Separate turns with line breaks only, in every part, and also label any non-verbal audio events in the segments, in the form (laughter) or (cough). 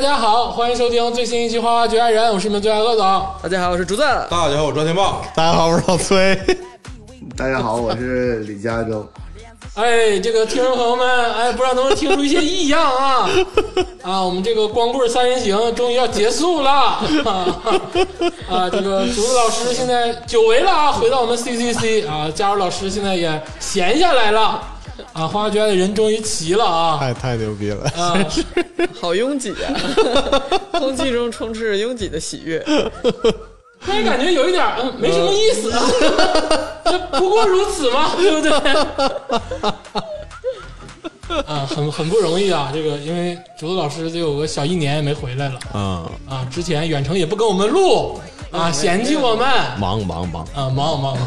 家好，欢迎收听最新一期《花花局爱人》，我是你们最爱恶总。
大
呃
家好，我是竹子。
大家好，我是赵天霸。
大家好，我是老崔。
大家好，我是李佳洲。
哎，这个听众朋友们，哎，不知道能不能听出一些异样
(laughs)
啊？啊，我们这个光棍三人行终于要结束了 (laughs) 啊！啊，这个竹子老师现在久违了啊，回到我们 CCC 啊，加入老师现在也闲下来了啊，花花局爱的人终于齐了啊！
太太牛逼了！
啊，
好拥挤啊！ (laughs) 空气中充斥着拥挤的喜悦。
突然感觉有一点儿嗯没什么意思， (laughs) 这不过如此嘛，对不
(laughs)
对？啊，很很不容易啊！这个因为竹子老师就有个小一年也没回来了
嗯，
啊，之前远程也不跟我们录啊，嫌弃我们
忙忙忙，
啊，忙忙忙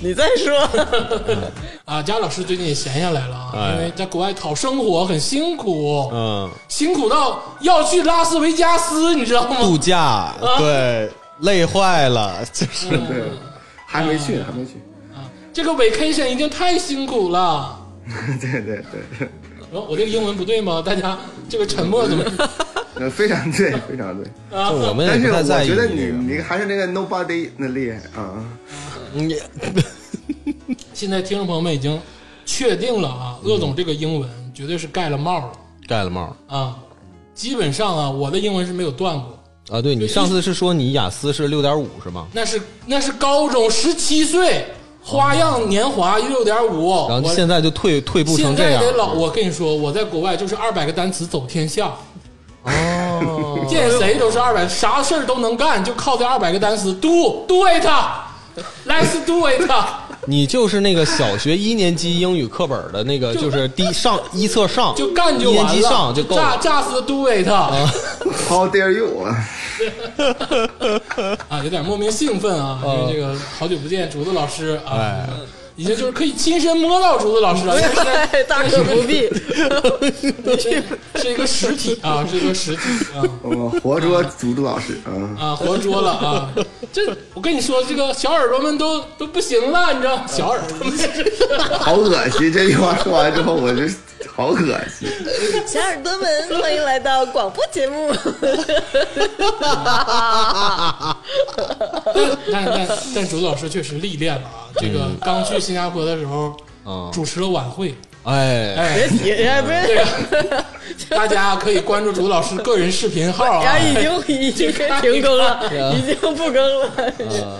你再说， (laughs)
啊！佳老师最近也闲下来了啊，
哎
因为在国外讨生活很辛苦，
嗯，
辛苦到要去拉斯维加斯，你知道吗？
度假，
啊
对，累坏了， (laughs) 就是
对，还没去，
嗯
还没去。 (laughs)
这个 vacation 已经太辛苦了。
对对对， (laughs)
然后我这个英文不对吗？ (laughs) 大家这个沉默怎么？
呃，非常对，非常对。
啊
就我们
但
也
是
不太
我
在意
觉得
这
你
个啊
你还是那个 nobody 那厉害啊！
你
现在听众朋友们已经确定了啊，鄂总这个英文绝对是盖了帽了
(laughs) 盖了帽
啊，基本上啊，我的英文是没有断过，
啊？对你上次是说你雅思是六点五是吗？
那是那是高中十七岁花样年华六点五，
然后
我
现在就退退步
现
成这
在
样
得老，我跟你说，我在国外就是二百个单词走天下，
哦，
(laughs) 见谁都是二百，啥事儿都能干，就靠这二百个单词 do do it，let's do it。
你就是那个小学一年级英语课本的那个，就是第一上一册上
就干就
一
完了，
年级上就够
炸
了。
炸死 do it 啊
How dare you 啊！ (laughs)
啊有点莫名兴奋啊，因为这个好久不见竹子老师
哎
啊，已经就是可以亲身摸到竹子老师了，因啊为现在
哎大可不必。
是一个实体啊，是一个实体啊
我们活捉竹子老师啊！
啊，活捉了啊！这我跟你说，这个小耳朵们都都不行了，你知道
啊
吗，小耳朵们
好恶心！这句话说完之后，我就好恶心。
小耳朵们，欢迎来到广播节目。
但但但竹子老师确实历练了啊，这个刚去新加坡的时候
嗯，
主持了晚会，
哎，
哎
别。提，哎，不
这
是，
个 (laughs) 大家可以关注竹子老师个人视频号啊，
然
哎
后已经已经停更了，已经不更了。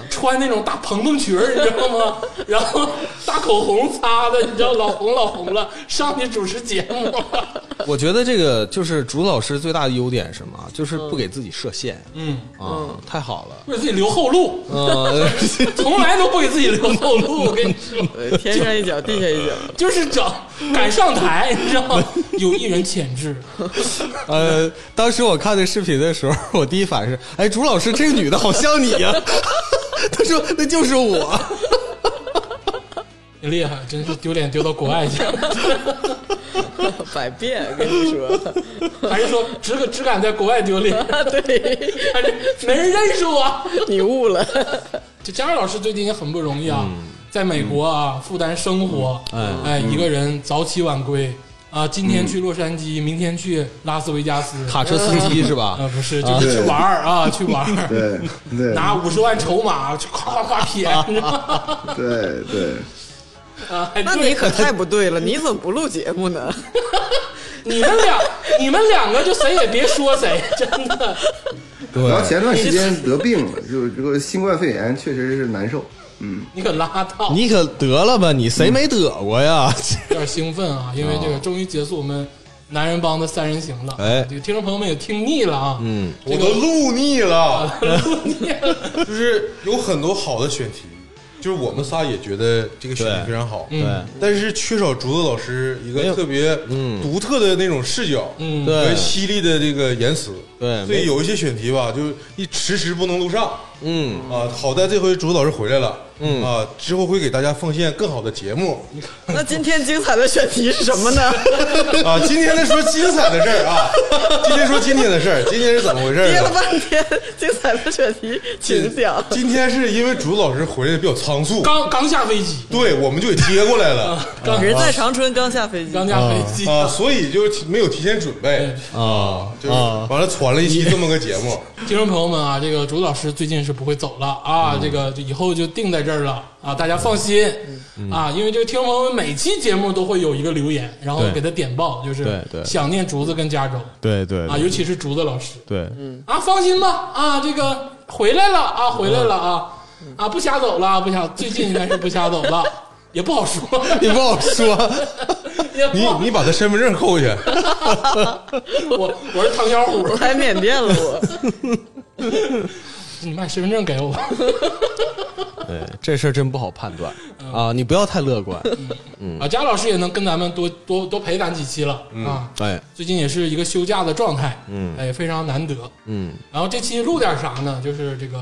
穿那种大蓬蓬裙儿，你知道吗？ (laughs) 然后大口红擦的，你知道老红老红了，上去主持节目。 (laughs)
我觉得这个就是竹子老师最大的优点是什么？啊就是不给自己设限，
嗯，
啊，太好了，
为自己留后路，
嗯，
从来都不给自己留后路。我跟你说，
呃天上一脚，地下一脚。
就是整敢上台，你知道吗？有艺人潜质，
(laughs) 呃，当时我看那视频的时候，我第一反应是，哎，朱老师，这个女的好像你呀、 (laughs) 他说那就是我。
厉害，真是丢脸丢到国外去了。
百变，跟你说，啊
还是说只敢只敢在国外丢脸？
对
还是没人认识我？
你悟了，
这佳瑞老师最近也很不容易啊，在美国啊，负担生活，
嗯
哎，一个人早起晚归啊，今天去洛杉矶，明天去拉斯维加斯，
卡车司机是
啊
吧？
不是，就是去玩儿啊，去玩儿，
对对
拿五十万筹码去夸夸夸撇，你知道吗？
对对，
啊，哎
那
对
你可太不对了，你怎么不录节目呢？
你们俩，你们两个就谁也别说谁， (laughs) 真的。
对
然后前段时间得病了，就这个新冠肺炎确实是难受。嗯，
你可拉倒，
你可得了吧你，谁没得过呀？
有点兴奋啊，因为这个终于结束我们男人帮的三人行了。
哎
这个听众朋友们也听腻了啊， (laughs) 嗯，
(laughs) 我都录腻了，
腻了。
就是有很多好的选题，就是我们仨也觉得这个选题非常好，
嗯对
但是缺少竹子老师一
没
个
有
特别独特的那种视角，
嗯
和
对
犀利的这个言辞，
对
所以有一些选题吧，就一迟迟不能录上
嗯，
啊。好在这回竹子老师回来了，嗯啊，之后会给大家奉献更好的节目
那今天精彩的选题是什么呢？
啊。今天呢说精彩的事儿啊， (laughs) 今天说今天的事儿，今天是怎么回事
憋
儿
了
呢？
半天，精彩的选题，请讲。
今天是因为竹子老师回来的比较仓促，
刚刚下飞机，
对，我们就给接过来
啊
了
刚
人在长春刚下飞机，
哦刚下飞机，
啊，所以就没有提前准备
哎
啊，就是
嗯啊
完了传了一期这么个节目，
听众朋友们啊，这个竹老师最近是不会走了
嗯
啊，这个以后就定在这儿了啊，大家放心
嗯
啊，因为这个听众朋友们每期节目都会有一个留言，然后
对
给他点爆，就是
对对
想念竹子跟加州
对对
啊，尤其是竹子老师
对，
啊，放心吧啊，这个回来了啊，
嗯
回来了啊啊，不瞎走了，不瞎，最近应该是不瞎走
(laughs)
了，也不好说，
(laughs) 你不好说，
(laughs) 也不
你
好
你把他身份证
(laughs)
扣去，
我我是唐小虎， (laughs)
我来缅甸了我，
你把身份证给我。
对这事儿真不好判断啊！你不要太乐观，
嗯
嗯
啊，贾老师也能跟咱们多多多陪咱几期了、啊。
哎，
最近也是一个休假的状态，嗯，哎，非常难得。
嗯，
然后这期录点啥呢？就是这个，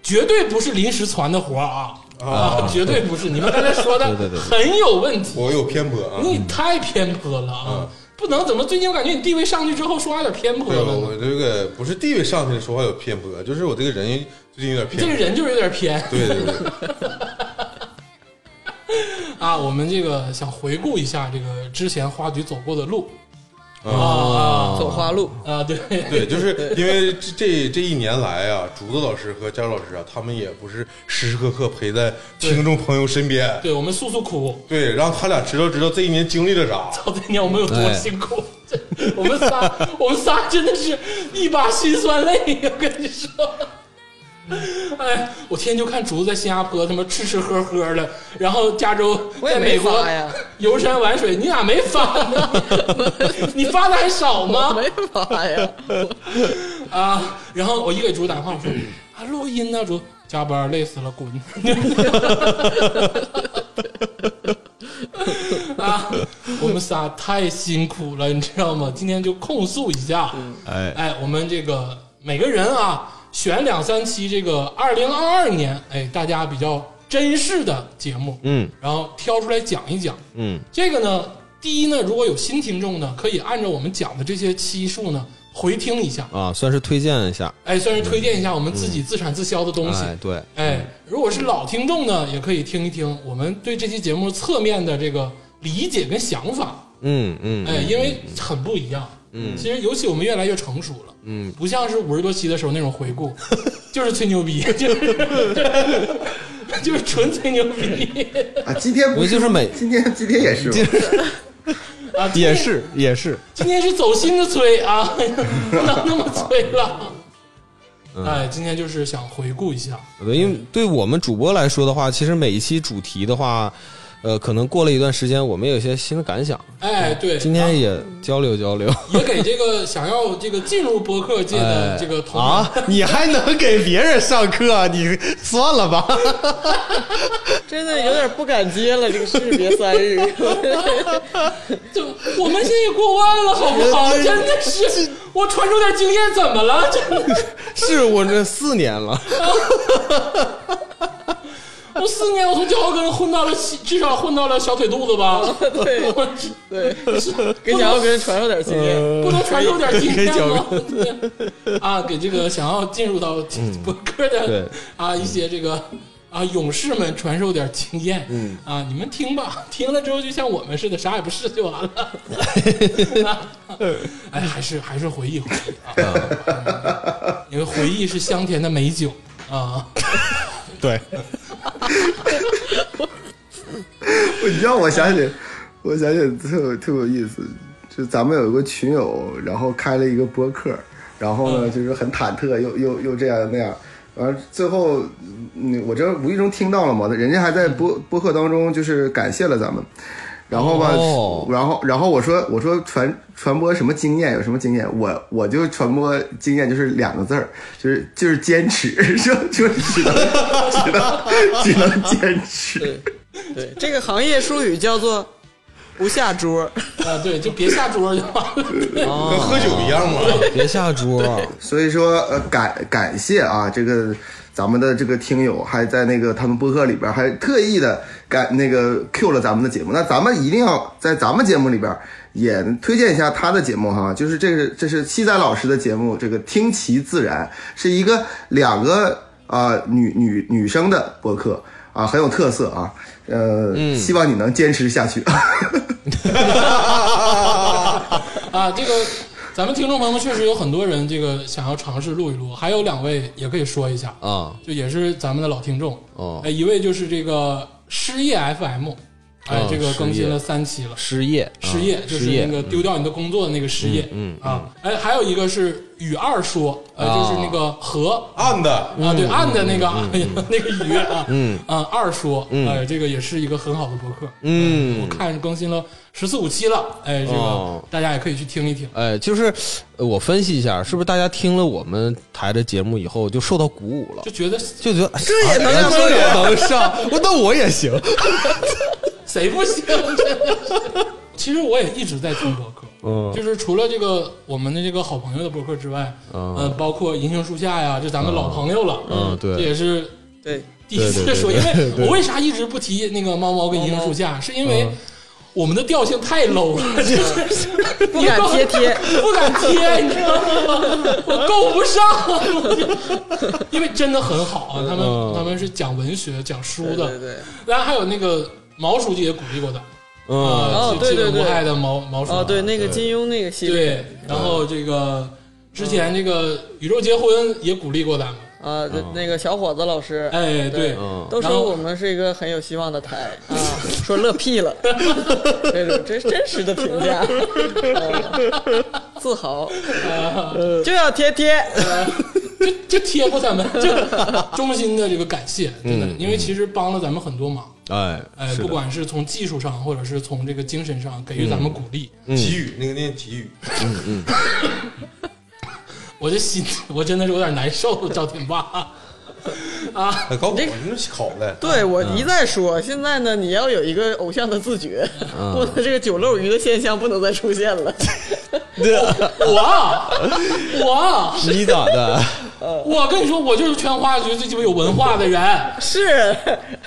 绝对不是临时传的活儿啊啊，绝对不是。你们刚才说的
对对对
很有问题，
我有偏颇啊。
你太偏颇了啊！不能怎么最近我感觉你地位上去之后说话有点偏颇
对，
了呢？
我这个不是地位上去了，说话有偏颇，就是我这个人最近有点
你这
偏
个
颇。
人就是有点偏 (laughs)
对对对，
啊！我们这个想回顾一下这个之前花菊走过的路
啊，
啊
走花路，
啊，对 (laughs)
对，就是因为这这这一年来啊，竹子老师和佳老师啊，他们也不是时时刻刻陪在听众朋友身边，
对，我们诉诉苦，
对，让他俩知道知道这一年经历了啥。
操这年我们有多辛苦，这我们仨，我们仨真的是一把辛酸泪，我跟你说。哎，我天天就看竹子在新加坡他妈吃吃喝喝的，然后加州
我也
在
没
美国
发呀
游山玩水，你咋没发
(laughs)
呢？你发的还少吗？
没法呀，
啊！然后我一给竹子打电话，我说啊录音呢，竹子加班累死了，滚！啊，我们仨太辛苦了，你知道吗？今天就控诉一下，
哎，
哎，我们这个每个人啊，选两三期这个二零二二年，哎，大家比较珍视的节目，
嗯
然后挑出来讲一讲。
嗯，
这个呢，第一呢，如果有新听众呢，可以按照我们讲的这些期数呢回听一下，
啊，算是推荐一下，
哎，算是推荐一下我们自己自产自销的东西。
嗯哎，对，
哎，如果是老听众呢，也可以听一听我们对这期节目侧面的这个理解跟想法。
嗯嗯，
哎，因为很不一样。嗯，其实尤其我们越来越成熟了。嗯，不像是五十多期的时候那种回顾，
(laughs)
就是吹牛逼，就是就是 (laughs) 纯吹牛逼
啊，今天不
我就是每
今天今天也是吧，
啊！今天
也，是也是，
今天是走心的吹啊， (laughs) 不能那么吹了。
嗯
哎，今天就是想回顾一下，
对，因为
嗯
对我们主播来说的话，其实每一期主题的话，呃，可能过了一段时间，我们有一些新的感想，
哎，对，
嗯今天也交流交流。
(laughs) 也给这个想要这个进入播客界的这个同行
啊，你还能给别人上课？啊你算了吧。 (laughs)
真的有点不敢接了。这个士别三
(laughs)
日，
就我们现在也过万了，好不好？
人
真的是，我传授点经验怎么了？真的，
是我这四年了，
我四年，我从脚后跟混到了膝，至少混到了小腿肚子吧。
对
我
对，
不
跟小
能
姚跟人传授点经验。
不能传授点经验吗
给？
啊，给这个 (laughs) 想要进入到 (laughs) 博客的
对
啊一些这个啊勇士们传授点经验。嗯啊，你们听吧， (laughs) 听了之后就像我们似的，啥也不是就完了。 (laughs) 哎，还是还是回忆回忆 (laughs) 啊，嗯因为回忆是香甜的美酒啊。 (laughs)
对，
(laughs) 你让我想起，我想起特有特有意思，就咱们有一个群友，然后开了一个播客，然后呢就是很忐忑，又又又这样那样，完了最后，嗯，我这无意中听到了嘛，人家还在播播客当中就是感谢了咱们。然后吧，
哦
然后然后我说我说传传播什么经验有什么经验？我我就传播经验就是两个字儿，就是就是坚持， (laughs) 说就只能只能只能坚持。
对对，这个行业术语叫做不下桌。
啊，对，就别下桌就完了。 (laughs)
跟
哦
喝酒一样嘛。
(laughs) 别下桌。
所以说，呃，感感谢啊，这个咱们的这个听友还在那个他们播客里边还特意的感那个 Q 了咱们的节目，那咱们一定要在咱们节目里边也推荐一下他的节目哈，就是这个这是西仔老师的节目，这个听其自然是一个两个啊、女女女生的播客啊，很有特色啊，呃，希望你能坚持下去。
啊，这个咱们听众朋友们确实有很多人这个想要尝试录一录，还有两位也可以说一下，
啊，
就也是咱们的老听众。
哦
哎，一位就是这个失业 FM，哎
哦，
这个更
失业
新了三期了。
失业，
失业
啊
就是
失业
那个丢掉你的工作的那个失业，
嗯
啊，哎，还有一个是与二说，呃，
啊
就是那个和
暗的，
啊，对，按的那个，哎呀，那个鱼啊，
嗯
啊，二说，
嗯
哎，这个也是一个很好的博客，
嗯
我，看更新了十四五期了，哎，这个
哦
大家也可以去听一听，
哎，就是呃我分析一下，是不是大家听了我们台的节目以后就受到鼓舞了
就，觉得
就觉得
这也能
哎
让
这
(laughs)
也能上，我那我也行。
谁不
(laughs)
行， (laughs) 真的是。其实我也一直在听博客，
嗯
就是除了这个我们的这个好朋友的博客之外，
嗯
呃，包括银杏树下呀，就咱们老朋友了，
嗯对
这也是
对，
(laughs) 第一次说，
对
因
对对
为
对嗯
我为啥一直不提那个猫猫跟银杏树下，是因为我们的调性
(laughs)
太 low 了， (laughs) 就是
不敢贴贴，
不敢
(laughs)
贴，你知道吗？我够不上， (laughs) 因为真的很好啊，他
嗯
们他们是讲文学、讲书
对对
的，
对，
然后还有那个毛书记也鼓励过他，
嗯
啊，
哦
这
对
个
对对
无害的毛毛书啊记
哦对，那个金庸那个系列，
对，然后这个之前这个宇宙结婚也鼓励过咱们，
啊，
哦
这那个小伙子老师，
哎，对
对，
嗯
都
然后
说我们是一个很有希望的台啊， (laughs) 说乐
(laughs)
屁了，这种这是真实的评价，啊自豪，啊
嗯
就要贴贴，
就 (laughs) 就贴过咱们， (laughs) 就衷心的这个感谢，真的，因为其实帮了咱们很多忙。
哎
哎，
嗯是的
不
(laughs)
管是从技术上，或者是从这个精神上，给予咱们鼓励，
嗯
给予那个念给予，
嗯我这心 (laughs) 我真的是有点难受，赵天
(laughs)
霸。
哎搞我这是考的，
对我一再说，现在呢，你要有一个偶像的自觉，
嗯
不能这个酒漏鱼的现象不能再出
(laughs)
现了。
我啊我啊
你咋的？
我跟你说，我就是全话剧最鸡巴有文化的人，
是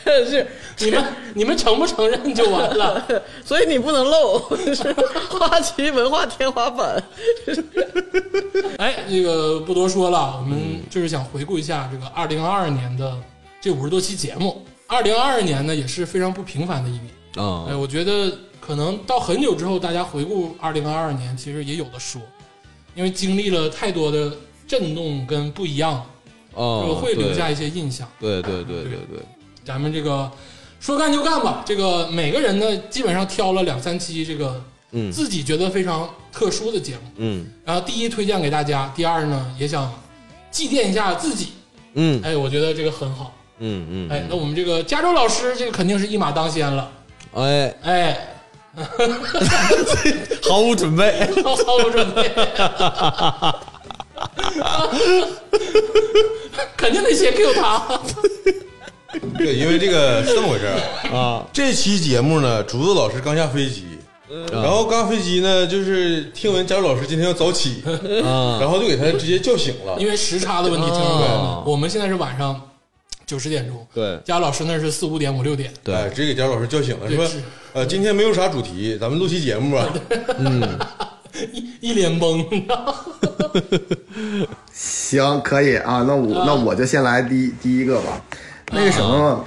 (laughs) 是，
你们你们承不承认就完了。
所以你不能漏， (laughs) 是花旗文化天花板。
哎，这个不多说了，我
嗯
们就是想回顾一下这个二零二二年的这五十多期节目。二零二二年呢也是非常不平凡的一年，哎，
嗯
我觉得可能到很久之后，大家回顾二零二二年，其实也有的说，因为经历了太多的震动跟不一样，就
嗯，
会留
对
下一些印象。
对对对对对，
咱们这个说干就干吧，这个每个人呢基本上挑了两三期这个
嗯
自己觉得非常特殊的节目，
嗯
然后第一推荐给大家，第二呢也想祭奠一下自己，
嗯
哎，我觉得这个很好。
嗯嗯，
哎，那我们这个加州老师这个肯定是一马当先了，
哎，
哎，
毫无准备， (laughs)
毫无准备， (laughs) 肯定得先 Q 他。
(laughs) 对，因为这个是这么回事啊。这期节目呢，竹子老师刚下飞机，
嗯
然后刚下飞机呢，就是听闻佳茹老师今天要早起，
嗯
然后就给他直接叫醒了
因。为时差的问题，听众朋友们，我们现在是晚上九十点钟，
对
加老师那是四五点、五六点， (laughs)
对
哎，直接给佳茹老师叫醒了，
对
说
是：“
呃，今天没有啥主题，咱们录期节目吧。
一一脸懵，你知道吗？
行，可以啊，那我那我就先来第一第一个吧。那个什么，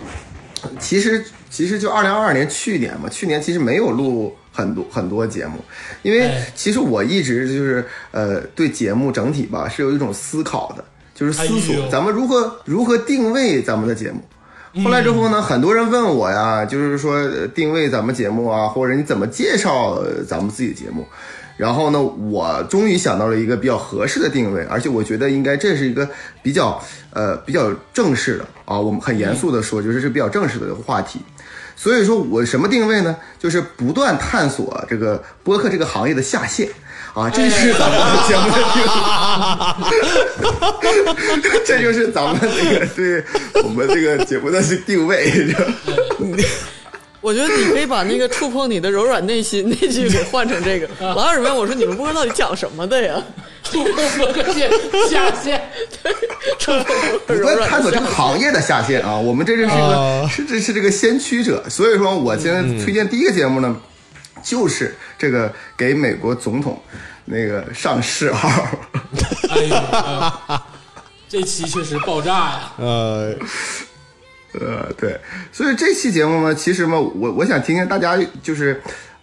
其实其实就二零二二年去年嘛，去年其实没有录很多很多节目，因为
哎
其实我一直就是呃对节目整体吧是有一种思考的，就是思索、
哎呦
咱们如何如何定位咱们的节目。后来之后呢，很多人问我呀，就是说呃定位咱们节目啊，或者你怎么介绍呃咱们自己节目。然后呢，我终于想到了一个比较合适的定位，而且我觉得应该这是一个比较呃比较正式的啊，我们很严肃的说，就是是比较正式的话题。所以说我什么定位呢？就是不断探索这个播客这个行业的下限啊，这是咱们的节目的定位。 (laughs) 这就是咱们这个对我们这个节目的定位。
我觉得你可以把那个触碰你的柔软内心那句给换成这个。
嗯
网友们，我说你们播客到底讲什么的呀？
触碰博客线下线，
触碰博客
不
柔
断
软
探索
内
这
心
个。行业的下限啊！我们这这是一个
啊
是这是这个先驱者，所以说我现在推荐第一个节目呢，就是这个给美国总统那个上谥号，
哎呦，啊这期确实爆炸呀！
呃，
呃，对，所以这期节目呢，其实嘛，我我想听听大家就是。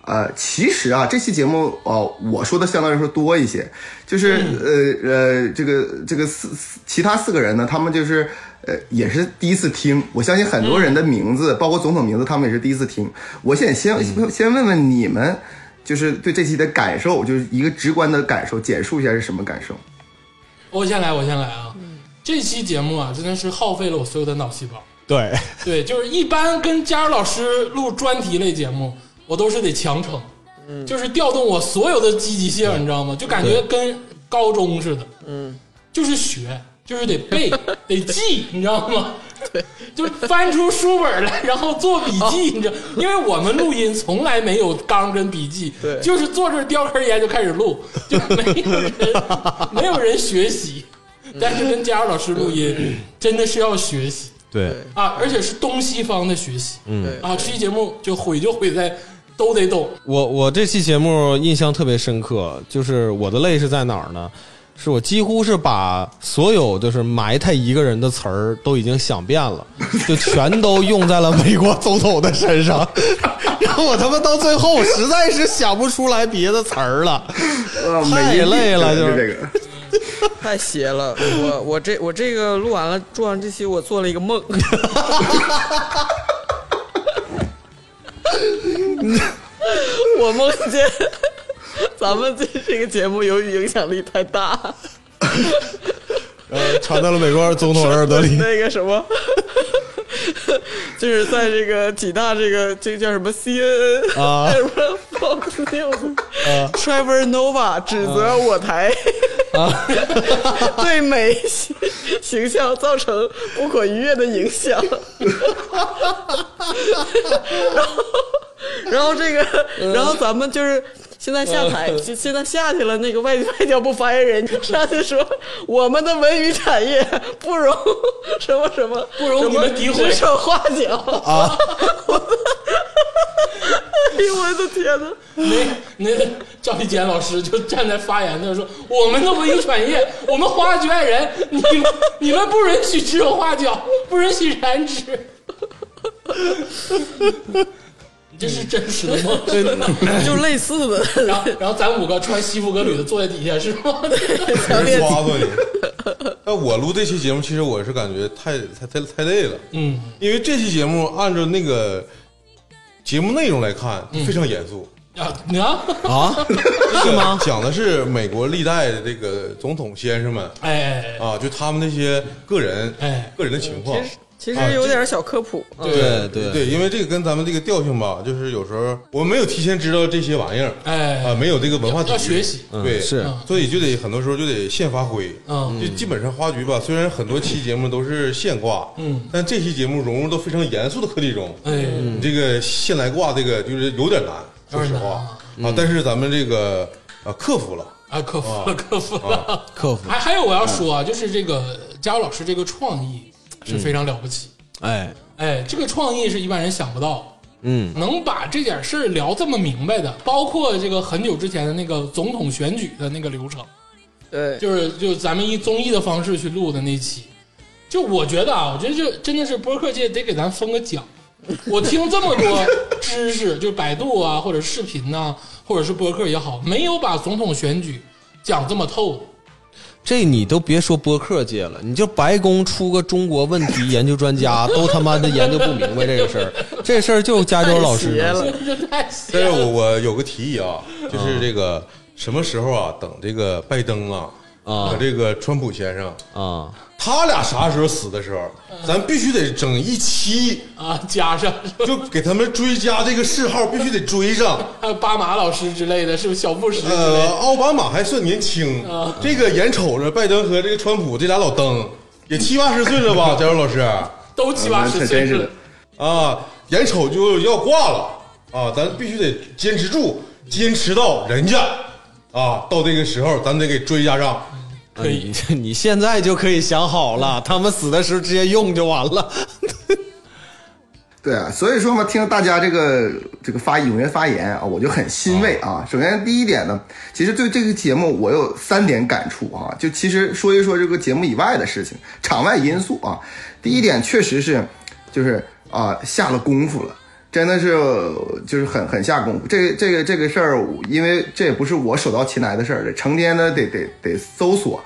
呃，其实啊，这期节目哦、我说的相对来说多一些，就是、呃呃，这个这个四四其他四个人呢，他们就是呃也是第一次听，我相信很多人的名字，包括总统名字，他们也是第一次听。我先先先问问你们，就是对这期的感受，就是一个直观的感受，简述一下是什么感受？
我先来，我先来啊！这期节目啊，真的是耗费了我所有的脑细胞。
对，
(laughs) 对，就是一般跟佳儿老师录专题类节目，我都是得强撑，就是调动我所有的积极性，你知道吗？就感觉跟高中似的，嗯，就是学，就是得 (laughs) 背，得记，你知道吗？对， (laughs) 哦就是翻出书本来，然后做笔记，你知道，因为我们录音从来没有纲跟笔记，
对
就是坐这儿叼根烟就开始录，就没有人没有人学习，但是跟佳儿老师录 (laughs) 音真的是要学习。
对，
啊，而且是东西方的学习。
对
啊，这期节目就毁就毁在都得懂。
我我这期节目印象特别深刻，就是我的泪是在哪儿呢？是我几乎是把所有就是埋汰一个人的词儿都已经想遍了，就全都用在了美国总统的身上， (laughs) 然后我他妈到最后我实在是想不出来别的词儿了，
呃，
太
美音
累了
对
就是
这个。
(laughs) 太邪了！我我这我这个录完了，做完这期我做了一个梦，我梦见咱们这这个节目由于影响力太大，
呃，传到了美国总统耳朵里。
那个什么， (laughs) 就是在这个几大这个这个叫什么 CNN (laughs)
啊
什么 Fox News、Trevor
啊
Nova 指责我台、
啊
(laughs) 对美形形象造成不可逾越的影响， (laughs) 然后然后这个
嗯
然后咱们就是。现在下台，现现在下去了。那个外外交部发言人上去说，我们的文娱产业不容什么什么，
不容你们诋毁
指手画脚啊！ (laughs) 哎呦我的天哪！ (laughs)
那那赵立坚老师就站在发言那儿说：“我们的文艺产业，我们花局爱人，你们你们不允许指手画脚，不允许染指。”这是真实的梦。
就类似的，
然后，然后咱五个穿西服革履的坐在底下，是吗？ (laughs)
强烈
抓住你。 (laughs) 那我录这期节目，其实我是感觉太太太太累了，
嗯，
因为这期节目按照那个节目内容来看，非常严肃。
啊，你啊，
(laughs) 啊，
是吗？讲的是美国历代的这个总统先生们
哎哎，哎
啊，就他们那些个人，
哎
个人的情况。
其实有点小科普。嗯
对
对
对
因为这个跟咱们这个调性吧，就是有时候我们没有提前知道这些玩意儿，
哎
啊，没有这个文化底蕴
要学习
对，
嗯是
嗯
所以就得很多时候就得现发挥，
嗯
就基本上花局吧，虽然很多期节目都是现挂，
嗯，
但这期节目融入到非常严肃的课题中，
哎
你这个现来挂这个就是有点难，说实话啊，但是咱们这个啊克服了，
啊，克服了，克服了。
克服，
还还有我要说啊，就是这个佳茹老师这个创意
嗯
是非常了不起，
哎，
哎，这个创意是一般人想不到的，
嗯，
能把这点事儿聊这么明白的，包括这个很久之前的那个总统选举的那个流程，
对，
就是就咱们以综艺的方式去录的那期，就我觉得啊，我觉得就真的是播客界得给咱封个奖。我听这么多知识，就百度啊，或者视频呐、或者是播客也好，没有把总统选举讲这么透的。 (laughs)
这你都别说播客界了，你就白宫出个中国问题研究专家，都他妈的研究不明白这个事儿。 (laughs) 这事儿就加州老
太
师
邪
能
了
真是太 (laughs) 邪
但是
了。
我我有个提议啊，就是这个什么时候啊，等这个拜登啊
啊
和这个川普先生。
啊，
他俩啥时候死的时候，咱必须得整一期，
啊，加上
就给他们追加这个谥号，必须得追上。
还有巴呃马老师之类的，是不是小布什之类
呃，
的？
奥巴马还算年轻，这个眼瞅着拜登和这个川普这俩老登也七八十岁了吧，佳茹老师
都七八
嗯
十
这真
岁
是
了
的，
啊，眼瞅就要挂了啊，咱必须得坚持住，坚持到人家啊，到这个时候咱得给追加上。
可以
啊你 (laughs) 你现在就可以想好了，他们死的时候直接用就完了。
对啊，所以说嘛，听大家这个这个发踊跃发言啊，我就很欣慰啊。首先第一点呢，其实对这个节目我有三点感触啊，就其实说一说这个节目以外的事情，场外因素啊。第一点确实是，就是啊下了功夫了。真的是，呃就是很很下功夫。这个这个这个事儿，因为这也不是我手到擒来的事儿，得成天的得得得搜索。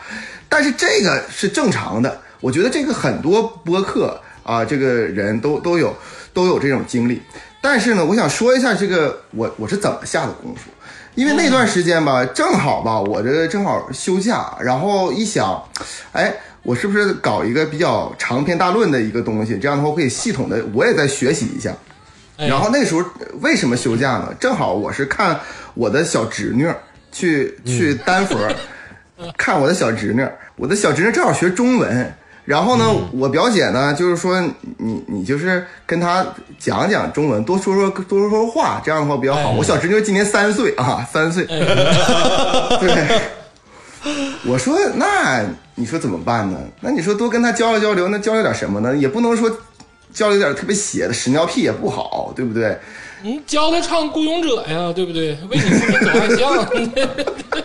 但是这个是正常的，我觉得这个很多播客啊、这个人都都有都有这种经历。但是呢，我想说一下这个我我是怎么下的功夫，因为那段时间吧，正好吧，我这正好休假，然后一想，哎，我是不是搞一个比较长篇大论的一个东西？这样的话，我可以系统的，我也再学习一下。
哎
然后那时候呃为什么休假呢？正好我是看我的小侄女儿去
嗯
去丹佛，
(laughs)
看我的小侄女儿，我的小侄女儿正好学中文。然后呢，
嗯
我表姐呢，就是说你你就是跟她讲讲中文，多说说多说说话，这样的话比较好。
哎
我小侄女儿今年三岁啊，三岁，
哎
(laughs) 对。我说那你说怎么办呢？那你说多跟他交流交流，那交流点什么呢？也不能说交流点特别邪的屎尿屁也不好，对不对？
你教他唱《孤勇者》呀，对不对？为你父亲走暗巷，
(laughs)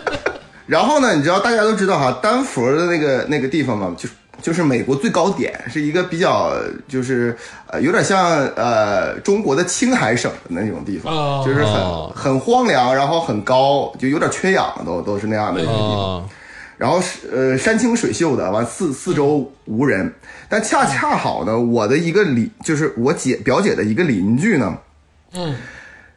然后呢，你知道大家都知道哈，丹佛的那个那个地方嘛，就是就是美国最高点，是一个比较就是呃有点像呃中国的青海省的那种地方，
哦
就是
哦
很很荒凉，然后很高，就有点缺氧，都都是那样的一个地方。
啊，
然后是呃山清水秀的，完四四周无人，但恰恰好呢，我的一个邻就是我姐表姐的一个邻居呢，
嗯，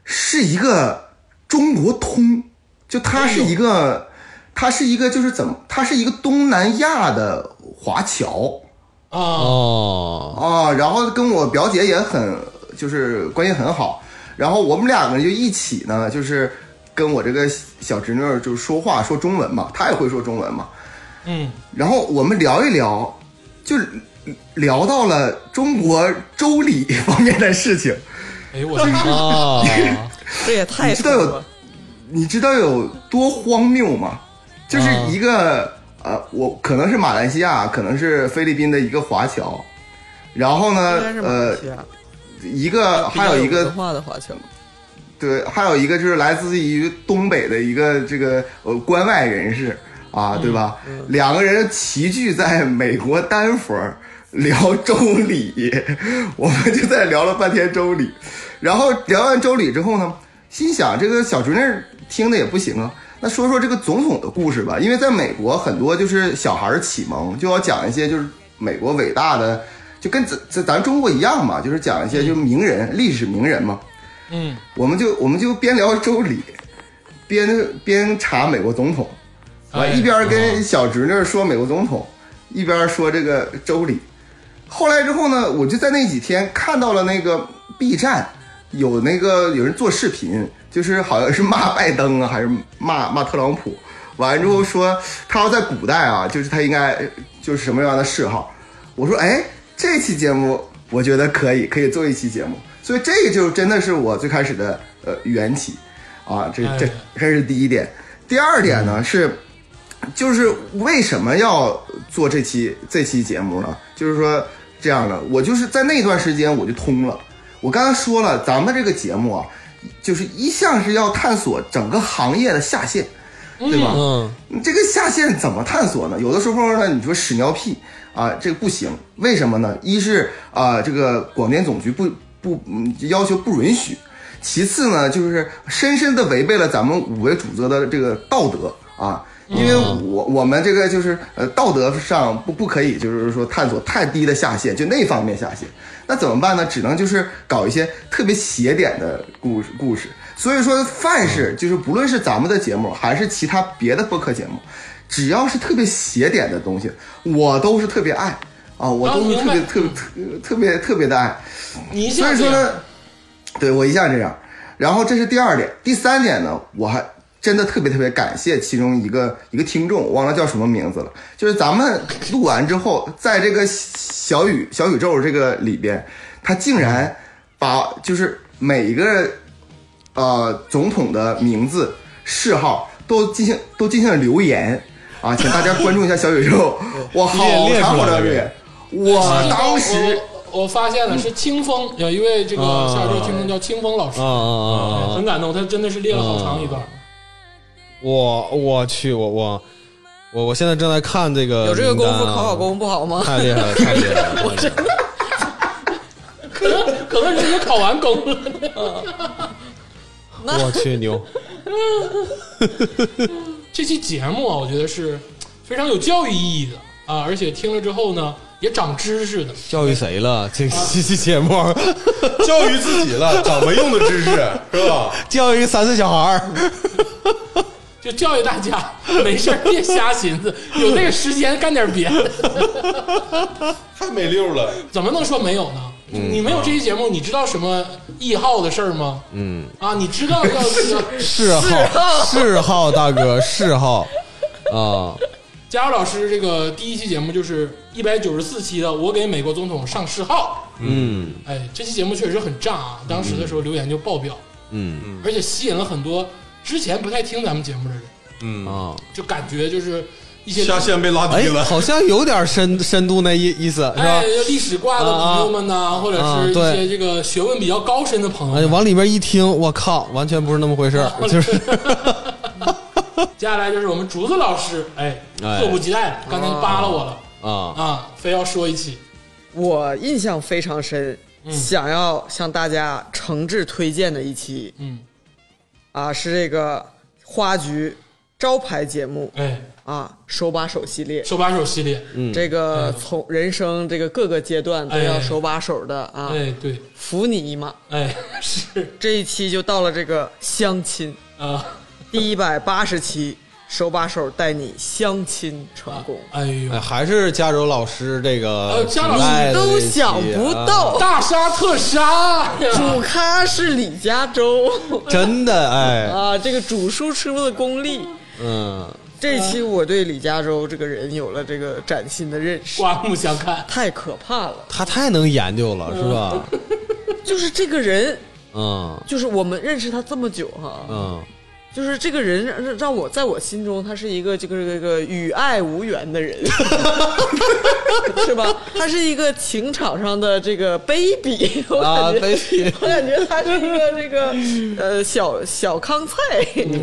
是一个中国通，就他是一个，他是一个就是怎么，他是一个东南亚的华侨
啊，
哦，
啊，然后跟我表姐也很就是关系很好，然后我们两个人就一起呢，就是跟我这个小侄女儿就是说话说中文嘛，她也会说中文嘛，
嗯，
然后我们聊一聊，就聊到了中国周礼方面的事情。
哎呦我操，
啊，
这也太
你知道有
扯了
你知道有多荒谬吗？就是一个、呃，我可能是马来西亚，可能是菲律宾的一个华侨，然后呢
应该是，马来
呃，
西亚，
一个还有
有
一个
文化的华侨，
对，还有一个就是来自于东北的一个这个呃关外人士啊，对吧？两个人齐聚在美国丹佛聊周礼， (laughs) 我们就在聊了半天周礼，然后聊完周礼之后呢，心想这个小侄女听的也不行啊。那说说这个总统的故事吧，因为在美国很多就是小孩儿启蒙就要讲一些就是美国伟大的，就跟咱咱咱中国一样嘛，就是讲一些就是名人、历史名人嘛。
嗯，
我们就我们就边聊周礼，边边查美国总统，完、
哎
一边跟小侄女说美国总统，一边说这个周礼。后来之后呢，我就在那几天看到了那个 B 站有那个有人做视频，就是好像是骂拜登啊，还是骂 (laughs) 骂特朗普。完之后说他要在古代啊，就是他应该就是什么样的嗜好。我说哎，这期节目我觉得可以，可以做一期节目。所以这就真的是我最开始的呃缘起啊，这这
哎
这是第一点。第二点呢是。就是为什么要做这期这期节目呢？就是说这样的，我就是在那段时间我就通了。我刚刚说了，咱们这个节目啊，就是一向是要探索整个行业的下限，对吧？
嗯，
这个下限怎么探索呢？有的时候呢，你说屎尿屁啊，这个不行，为什么呢？一是啊、这个广电总局不不、嗯、要求不允许；其次呢，就是深深的违背了咱们五位主责的这个道德啊，因为我我们这个就是呃道德上不不可以就是说探索太低的下限，就那方面下限。那怎么办呢？只能就是搞一些特别邪点的故事故事。所以说，凡是就是不论是咱们的节目，还是其他别的播客节目，只要是特别邪点的东西，我都是特别爱啊，我
啊
都是
明
特
白
别特别特特别特别的爱。
你一
所
下
以
这
说
样
呢，对我一下这样。然后这是第二点，第三点呢，我还真的特别特别感谢其中一个一个听众，我忘了叫什么名字了。就是咱们录完之后，在这个小宇小宇宙这个里边，他竟然把就是每个呃总统的名字、谥号都进行都进行了留言啊，请大家关注一下小宇宙。哇，好
(laughs) 列出
长好
来了
长时间，我当时
我我发现了是清风，有一位这个
啊
下周听众叫清风老师
啊，啊啊啊！
很感动，他真的是列了好长一
啊
段。
我我去，我我我我现在正在看这个，啊
有这个功夫考考，公不好吗？
太
(laughs)
厉害了，太厉害了！
可能可能人家考完公了。
我去牛，
这期节目啊，我觉得是非常有教育意义的啊，而且听了之后呢，也长知识的。
教育谁了？这 (laughs) 这期节目
教育自己了，长没用的知识是吧？
教育三岁小孩儿，
就教育大家， (laughs) 没事儿别瞎寻思，有那个时间干点别的。
太没溜了。
怎么能说没有呢？
嗯
你没有这期节目，你知道什么谥号的事儿吗？嗯啊，你知道要要 (laughs)
嗜好嗜好，大哥嗜好啊！
加入老师这个第一期节目就是一百九十四期的，我给美国总统上谥号。
嗯
哎，这期节目确实很炸啊！当时的时候留言就爆表，
嗯
而且吸引了很多之前不太听咱们节目的人，
嗯，
啊！
就感觉就是一些
下线被拉
(laughs) 哎
低，了，
好像有点深深度那意意思是吧
哎？就历史挂的朋友们呐、或者是一
啊
些
对
这个学问比较高深的朋
哎，
友们。
往里面一听，我靠，完全不是那么回事儿，就是
(laughs) 接下来就是我们竹子老师，哎，
哎
迫不及待了，刚才扒拉我了
啊
啊，非要说一期。
我印象非常深，想要向大家诚挚推荐的一期
嗯，
啊，是这个花局招牌节目
哎，
啊，手把手系列。
手把手系列，
嗯
这个从人生这个各个阶段都要手把手的啊，
哎，对，
扶你一马。
哎， (laughs) 是
这一期就到了这个相亲
啊，
第一百八十期，手把手带你相亲成功。
哎呦
哎，，还是加州老师这
呃
个
加州老师
古代的这
都
一期
想不
啊
到，
大杀特杀呀！
主咖是李嘉洲 (laughs)
啊真的哎，
啊，这个煮书吃的功力。
嗯，
这期我对李嘉洲这个人有了这个崭新的认识，
(laughs) 刮目相看，
太可怕了！
他太能研究了，是吧？
就是这个人，
嗯
就是我们认识他这么久哈，
嗯
就是这个人让让我在我心中他是一个这个这个与爱无缘
(laughs)
的人，是吧？他是一个情场上的这个卑鄙，我
啊
(laughs) 感觉，
，baby
我感觉他是一个这个呃小小康菜，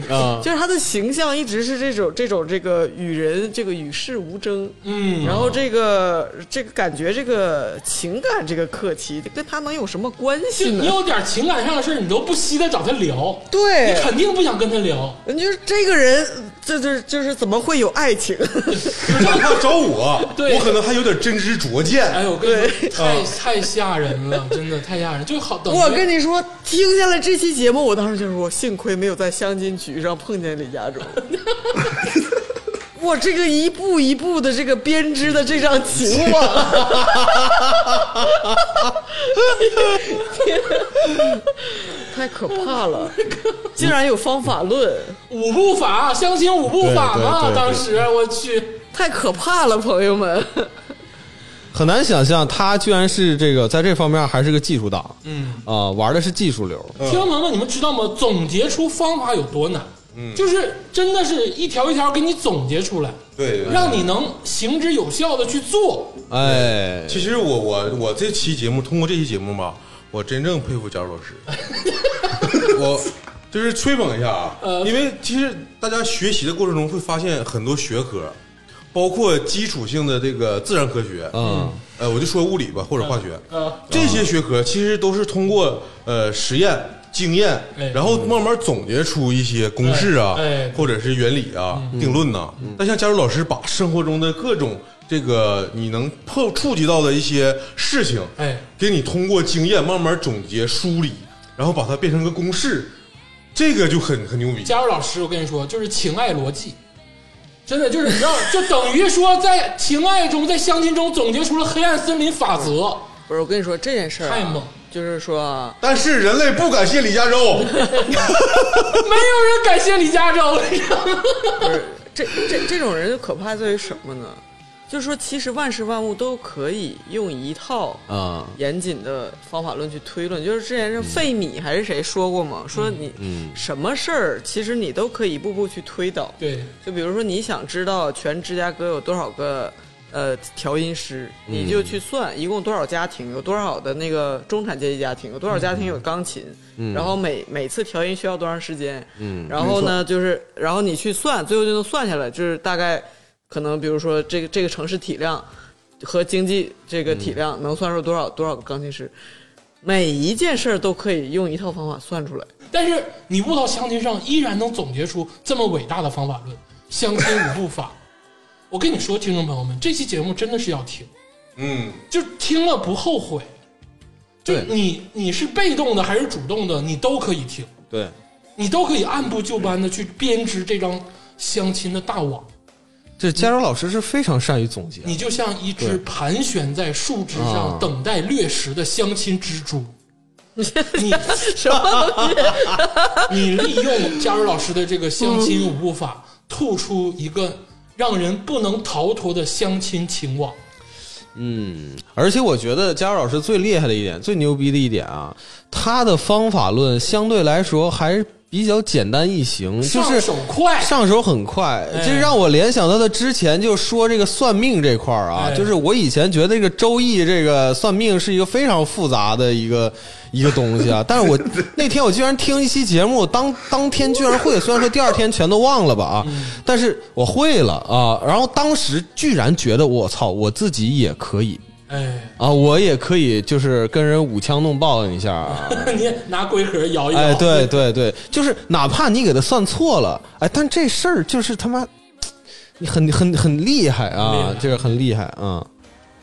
啊
就是他的形象一直是这种这种这个与人这个与世无争，
嗯，
然后这个这个感觉这个情感这个课题跟他能有什么关
就
系
你
呢？
有点情感上的事儿，你都不惜的找他聊，
对，
肯定不想跟他聊。
你就是这个人，这就是就是怎么会有爱情？ (laughs)
(laughs) 哪怕哎找我，
对
我可能还有点真知灼见。
哎呦，我跟你说，太太吓人 (laughs) 了，真的太吓人，就好等于
我跟你说，听下来这期节目，我当时就说，我幸亏没有在乡亲局上碰见李嘉洲。 (laughs) 我这个一步一步的这个编织的这张情网， (laughs) 太可怕了！竟然有方法论，
五步法相亲五步法嘛，
对对对对
当时我去，
太可怕了，朋友们！
很难想象他居然是这个在这方面还是个技术党，嗯啊，玩的是技术流，
听众朋友们，你们知道吗？总结出方法有多难？
嗯
就是真的是一条一条给你总结出来，
对，对
让你能行之有效的去做。
哎，
其实我我我这期节目通过这期节目吧，我真正佩服贾老师。 (laughs) 我就是吹捧一下啊，
嗯
因为其实大家学习的过程中会发现很多学科，包括基础性的这个自然科学，
嗯，
呃，我就说物理吧或者化学，
呃，
这些学科其实都是通过呃实验、经验
哎，
然后慢慢总结出一些公式啊
哎哎，
或者是原理啊、
嗯
定论呐、但像佳茹老师把生活中的各种这个你能碰触及到的一些事情，
哎，
给你通过经验慢慢总结梳理，然后把它变成个公式，这个就很很牛逼。
加入老师，我跟你说，就是情爱逻辑，真的就是你知道，就等于说在情爱中，在相亲中总结出了黑暗森林法则，
不是，我跟你说这件事儿啊、
太猛
就是说啊，
但是人类不感谢李
(laughs)
嘉洲，
没有人感谢李嘉洲。
不是这这这种人就可怕在于什么呢？就是说，其实万事万物都可以用一套
啊、
严谨的方法论去推论。就是之前是费米还是谁说过嘛，说你什么事儿，其实你都可以一步步去推导。
对，
就比如说，你想知道全芝加哥有多少个呃调音师，你就去算一共多少家庭，有多少的那个中产阶级家庭，有多少家庭有钢琴，然后每每次调音需要多长时间，
嗯
然后呢就是，然后你去算，最后就能算下来，就是大概可能比如说这个这个城市体量和经济这个体量能算出多少多少个钢琴师。每一件事儿都可以用一套方法算出来，
但是你悟到乡亲上，依然能总结出这么伟大的方法论——乡亲五步法。 (laughs) 我跟你说，听众朋友们，这期节目真的是要听，
嗯，
就听了不后悔。就
对
你你是被动的还是主动的，你都可以听，
对，
你都可以按部就班的去编织这张乡亲的大网。
这佳柔老师是非常善于总结，
你就像一只
对
盘旋在树枝上
啊
等待掠食的乡亲蜘
(laughs)
蛛。你
什么东西？ (laughs)
你利用佳茹老师的这个相亲五步法，吐出一个让人不能逃脱的相亲情网。
而且我觉得佳柔老师最厉害的一点，最牛逼的一点啊，他的方法论相对来说还比较简单易行，嗯就
上
是
手快
上手很快
哎，
这让我联想到他之前就说这个算命这块儿啊
哎，
就是我以前觉得这个《周易》这个算命是一个非常复杂的一个一个
(laughs)
东西啊，但是我那天我居然听一期节目，当当天居然会，虽然说第二天全都忘了吧啊，
嗯
但是我会了啊，然后当时居然觉得我操，我自己也可以。
哎， (laughs)
啊，我也可以，就是跟人舞枪弄棒一下啊。
你拿龟壳摇一摇，
哎，对对对，就是哪怕你给他算错了，哎，但这事儿就是他妈，你很很很厉害
很厉害
啊，这个很厉害啊。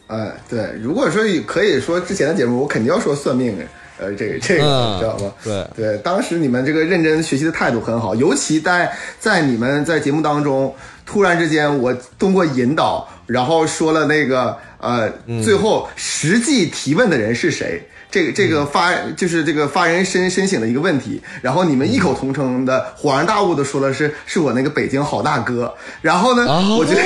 哎，对，如果说可以说之前的节目，我肯定要说算命，呃，这个这个，
嗯
你知道吗？
对
对，当时你们这个认真学习的态度很好，尤其在在你们在节目当中，突然之间我通过引导，然后说了那个呃，
嗯
最后实际提问的人是谁。这个这
嗯
个发就是这个发人深深省的一个问题，然后你们异口同声
嗯
的恍然大悟的说了是是我那个北京好大哥，然后呢，
哦
我觉得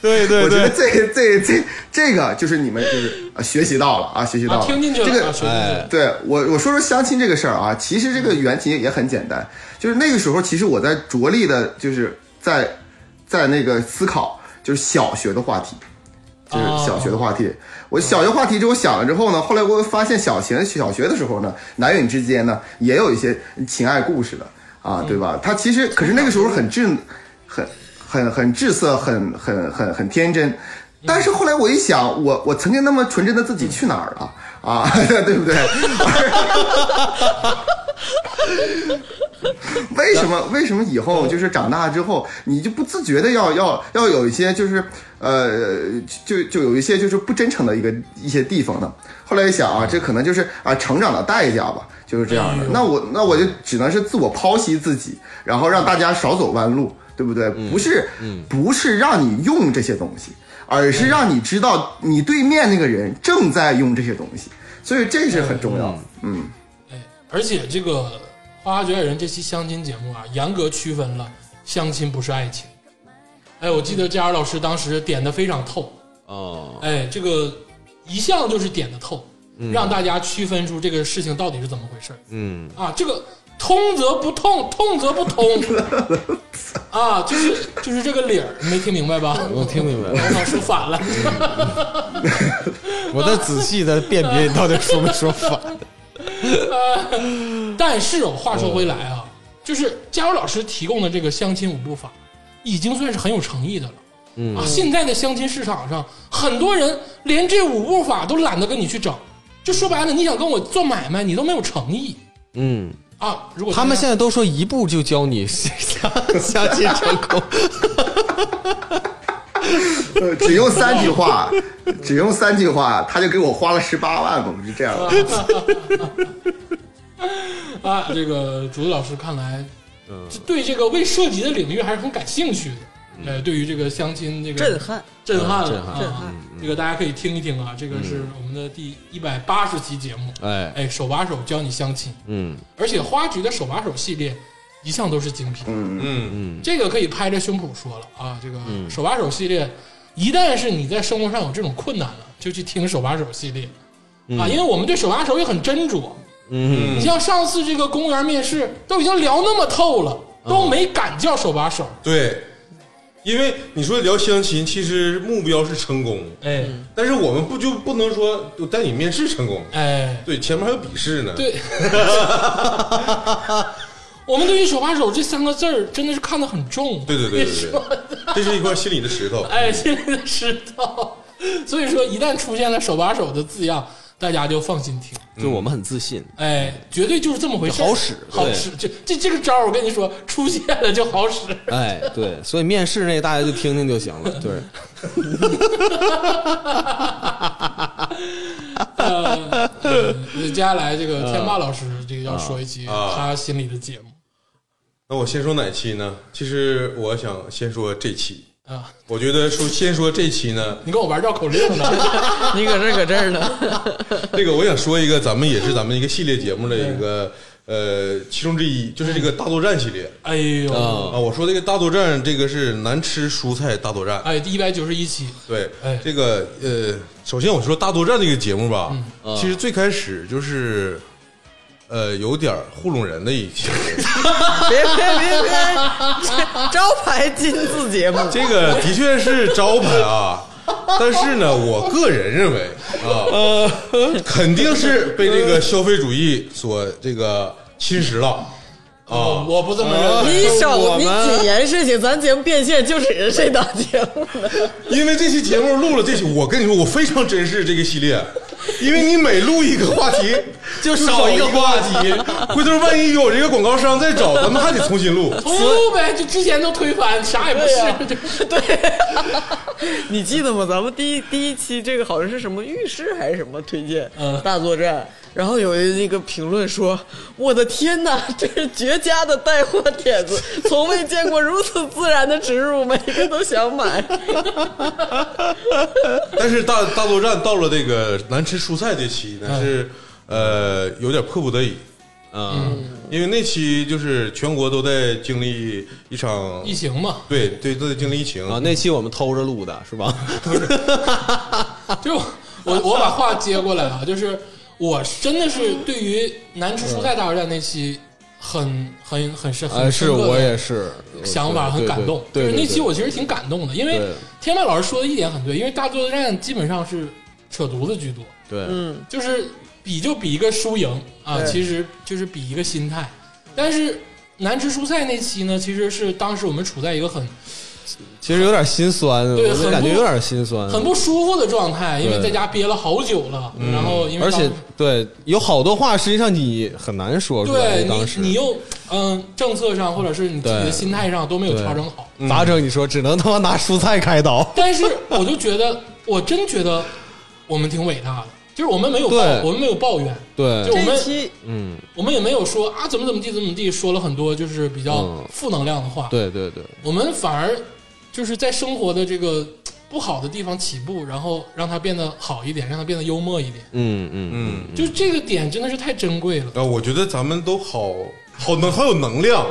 对对
我觉得这这这这个就是你们就是啊学习到了啊，学习到
啊，
了。
听进去了，
这个
啊、学进去了。
对我我说说相亲这个事儿啊，其实这个缘起也很简单，就是那个时候其实我在着力的，就是在在那个思考，就是小学的话题，就是小学的话题。我小学话题之后想了之后呢，后来我发现小学小学的时候呢，男女之间呢也有一些情爱故事的啊，对吧？他其实可是那个时候很稚，很很很稚涩，很很很很天真。但是后来我一想，我我曾经那么纯真的自己去哪儿了啊？ (laughs) 对不对？ (laughs) 为什么为什么以后就是长大之后，你就不自觉的要要要有一些就是呃，就就有一些就是不真诚的一个一些地方呢？后来一想啊，这可能就是啊成长的代价吧，就是这样的。那我那我就只能是自我剖析自己，然后让大家少走弯路，对不对？不是不是让你用这些东西，而是让你知道你对面那个人正在用这些东西，所以这是很重要的。嗯，
哎，而且这个《花花绝爱人》这期相亲节目啊，严格区分了相亲不是爱情。哎，我记得佳儿老师当时点的非常透，
哦，
哎，这个一向就是点的透，让大家区分出这个事情到底是怎么回事儿
嗯，
啊。这个通则不痛，痛则不
(laughs)
通啊，就是就是这个理儿，你没听明白吧？(laughs)
我听明白了，
我说反了，
我再仔细的辨别你到底说没说反。
但是我话说回来啊，就是佳茹老师提供的这个相亲五步法，已经算是很有诚意的了。
嗯
啊，现在的相亲市场上，很多人连这五步法都懒得跟你去整，就说白了，你想跟我做买卖，你都没有诚意
(laughs) 嗯，
啊。如果
他们
现
现在都说一步就教你相相亲成功。
呃 (laughs) 只用三句话，只用三句话，他就给我花了十八万，我是这样
(laughs)
的。
啊，这个竹子老师看来，
嗯
对这个未涉及的领域还是很感兴趣的。呃，对于这个相亲，这个
震撼！ (laughs)
震撼了，
震撼
啊
震撼
嗯
这个大家可以听一听啊，这个是我们的第一百八十期节目，
哎，
哎，手把手教你相亲，
嗯，
而且花菊的手把手系列一向都是精品，
嗯，
嗯
嗯
这个可以拍着胸脯说了啊，这个手把手系列一旦是你在生活上有这种困难了，就去听手把手系列啊，因为我们对手把手也很斟酌。
嗯，
你像上次这个公务员面试，都已经聊那么透了，
嗯
都没敢叫手把手。
对，因为你说聊相亲，其实目标是成功，
哎
但是我们不就不能说我带你面试成功？
哎，
对，前面还有笔试
(laughs)
呢。，
对，我们对于手把手这三个字儿真的是看得很重。
对对对
你
对
说
对，这是一块心里的石头。
哎，心里的石头。所以说，一旦出现了手把手的字样，大家就放心听。
就我们很自信，
哎，绝对就是这么回事儿，
好使
好
对
使。这这这个招儿，我跟你说，出现了就好使。
(laughs)
哎，对，所以面试那大家就听听就行了，对，
呃，嗯接下来这个天霸老师，这个要说一期
啊
他心里的节目
那我先说哪期呢？其实我想先说这期。
啊。
我觉得说先说这期呢，
你跟我玩绕口令
(laughs)
呢？
你搁这儿搁这儿呢，
这个我想说一个，咱们也是咱们一个系列节目的一个呃其中之一，就是这个大作战系列
哎呦，
嗯
啊。我说这个大作战，这个是难吃蔬菜大作战。
哎，第一百九十一期，
对
哎，
这个呃，首先我说大作战这个节目吧，
嗯
其实最开始就是呃有点糊弄人的一期。
别别别别，这招牌金字节目，
这个的确是招牌啊，但是呢，我个人认为啊，肯定是被这个消费主义所这个侵蚀了
我
啊。
哦我不这么认为。
你
我
少你
们
谨言慎行，咱节目变现就指着这档节目呢。
因为这期节目录了这期，我跟你说，我非常珍视这个系列，因为你每录一个话题，
就
少
少一
个
个
话题， (laughs) 回头万一有这个广告商再找，咱们还得重新录。
重录呗，就之前都推翻，啥也不是。这
你记得吗？咱们第一第一期这个好像是什么浴室还是什么推荐，
嗯
大作战。然后有那个评论说：“我的天哪，这是绝佳的带货帖子，从未见过如此自然的植入，每个都想买。
但是大大作战到了这个难吃蔬菜这期呢，是呃有点迫不得已。
嗯，
因为那期就是全国都在经历一场
疫，情嘛，
对对，都在经历疫情
啊，那期我们偷着录的是吧？
就我我把话接过来啊，就是我真的是对于南
嗯
吃蔬菜大作战那期很很很深，
哎，
很
是
深刻
我
的
也是
想法很感动。
对，对
就是那期我
对
其实挺感动的，因为
对
天霸老师说的一点很对，因为大作战基本上是扯犊子居多，
对，
嗯
就是比就比一个输赢啊，
对
其实就是比一个心态。但是难吃蔬菜那期呢，其实是当时我们处在一个很
嗯其实有点心酸，
对
我
很
就感觉
不
有点心酸，
很不舒服的状态，因为
对嗯
在家憋了好久了，然后因为
而且
当
对，有好多话实际上你很难说出来。
对
当时
你你又嗯政策上或者是你自己的
对
心态上都没有调整好，
咋整？你说只能他妈拿蔬菜
(laughs)
开刀，
但是我就觉得，我真觉得我们挺伟大的，就是我们没有抱，
对
我们没有抱怨，
对
就，我
这
们
一期
嗯，
我们也没有说啊怎么怎么地怎么地，说了很多就是比较
嗯
负能量的话。
对对对，
我们反而就是在生活的这个不好的地方起步，然后让它变得好一点，让它变得幽默一点。
嗯嗯
嗯，
就这个点真的是太珍贵了。
啊，我觉得咱们都好好能好有能
(laughs)
量，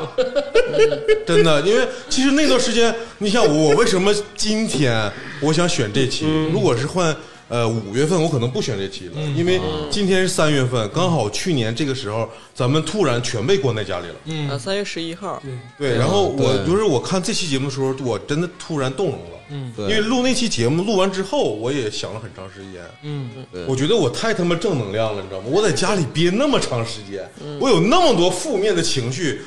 真的，因为其实那段时间，你想我我为什么今天我想选这期？
嗯
如果是换呃五月份，我可能不选这期了，因为
嗯
今天是三月份，刚好去年这个时候，咱们突然全被关在家里了。
啊，
嗯，
三月十一号，
对，
对，然后我
对
就是我看这期节目的时候，我真的突然动容了。
嗯
对
因为录那期节目录完之后，我也想了很长时间。
嗯，
对
我觉得我太他妈正能量了，你知道吗？我在家里憋那么长时间，我有那么多负面的情绪，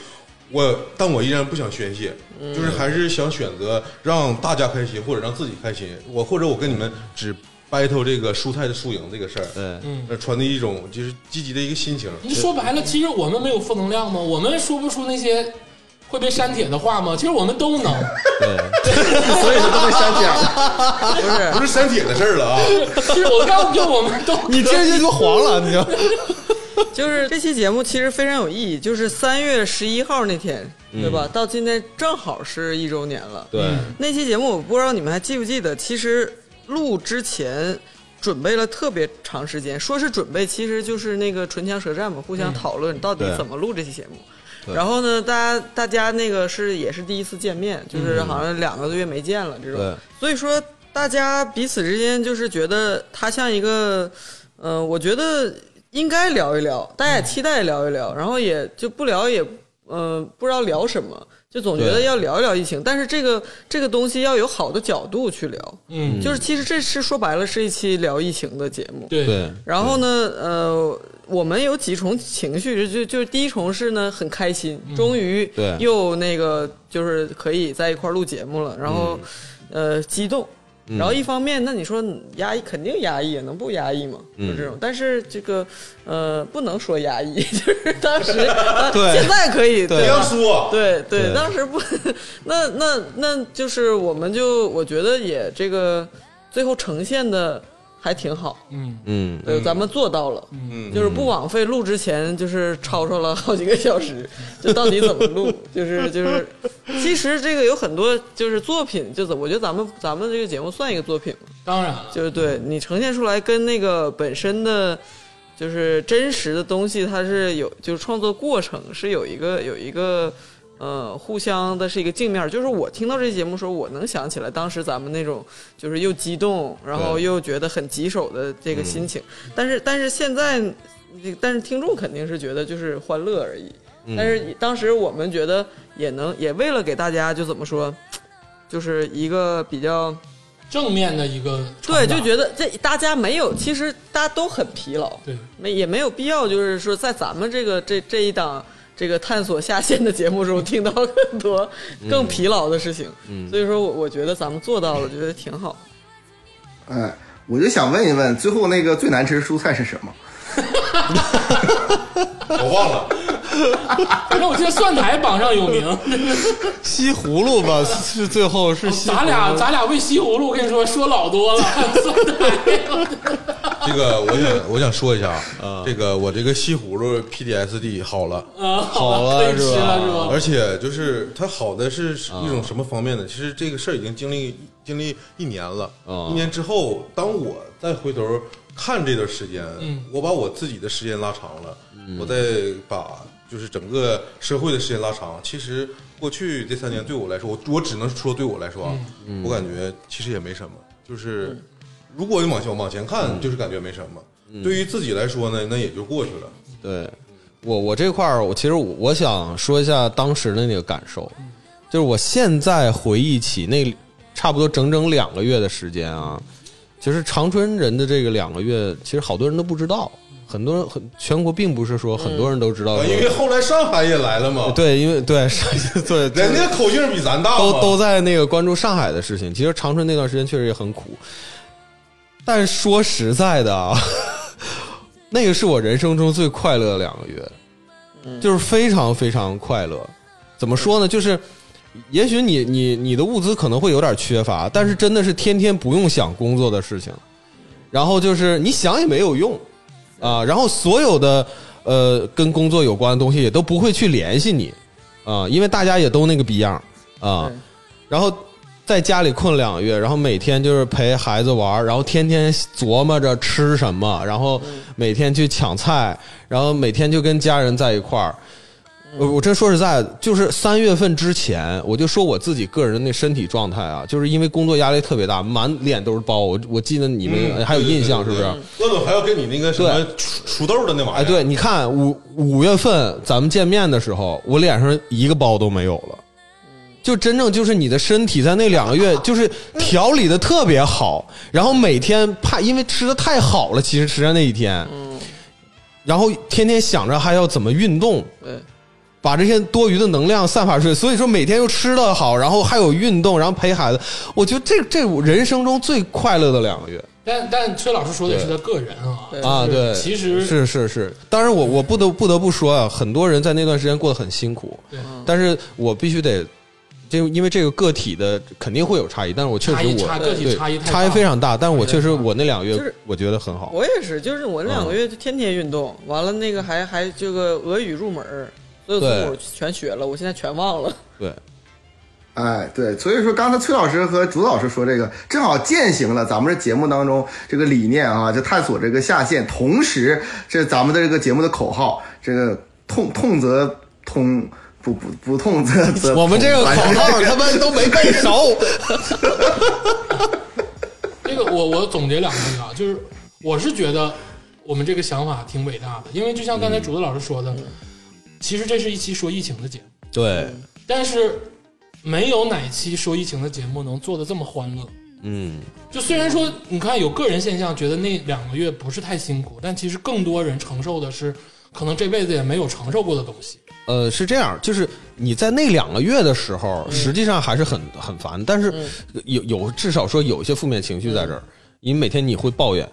我但我依然不想宣泄，就是还是想选择让大家开心，或者让自己开心。我或者我跟你们只 battle 这个蔬菜的输赢这个事儿，
对，
嗯
呃，传递一种就是积极的一个心情。
你说白了，其实我们没有负能量吗？我们说不出那些会被删帖的话吗？其实我们都
(laughs)
能。
所以说都被删减了。
不是
不是删帖的事儿了啊，
其实我告诉你，我们都
你这就就黄了，你
嗯
就
就是这期节目其实非常有意义，就是三月十一号那天，对吧？到今天正好是一周年了。
对
那期节目我不知道你们还记不记得，其实录之前准备了特别长时间，说是准备，其实就是那个唇枪舌战嘛，互相讨论到底
对
怎么录这期节目。然后呢，大家大家那个是也是第一次见面，就是好像两个多月没见了这种
嗯对，
所以说大家彼此之间就是觉得他像一个，呃，我觉得应该聊一聊，大家也期待聊一聊，
嗯
然后也就不聊也，呃，不知道聊什么，就总觉得
对
要聊一聊疫情，但是这个这个东西要有好的角度去聊，
嗯，
就是其实这是说白了是一期聊疫情的节目，
对
对，嗯
然后呢，呃，我们有几重情绪，就就就是第一重是呢很开心，终于
嗯对
又那个就是可以在一块儿录节目了，然后、
嗯
呃激动。然后一方面，那你说压抑肯定压抑，能不压抑吗？
嗯
就这种，但是这个呃不能说压抑， (laughs) 就是当
(laughs)
时
对
现在可以
对
吧
不要说，
对对，
对
当时不， (laughs) 那那那就是我们就我觉得也这个最后呈现的还挺好，
嗯，
嗯，
呃，咱们做到了，
嗯
就是不枉费录之前就是吵吵了好几个小时，就到底怎么录，就是就是，其实这个有很多就是作品，就怎我觉得咱们咱们这个节目算一个作品嘛，
当然了，
就是对你呈现出来跟那个本身的。就是真实的东西，它是有，就是创作过程是有一个有一个，呃，互相的是一个镜面。就是我听到这节目的时候，我能想起来当时咱们那种，就是又激动，然后
对
又觉得很棘手的这个心情。但是但是现在，但是听众肯定是觉得就是欢乐而已。但是当时我们觉得也能也为了给大家就怎么说，就是一个比较
正面的一个
对，
传达
就觉得这大家没有，其实大家都很疲劳，
对
没也没有必要，就是说在咱们这个这这一档这个探索下线的节目中，听到更多
嗯
更疲劳的事情。所以说我我觉得咱们做到了，觉得挺好。
哎，我就想问一问，最后那个最难吃的蔬菜是什么？
我忘了，
反正我记得蒜苔榜上有名，
西葫芦吧，是最后 (laughs) 是西葫
哦
芦
咱俩咱俩为西葫芦，我跟你说说老多了，蒜苔，
这个我想我想说一下啊，这个我这个西葫芦 PDSD 好了。
啊，
(laughs) 好了
(laughs) 可以吃了
是吧
是吧？
而且就是它好的是
啊
一种什么方面呢？其实这个事儿已经经历经历一年了，
啊
一年之后，当我再回头看这段时间，
嗯
我把我自己的时间拉长了，
嗯
我再把就是整个社会的时间拉长。其实过去这三年对我来说，我我只能说对我来说啊，
嗯
我感觉其实也没什么，就是如果你往前往前
嗯
看，就是感觉没什么。对于自己来说呢，那也就过去了。
对我我这块儿，我其实我我想说一下当时的那个感受，就是我现在回忆起那差不多整整两个月的时间啊，其实长春人的这个两个月，其实好多人都不知道，很多人很全国并不是说很多人都知道
啊
说、
因为后来上海也来了嘛，
对，因为对 (laughs) 对对，
人家口径比咱大嘛，
都都在那个关注上海的事情。其实长春那段时间确实也很苦，但说实在的啊，那个是我人生中最快乐的两个月，就是非常非常快乐。怎么说呢？就是也许你你你的物资可能会有点缺乏，但是真的是天天不用想工作的事情，然后就是你想也没有用啊，然后所有的呃跟工作有关的东西也都不会去联系你啊，因为大家也都那个逼样啊，然后在家里困两个月，然后每天就是陪孩子玩儿，然后天天琢磨着吃什么，然后
嗯
每天去抢菜，然后每天就跟家人在一块儿。呃我我真说实在，就是三月份之前，我就说我自己个人的那身体状态啊，就是因为工作压力特别大，满脸都是包。我我记得你们、
嗯
还有印象是不是？？
对对对对鄂总还要跟你那个什么除除痘的那玩意儿，
哎，对，你看五五月份咱们见面的时候，我脸上一个包都没有了，就真正就是你的身体在那两个月就是调理的特别好，然后每天怕因为吃的太好了，其实吃在那一天，
嗯
然后天天想着还要怎么运动，
对，
把这些多余的能量散发出去，所以说每天又吃的好，然后还有运动，然后陪孩子，我觉得这这我人生中最快乐的两个月。
但但崔老师说的是他个人啊，
对
啊，
就是
对，
其实
是是是，当然我我不得不得不说啊，很多人在那段时间过得很辛苦，
对
嗯
但是我必须得，这因为这个个体的肯定会有差异，但是我确
差
实
异
我
差个体
对
差异太
差异
大
非常大，但是我确实我那两个
就
月
是
我觉得很好，嗯
我也是，就是我两个月就天天运动，完了那个还还这个俄语入门儿，所有字母
对
全学了，我现在全忘了。
对，
哎，对，所以说刚才崔老师和竹子老师说这个，正好践行了咱们这节目当中这个理念啊，就探索这个下限，同时这咱们的这个节目的口号，这个痛痛则通，不不不痛则则
我们这个
痛
口
反正
号他妈都没背熟，
这个我我总结两句啊，就是我是觉得我们这个想法挺伟大的，因为就像刚才竹子老师说的，其实这是一期说疫情的节目，
对，
但是没有哪期说疫情的节目能做的这么欢乐。
嗯，
就虽然说你看有个人现象，觉得那两个月不是太辛苦，但其实更多人承受的是可能这辈子也没有承受过的东西。
呃，是这样，就是你在那两个月的时候，实际上还是很很烦，但是
嗯
有有至少说有一些负面情绪在这儿，你每天你会抱怨，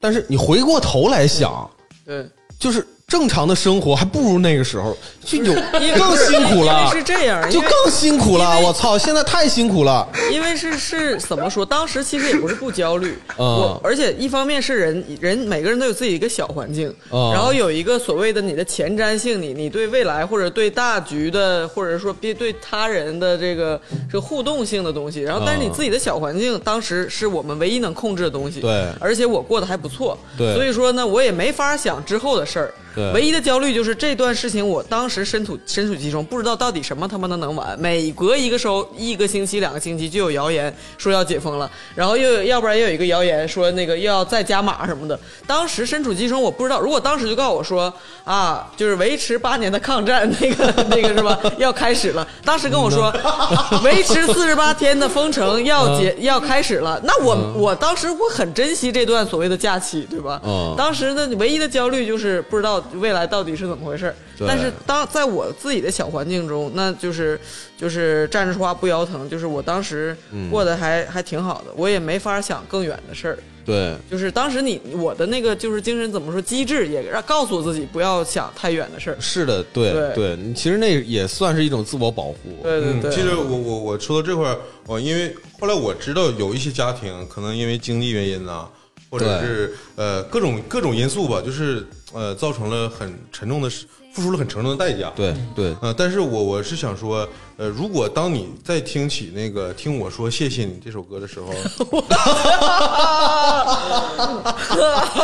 但是你回过头来想，
对，
就是正常的生活还不如那个时候，就有更辛苦了
因为，是这样，
就
因为
更辛苦了，
因为
我操，现在太辛苦了，
因为是是怎么说？当时其实也不是不焦虑，
嗯
我而且一方面是人人每个人都有自己一个小环境，
嗯
然后有一个所谓的你的前瞻性，你你对未来或者对大局的，或者说别对他人的这个这个互动性的东西，然后但是你
嗯
自己的小环境，当时是我们唯一能控制的东西，
对
而且我过得还不错，
对
所以说呢，我也没法想之后的事儿，
对
唯一的焦虑就是这段事情，我当时身处身处其中，不知道到底什么他妈能能完。每隔一个周、一个星期、两个星期就有谣言说要解封了，然后又有要不然又有一个谣言说那个又要再加码什么的。当时身处其中，我不知道，如果当时就告诉我说啊，就是维持八年的抗战，那个那个是吧，要开始了。当时跟我说， (laughs) 维持四十八天的封城要结要开始了，那我我当时我很珍惜这段所谓的假期，对吧？
嗯
当时的唯一的焦虑就是不知道未来到底是怎么回事儿
对
但是当在我自己的小环境中，那就是就是站着说话不腰疼，就是我当时过得还、还挺好的，我也没法想更远的事儿。
对，
就是当时你我的那个就是精神怎么说机制也让告诉我自己不要想太远的事儿。
是的，对
对
对，你其实那也算是一种自我保护，
对对
嗯，
对，
其实我我我说到这块儿，我因为后来我知道有一些家庭可能因为经济原因呐、或者
对
是呃各种各种因素吧，就是呃造成了很沉重的，付出了很沉重的代价。，
对对
呃，但是我我是想说，呃，如果当你在听起那个听我说谢谢你这首歌的时候， (laughs)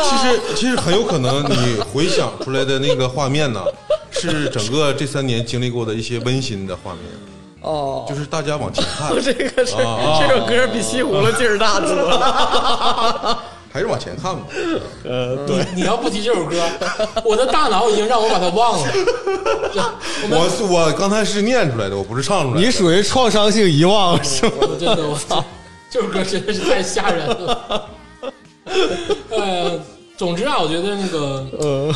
其实其实很有可能你回想出来的那个画面呢，是整个这三年经历过的一些温馨的画面，
哦， (laughs)
就是大家往前看，
这个是、
啊
这首歌比西葫芦劲儿大多了。
还是往前看吧。
你你要不提这首歌，我的大脑已经让我把它忘了。
我是我刚才是念出来的，我不是唱出来的。
你属于创伤性遗忘是吗？
(laughs) 我真的，我操，这首歌真的是太吓人了。 (laughs) 呃，总之啊，我觉得那个
呃，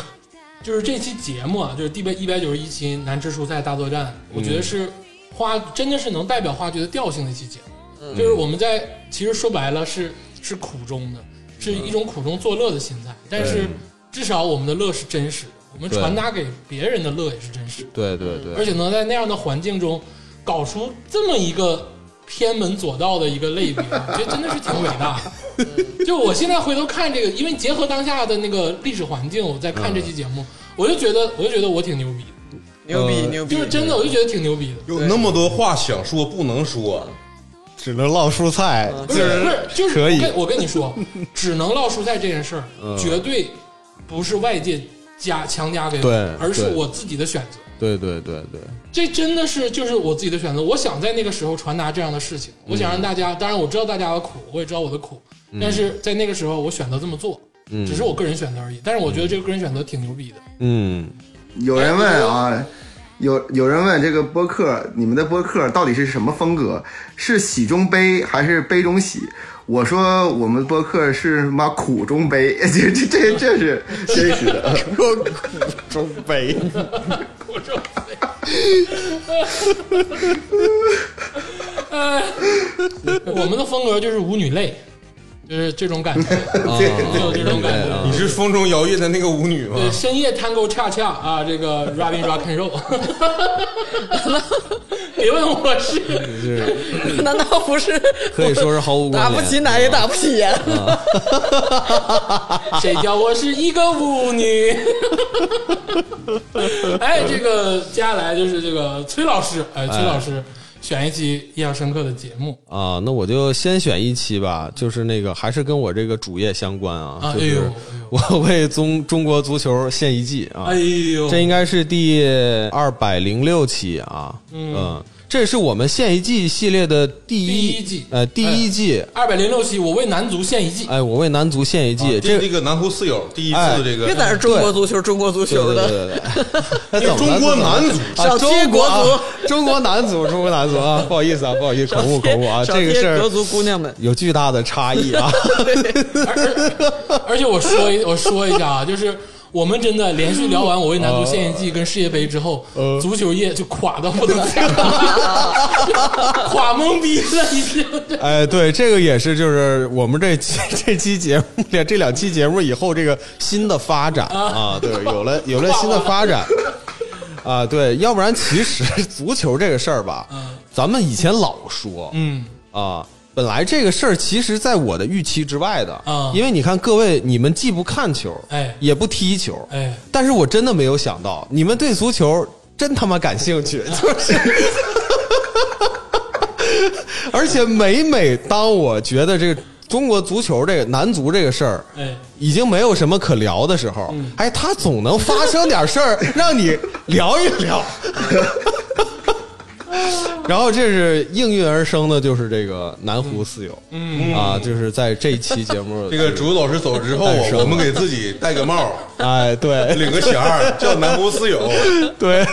就是这期节目啊，就是第一百九十一期《难吃蔬菜大作战》，我觉得是花真的是能代表话剧的调性的一期节目。就是我们在其实说白了是是苦中的，是一种苦中作乐的心态，但是至少我们的乐是真实的，我们
对
传达给别人的乐也是真实的。
(laughs) 对对对，
而且能在那样的环境中搞出这么一个偏门左道的一个 (laughs) 类别，我觉得真的是挺伟大的。就我现在回头看这个，因为结合当下的那个历史环境，我在看这期节目，我就觉得，我就觉得我挺牛逼的，
牛逼
呃
牛逼， (laughs)
就是真的，我 (laughs) 就觉得挺牛逼的。
有那么多话想说不能说，
只能烙蔬菜，
嗯
不是不是，就是
可以
我跟我跟你 (laughs) 说，只能烙蔬菜这件事儿，绝对不是外界加强加给我，
对
而是
对
我自己的选择。
对对对对，
这真的是就是我自己的选择。我想在那个时候传达这样的事情，我想让大家，当然我知道大家的苦，我也知道我的苦，但是在那个时候我选择这么做，只是我个人选择而已。但是我觉得这个个人选择挺牛逼的。
嗯，
有人问啊，有有人问这个播客，你们的播客到底是什么风格？是喜中悲还是悲中喜？我说我们播客是什么苦中悲， (laughs) 这这这这是 (laughs) 真实的。 (laughs)
中杯，
我这，哎，我们的风格就是舞女泪，就是这种感觉，有这种感
嗯
觉。
你是风中摇曳的那个舞女吗？
对，深夜探戈恰恰啊，这个 Robin Rock and (laughs) Roll，别问我是。
难道不是？
(laughs) 可以说是毫无关
(laughs) 打
联。
不起奶也打不起盐。
(laughs) 谁叫我是一个舞女？ (laughs) 哎，这个接下来就是这个崔老师，哎，崔老师选一期印象深刻的节目
啊，那我就先选一期吧，就是那个还是跟我这个主业相关
啊
啊，！
哎
就
呦
是，我 (laughs) 为中中国足球献一计啊
哎哎，呦，
这应该是第二百零六期啊，嗯，这是我们现一季系列的第一
第一季哎
呃，第一季。
二百零六期，我为男足献一计。
哎，我为男足献一
啊
计，
这
这
这个南湖四友第一
哎
次这个
别在这儿中国足球，中国足
对
球
对
的，
对对对，
(laughs)
哎怎么了
中国男足
啊
少贴
中国啊
国
中国男足，中国男足啊，不好意思啊，不好意思，口误口误啊，
少
这个
贴
事
国
儿
足姑娘们，
有巨大的差异啊。
而而而且我说一我说一下啊，就是我们真的连续聊完我为男足献一计跟世界杯之后，足球业就垮到不能再垮， (laughs) 垮懵逼了已经。
哎，对，这个也是，就是我们这期这期节目，两这两期节目以后，这个新的发展啊，对，有了有了新的发展啊，对，要不然其实 (laughs) 足球这个事儿吧，咱们以前老说，
嗯，
啊。本来这个事儿其实在我的预期之外的，
啊
因为你看各位，你们既不看球，
哎
也不踢球，
哎
但是我真的没有想到，你们对足球真他妈感
(laughs)
兴趣，就是。 (laughs) 而且每每当我觉得这个中国足球这个男足这个事儿，
哎，
已经没有什么可聊的时候，哎，他总能发生点事儿让你聊一聊。然后这是应运而生的，就是这个南湖四友，嗯啊，就是在这一期节目，
(laughs) 这个竹子老师走之后，
诞生
我们给自己戴个帽，
哎，
(laughs)
对
领个衔儿，叫南湖四友。
对，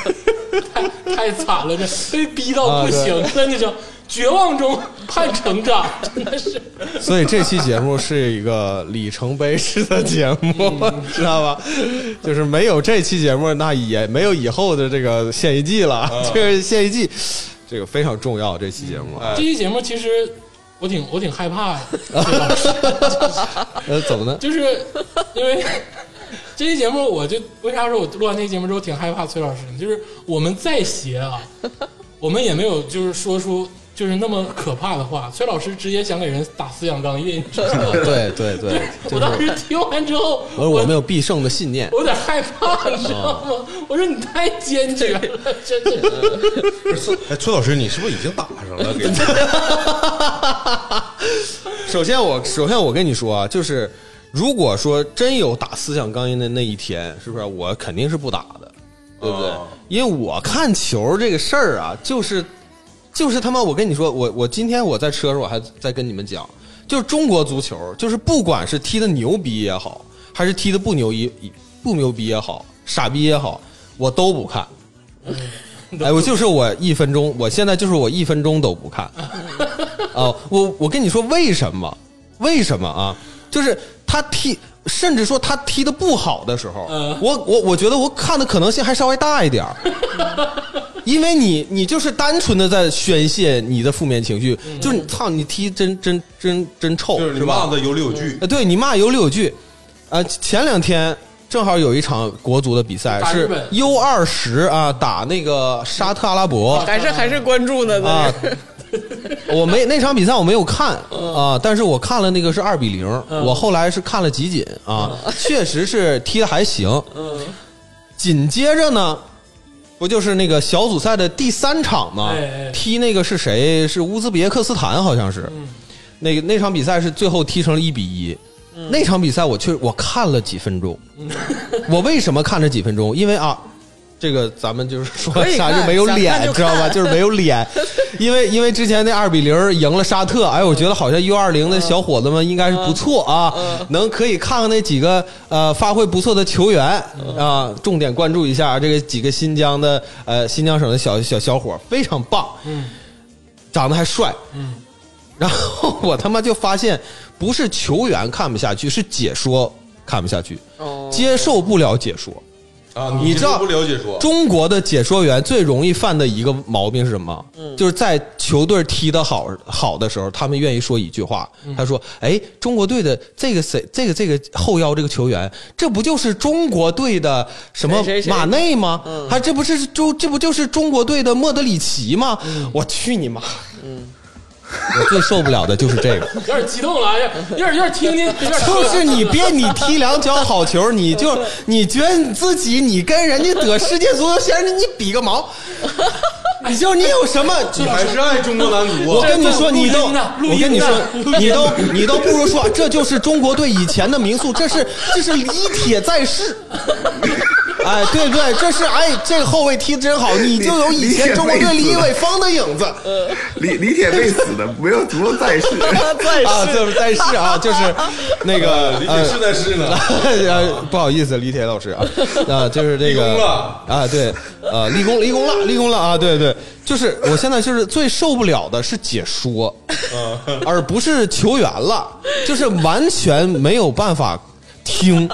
太惨了，这被逼到不行了，那就绝望中盼成长，真的是。
所以这期节目是一个里程碑式的节 (laughs) 目，知道吧？就是没有这期节目，那也没有以后的这个献一季了。这个献一季，这个非常重要。这期节目，
哎
这期节目其实我挺我挺害怕的，崔老师
呃，怎么呢？
(laughs) 就是因为这期节目，我就为啥说我录完这期节目之后挺害怕崔老师呢？就是我们再邪啊，我们也没有就是说出就是那么可怕的话。崔老师直接想给人打思想钢印，你知道吗？
(laughs) 对对对，
我当时听完之后，
我说我们有必胜的信念。
我有点害怕，你知道吗？我说你太坚决了，真的。
哎，崔老师，你是不是已经打上了？给他
首先我首先我跟你说啊，就是如果说真有打思想钢印的那一天，是不是我肯定是不打的，对不对？
哦
因为我看球这个事儿啊，就是就是他妈，我跟你说，我我今天我在车上我还在跟你们讲，就是中国足球，就是不管是踢的牛逼也好，还是踢的不牛逼不牛逼也好，傻逼也好，我都不看。哎，我就是我一分钟，我现在就是我一分钟都不看。哦，我我跟你说为什么？为什么啊？就是他踢，甚至说他踢的不好的时候，
嗯
我我我觉得我看的可能性还稍微大一点儿，因为你你就是单纯的在宣泄你的负面情绪，就是你操你踢真真真真臭，
就是你
吧？
骂的有理有据。
呃，对你骂有理有据。呃，前两天正好有一场国足的比赛
打日
是
本
U 二十啊，打那个沙特阿拉伯
(laughs) 还是还是关注呢。
啊。我没那场比赛我没有看啊，但是我看了那个是二比零，
嗯
我后来是看了集锦啊，确实是踢的还行。
嗯
紧接着呢，不就是那个小组赛的第三场吗
哎哎？嗯
踢那个是谁？是乌兹别克斯坦，好像是。那个那场比赛是最后踢成了一比一。
嗯
那场比赛我确我看了几分钟，我为什么看了几分钟？因为啊，这个咱们就是说
可以
啥
看
就没有
想看
脸，
就
知道吧？
看
就是没有脸，
(laughs)
因为因为之前那二比零赢了沙特，哎，我觉得好像 U 二
嗯
零的小伙子们应该是不错啊，能可以看看那几个呃发挥不错的球员啊，重点关注一下这个几个新疆的呃新疆省的小小小伙，非常棒，
嗯，
长得还帅，嗯，然后我他妈就发现不是球员看不下去，是解说看不下去，
哦
接受不了解说。
啊，
你知道
这不了解说，
中国的解说员最容易犯的一个毛病是什么？
嗯
就是在球队踢得好好的时候，他们愿意说一句话，
嗯
他说：“哎，中国队的这个谁，这个这个后腰这个球员，这不就是中国队的什么
谁谁谁嗯
马内吗？还这不是就这不就是中国队的莫德里奇吗？
嗯
我去你妈！” (laughs) 我最受不了的就是这个。
有点激动了，啊有点有点听听，有点
就是你别你踢两脚好球，你就你觉得你自己你跟人家得世界足球先生你比个毛，你就你有什么？
你还是爱中国男足
我
啊？
跟你说，你都，
录音呢录
我
音
跟你
呢
说，你都，你都不如说，
(laughs)
这就是中国队以前的名宿，这是这是李铁在世，哎，对对，这是哎，这个后卫踢得真好，你就有以前中国队李玮峰
(laughs)
的影子
李李铁被死的，没有足够在 (laughs) 世。
再
啊。
是
这但是啊，就是那个
李
呃
铁啊是在是 (laughs) 呢，
(laughs) 呃，不好意思，李铁老师啊，啊，就是这
立
个
功了
啊，对，啊，立功立功了，立功了啊，对对，就是我现在就是最受不了的是解说，
嗯
而不是球员了，就是完全没有办法听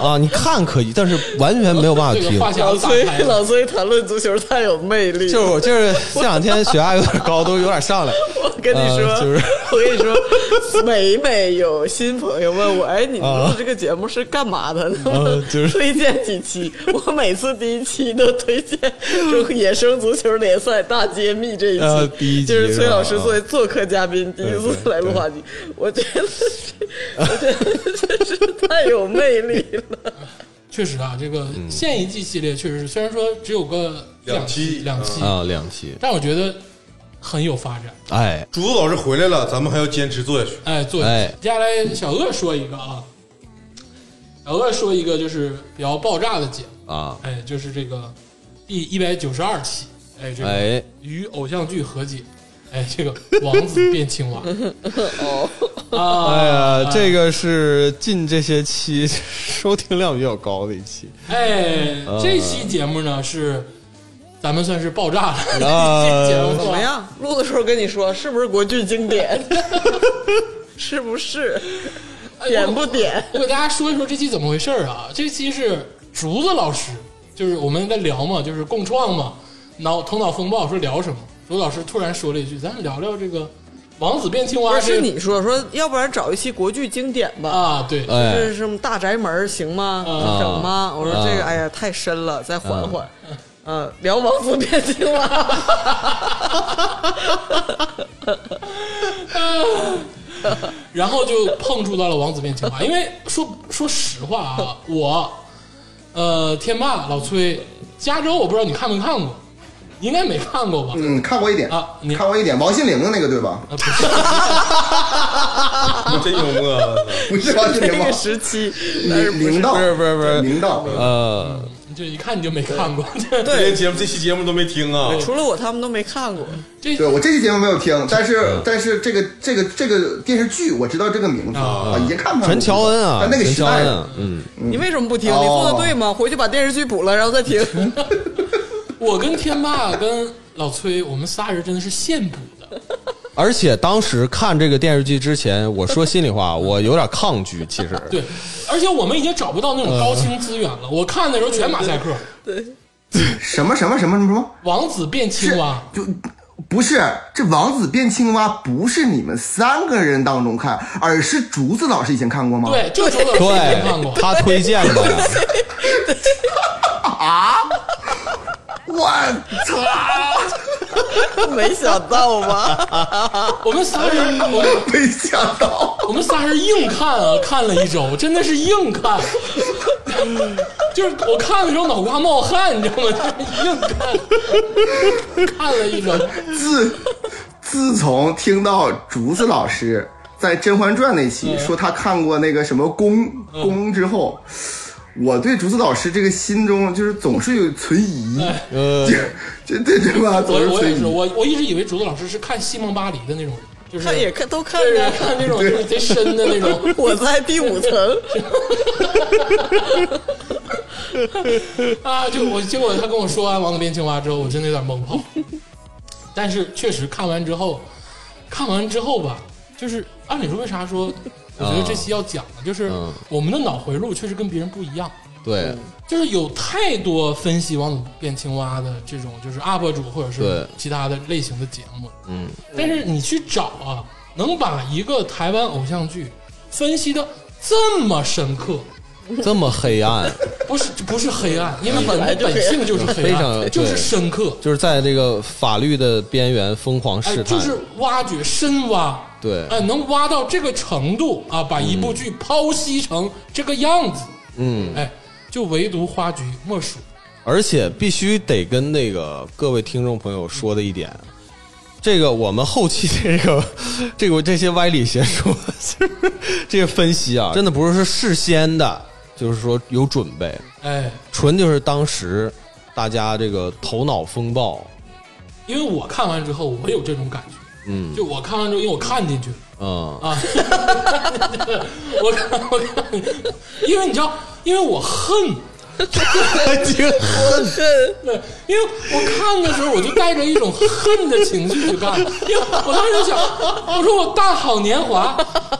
啊，你看可以，但是完全没有办法
这个
听。
话匣
老
子打开
崔，
了，
老崔谈论足球太有魅力了。
就是我就是这两天血压有点高，都有点上来。
我跟你说，
呃就是
(laughs) 我跟你说，每每有新朋友问我，哎，你们
啊
录这个节目是干嘛的？能不
呃
能
就是
(laughs) 推荐几期？我每次第一期都推荐《野生足球联赛大揭秘》这一期，
呃第一集
就是崔老师
是吧啊
作为做客嘉宾第一
对
次
对
来录话题，我觉得这，我觉得真是太有魅力了。
确实啊，这个
嗯
现一季系列确实是，虽然说只有个
两期
期两期，
啊，两期，
但我觉得很有发展。
哎，
竹子老师回来了，咱们还要坚持做下去。
哎，做一
哎
期。接下来小鳄说一个啊，小鳄说一个就是比较爆炸的节目，
啊，
哎，就是这个第一百九十二期，哎，这个
哎，
与偶像剧和解，哎，这个王子变青
(laughs)
蛙，哦，
哎呀，这
个，
个是近这些期收听量比较高的一期
哎，
嗯
这期节目呢是咱们算是爆炸了，这期节
啊
目
怎么样？录的时候跟你说，是不是国剧经 (laughs) 典？是不是？
哎
点
我
不点？
我给大家说一说这期怎么回事儿啊？这期是竹子老师，就是我们在聊嘛，就是共创嘛，脑头脑风暴说聊什么？竹子老师突然说了一句：“咱聊聊这个王子变青蛙
不是，
这个。”
是你说说，要不然找一期国剧经典吧？
啊？对，
这
哎
是什么大宅门儿行吗？
啊
整吗？我说这个，
啊
哎呀，太深了，再缓缓。嗯，聊王子变青 (laughs) 蛙。
然后就碰触到了王子变青蛙。因为说说实话啊，我呃，天霸老崔，加州我不知道你看没看过，你应该没看过吧？
嗯，看过一点
啊你
看过一点，王心凌的那个对吧？
啊，不是，
真幽默啊，
不是王心
那
凌吗
个？时期，但是
明
不是
明道
不是不是不是
明道，
呃，
你这一看你就没看过。 (laughs)
这些节目这期节目都没听啊，
除了我，他们都没看过。
这
对我这期节目没有听，但
嗯
是但是这个这个这个电视剧我知道这个名字
啊
啊，也看看过
陈乔恩啊
但，那个
陈
时
乔
代
恩，啊，嗯，
你为什么不听？
哦
你做的对吗？回去把电视剧补了，然后再听。
我跟天霸跟老崔，我们仨人真的是现补的。
而且当时看这个电视剧之前，我说心里
嗯
话，我有点抗
(laughs)
拒，其实，
对，而且我们已经找不到那种高清资源了。我看的时候全马赛克，
什么什么什么什么什么，
王子变青蛙，
就不是这王子变青蛙，不是你们三个人当中看，而是竹子老师以前看过吗？
对，就周老师没看过
对，。他推荐的，
(laughs)
我操！
(laughs) 没想到吧？
我们仨人，我们
没想到，
我们仨人硬看啊，看了一周，真的是硬看。就是我看的时候脑瓜冒汗，你知道吗？就是硬看，看了一周。
自 (laughs) 自从听到竹子老师在《甄嬛传》那
嗯
期说他看过那个什么宫宫之后，我对竹子老师这个心中就是总是有存疑， (laughs)
呃，
这对对吧？
嗯我
总是
我也
存
是，
疑。
我我一直以为竹子老师是看《西蒙巴黎》的那种人，就是
(laughs) 看也看都看
对
着。
看那种就是贼深的那种。
(laughs) 我在第五 (laughs) 层，
啊，就我结果他跟我说完《王子变青蛙》之后，我真的有点懵泡。但是确实看完之后，看完之后吧，就是按理说为啥说，我觉得这期要讲的就是
嗯
我们的脑回路确实跟别人不一样，
对
就是有太多分析《王子变青蛙》的这种就是 UP 主或者是
对
其他的类型的节目，嗯，但是你去找啊，能把一个台湾偶像剧分析的这么深刻，嗯
这么黑暗，
不是不是黑暗，因为人
来
的
就黑
本性就是黑
非常
暗，
对
就是深刻，
就是在这个法律的边缘疯狂
哎，
试探
就，是挖掘深挖，
对
哎，能挖到这个程度啊，把一部剧剖析成这个样子，
嗯，
哎，就唯独花菊莫属。
而且必须得跟那个各位听众朋友说的一点，这个我们后期这个 (laughs) 这个这些歪理邪说，就是这些分析啊，真的不是说事先的，就是说有准备，
哎，
纯就是当时大家这个头脑风暴，
因为我看完之后，我有这种感觉，
嗯
就我看完之后，因为我看进去了。 (laughs)
嗯
啊，我看我看，因为你知道，因为我恨，对，因为我看的时候我就带着一种恨的情绪去看，因为我当时就想，我说我大好年华，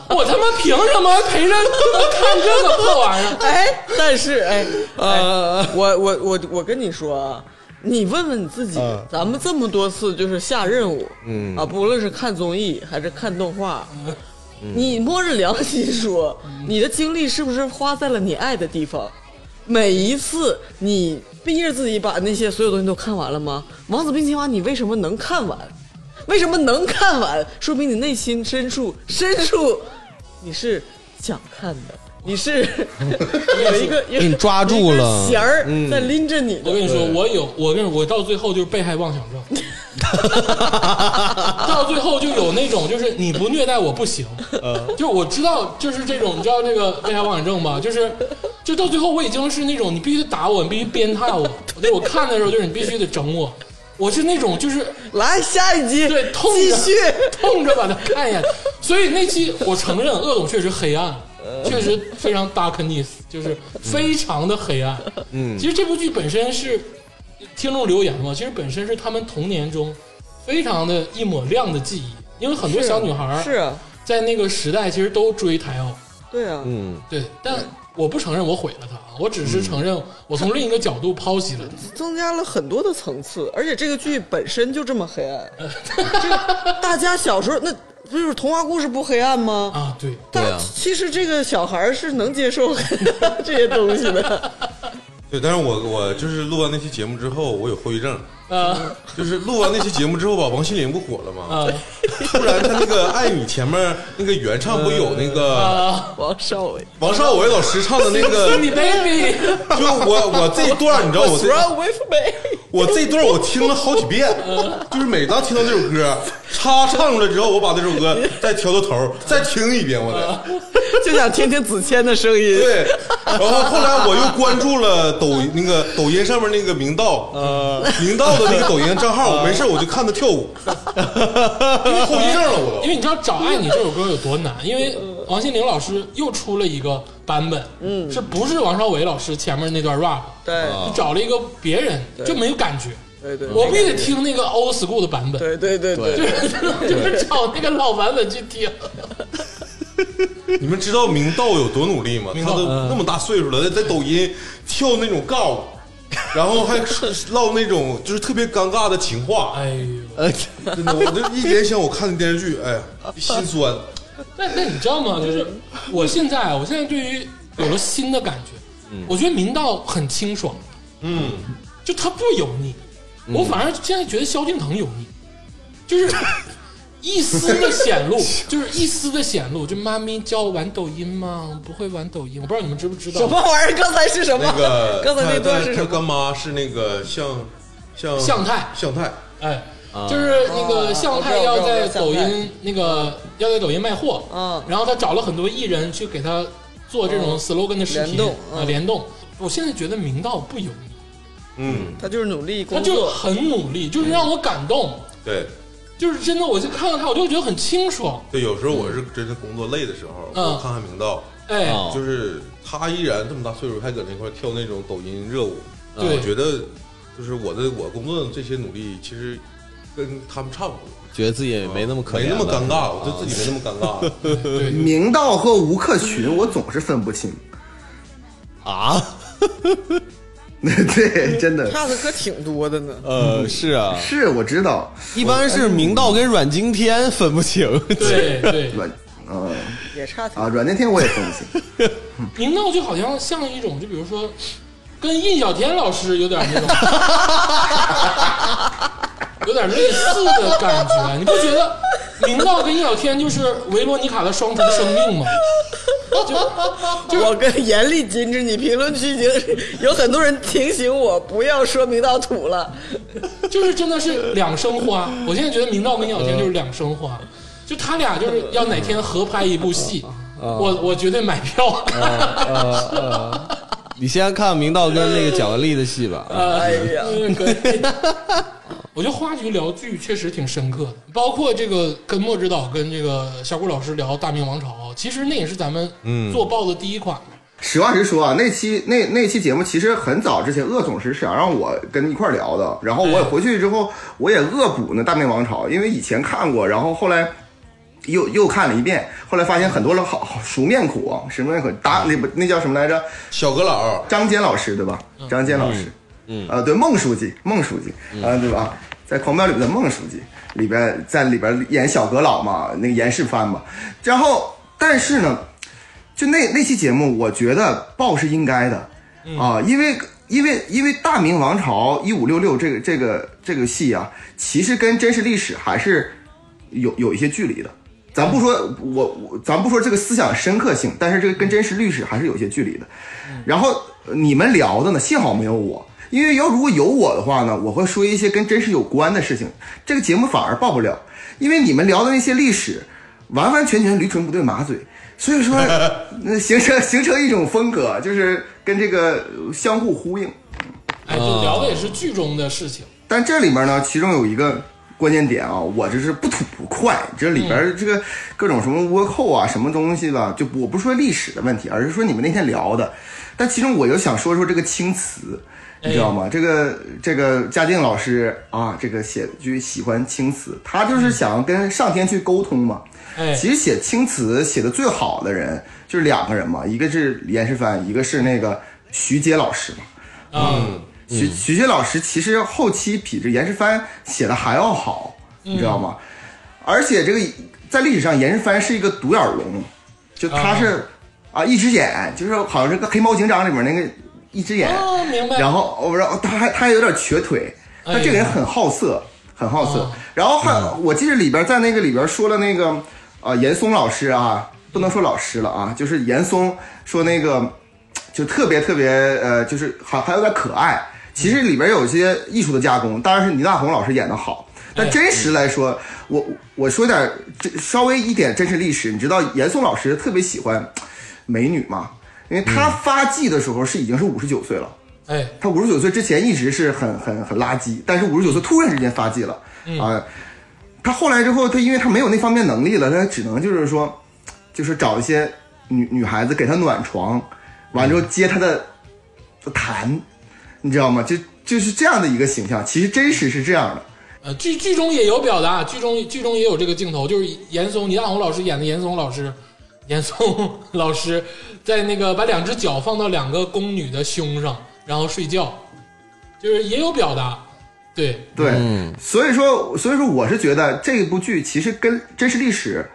我他妈凭什么陪着 (laughs) 看这个破玩意儿？
哎，但是哎，
呃
哎我我我我跟你说啊，你问问你自己，
嗯
咱们这么多次就是下任务，
嗯
啊，不论是看综艺还是看动画，你摸着良心说，
嗯
你的精力是不是花在了你爱的地方？每一次你逼着自己把那些所有东西都看完了吗？《王子变青蛙》你为什么能看完？为什么能看完？说明你内心深处深处你是想看的，你
(laughs)
是有一个有
给你抓住了
弦儿
嗯
在拎着你的。
我跟你说，我有，我跟你说我到最后就是被害妄想症，到最后就有那种就是你不虐待我不行，就我知道就是这种，你知道那个被害妄想症吧？就是就到最后我已经是那种你必须得打我，你必须鞭挞我，对我看的时候就是你必须得整我，我是那种就是
来下一集，
对痛
继
着
续。
(laughs) 痛着把它看一眼，所以那期我承认恶总确实黑暗。确实非常 darkness，就是非常的黑暗。
嗯
其实这部剧本身是听众留言嘛，其实本身是他们童年中非常的一抹亮的记忆，因为很多小女孩儿
是啊，
在那个时代其实都追台奥，
对啊，
嗯，
对，但我不承认我毁了她啊，我只是承认我从另一个角度剖析了她。
增加了很多的层次，而且这个剧本身就这么黑暗。这个大家小时候那不就是童话故事不黑暗吗？
啊，对，
但
对啊
其实这个小孩儿是能接受这些东西 (laughs) 的。
对，但是我我就是录完那期节目之后，我有后遗症，
呃
就是录完那期节目之后吧，王心凌不火了吗？
呃
突然他那个《爱你》前面那个原唱不有那个
啊
王少伟
王少伟老师唱的那
(laughs)
个，
呃，Cindy Baby，
就我我这一段你知道我这
，Run with me，
我这段我听了好几遍，就是每当听到这首歌，叉唱出来之后，我把这首歌再调到头儿，再听一遍，我得。
就想听听子谦的声音。
对，然后后来我又关注了抖那个抖音上面那个明道，明道的那个抖音账号，我没事我就看他跳舞，后遗症了我
因为你知道《找爱你》这首歌有多难，因为王心凌老师又出了一个版本，嗯，是不是王少伟老师前面那段 rap？
对
就找了一个别人，就没有感觉。
对对，
我必须得听那个 old school 的版本，
对对对对，
就是 (laughs) 找那个老版本去听。
都。你们知道明道有多努力吗？他
道
都
嗯
那么大岁数了，在在抖音跳那种
(laughs)
尬舞，然后还唠那种就是特别尴尬的情话。
哎呦，
真的，我这一联想我看的电视剧，哎呀，心酸。
那那你知道吗？就是我现在，啊我现在对于有了新的感觉，我觉得明道很清爽，
嗯，
就他不油腻。
嗯
我反而现在觉得萧敬腾油腻，就是一丝的显
(laughs)
露，就是一丝的显露。就妈咪教我玩抖音吗？我不会玩抖音，我不知道你们知不知道。
嗯什么玩意儿？刚才是什么
那？个
(laughs) 刚才那段是什
他他
么？
干妈是那个向向
向太
向太，
哎，
啊
就是那个向太哦要在抖
啊我知道我知道向
音那个要在抖音卖货，
嗯
然后他找了很多艺人去给他做这种 slogan 的视频
联动
啊
嗯
嗯联动。我现在觉得明道不油腻，
嗯，
他就是努力
他
工
就
作，
很努力，就是让我感动，
对
就是真的，我就看到他，我就觉得很清爽，
对，有时候我是
嗯
真的工作累的时候，
嗯
我看看明道，
哎，
啊
哦
就是他依然这么大岁数还搁那块跳那种抖音热舞，
嗯
对
我觉得就是我的我工作的这些努力其实跟他们差不多，
觉得自己也没那么可怜
没那
了，
么尴尬，我对自己没那么尴尬。
(laughs)
对，
明道和吴克群，我总是分不清。 (laughs)
啊，
对，真的
差的可挺多的呢。
呃，是啊，
是我知道
一般是明道跟阮经天分不清， (laughs)
对对，
阮，呃
也差挺
啊，阮经天我也分不清。
明道就好像像一种，就比如说，跟印小天老师有点那种， (laughs) 有点类似的感觉，你不觉得明道跟印小天就是维罗妮卡的双重生命吗？
我跟严厉禁止你评论区已经有很多人提醒我不要说明道土了。
就是真的是两生花。我现在觉得明道跟尹小天就是两生花，就他俩就是要哪天合拍一部戏，我我绝对买票。
你先看明道跟那个蒋雯丽的戏吧。
哎
(laughs)
呀，
嗯可以。 (laughs) 我觉得话剧聊剧确实挺深刻的，包括这个跟莫指导、跟这个小谷老师聊《大明王朝》，其实那也是咱们做报的第一款。
实话实说啊，那期那那期节目其实很早之前，鄂总是想让我跟一块儿聊的，然后我回去之后我也恶补那《大明王朝》，因为以前看过，然后后来又又看了一遍，后来发现很多老好好熟面孔啊，熟面孔，达那不那叫什么来着？
小阁老，
张坚老师对吧？张坚老师，嗯，啊，对，孟书记，孟书记，啊，对吧？在《狂飙》里面的孟书记里边，在里边演小阁老嘛，那个严世蕃嘛。然后，但是呢，就那那期节目，我觉得报是应该的啊，因为因为因为《大明王朝一五六六》这个这个这个戏啊，其实跟真实历史还是有有一些距离的。咱不说我我，咱不说这个思想深刻性，但是这个跟真实历史还是有些距离的。然后呃你们聊的呢，幸好没有我，因为要如果有我的话呢，我会说一些跟真实有关的事情，这个节目反而报不了，因为你们聊的那些历史，完完全全驴唇不对马嘴，所以说那形成形成一种风格，就是跟这个呃相互呼应。
哎，就聊的也是剧中的事情。
但这里面呢，其中有一个关键点啊，我这是不吐不快。这里边这个各种什么倭寇啊，什么东西吧，就我不是说历史的问题，而是说你们那天聊的。但其中我又想说说这个青词，你知道吗？这个这个嘉靖老师啊，这个写就喜欢青词，他就是想跟上天去沟通嘛。
哎，
其实写青词写的最好的人就是两个人嘛，一个是严世蕃，一个是那个徐阶老师嘛。
嗯，
徐徐阶老师其实后期比这严世蕃写的还要好，你知道吗？而且这个在历史上，严世蕃是一个独眼龙，就
哦
他是啊一只眼，就是好像是个黑猫警长里面那个一只眼，
哦，明白。
然后我不知道他还他还有点瘸腿，他这个人很好色，很好色。然后还我记得里边在那个里边说了那个呃严嵩老师啊，不能说老师了啊，就是严嵩说那个就特别特别呃，就是还还有点可爱。其实里边有一些艺术的加工，当然是倪大红老师演的好。但真实来说，我我说点这稍微一点真实历史，你知道严嵩老师特别喜欢美女嘛？因为他发迹的时候是已经是五十九岁了。
哎，
他五十九岁之前一直是很很很垃圾，但是五十九岁突然之间发迹了啊。他后来之后，他因为他没有那方面能力了，他只能就是说，就是找一些女女孩子给他暖床，完之后接他的痰，你知道吗？就就是这样的一个形象，其实真实是这样的。
呃，剧剧中也有表达，剧中剧中也有这个镜头，就是严嵩，倪大红老师演的严嵩老师， (laughs) 严嵩老师在那个把两只脚放到两个宫女的胸上，然后睡觉，就是也有表达，对，
对，所以说，所以说，我是觉得这部剧其实跟真实历史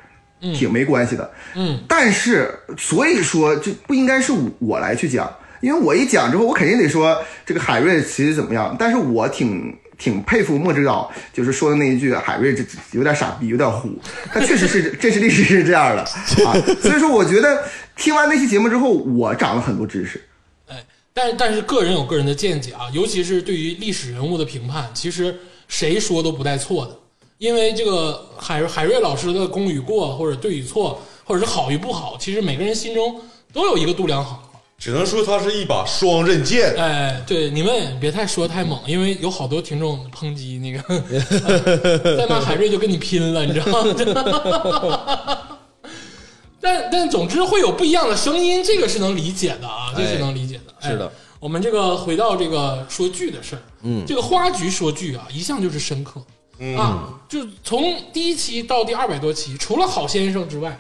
挺没关系的，
嗯，
但是所以说这不应该是我来去讲，因为我一讲之后，我肯定得说这个海瑞其实怎么样，但是我挺。挺佩服莫指导，就是说的那一句“海瑞这这有点傻逼，有点虎”，他确实是真实历史是这样的啊。所以说，我觉得听完那期节目之后，我长了很多知识。
哎，但但是个人有个人的见解啊，尤其是对于历史人物的评判，其实谁说都不带错的，因为这个海海瑞老师的功与过，或者对与错，或者是好与不好，其实每个人心中都有一个度量衡。
只能说他是一把双刃剑。
哎，对，你们也别太说太猛，因为有好多听众抨击那个，在那海瑞就跟你拼了，你知道吗？ (laughs) 但但总之会有不一样的声音，这个是能理解的啊，这是能理解的。哎
是的
我们这个回到这个说剧的事儿，嗯，这个花局说剧啊，一向就是深刻。
嗯
啊，就从第一期到第二百多期，除了好先生之外，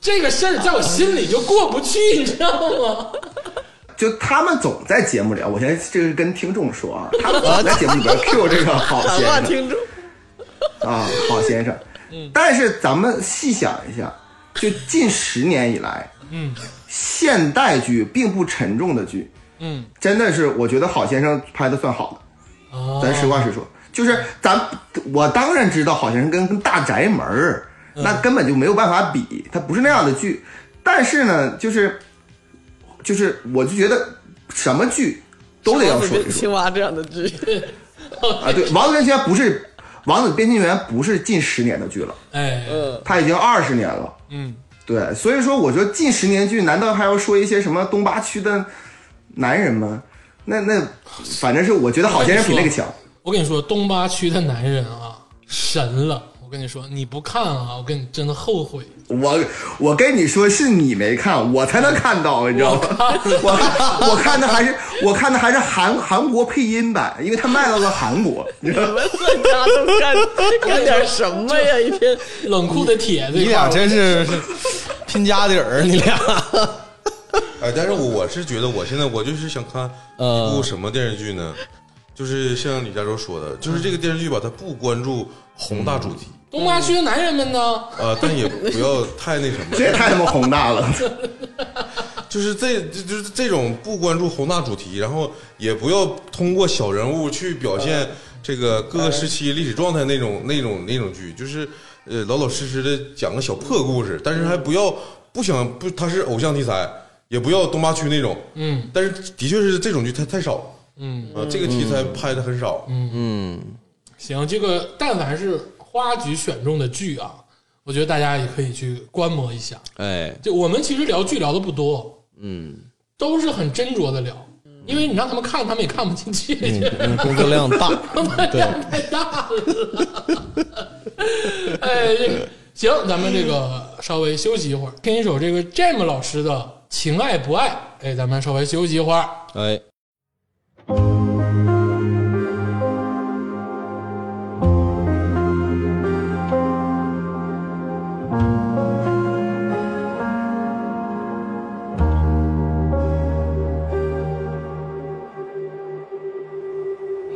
这个事儿在我心里就过不去，你知道吗？
就他们总在节目里，啊，我现在这个跟听众说啊，他们总在节目里边 Q 这个好
谈话
先生
听众，
啊，好先生。但是咱们细想一下，就近十年以来，嗯，现代剧并不沉重的剧，
嗯，
真的是我觉得好先生拍的算好的。
啊，
咱实话实说，就是咱我当然知道好先生跟跟大宅门儿那根本就没有办法比，它不是那样的剧。但是呢，就是就是我就觉得什么剧都得要说一说
青蛙这样的剧，
啊。对，王子变青不是王子变心园》不是近十年的剧了，
哎，
嗯，
它已经二十年了。
嗯，
对，所以说我觉得近十年剧，难道还要说一些什么东八区的男人吗？那那反正是我觉得好先生比那个 (laughs) 强。
我跟你说，东八区的男人啊，神了！我跟你说，你不看啊，我跟你真的后悔。
我我跟你说，是你没看，我才能看到，你知道吗？ (laughs) 我我看的还是我看的还是韩韩国配音版，因为它卖到了韩国，你知道
你们在家都干干点什么
(laughs)
呀？一天
冷酷的帖子，
你俩真是拼家底儿，你俩。
哎，但是我我是觉得，我现在我就是想看
嗯
一部什么电视剧呢？就是像李佳洲说的，就是这个电视剧吧，它不关注宏大主题，
东八区的男人们呢？
嗯
呃，但也不要太那什么
(laughs)
这，也太他妈宏大了。
就是这就就是这种不关注宏大主题，然后也不要通过小人物去表
嗯
现这个各个时
哎
期历史状态那种那种那种剧，就是呃老老实实的讲个小破故事，但是还不要不想不它是偶像题材，也不要东八区那种，
嗯
但是的确是这种剧太太少。
嗯，
啊，这个题材拍的很少，
行，这个但凡是花局选中的剧啊，我觉得大家也可以去观摩一下。
哎，
就我们其实聊剧聊的不多，
嗯，
都是很斟酌的聊，因为你让他们看，他们也看不进去。 (laughs)
嗯工作量大，对，
太大了。 (laughs) 哎，这个行，咱们这个稍微休息一会儿，听一首这个 Jam 老师的《情爱不爱》。哎，咱们稍微休息一会儿。
哎，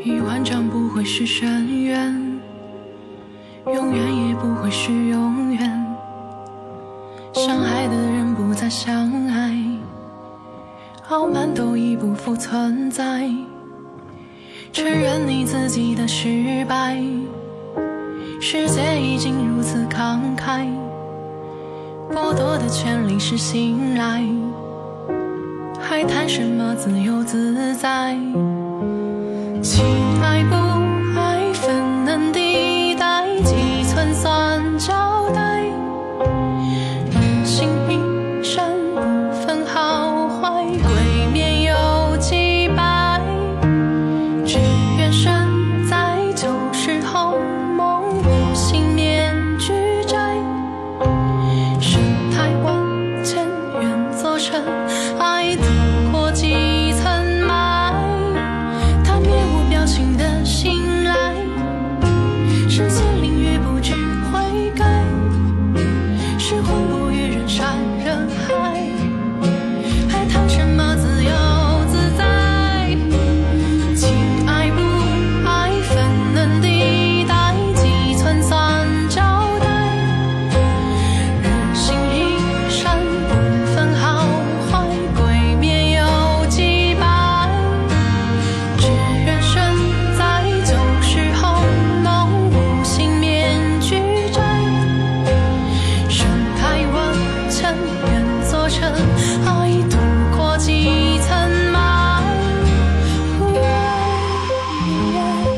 一万丈不会是深渊，永远也不会是永远。相爱的人不再相爱，傲慢都已不复存在。承认你自己的失败，世界已经如此慷慨，剥夺的权利是信赖，还谈什么自由自在？情爱不爱，分难地带，几寸算交代。人心一善，不分好坏，鬼面有几百。只愿身在旧时候梦，我心面俱窄。世态万千，愿做尘埃，透过几层霾。他面无表情的醒来，是千里与不知悔改，是魂不与人山人海，还谈什么自由自在？情爱不爱，分难地带，几寸算交代。人心一善，不分好坏，鬼面有几百。只愿身在旧时候，梦无心面俱窄。盛开万千，愿做尘埃，渡过几层霾。啊啊啊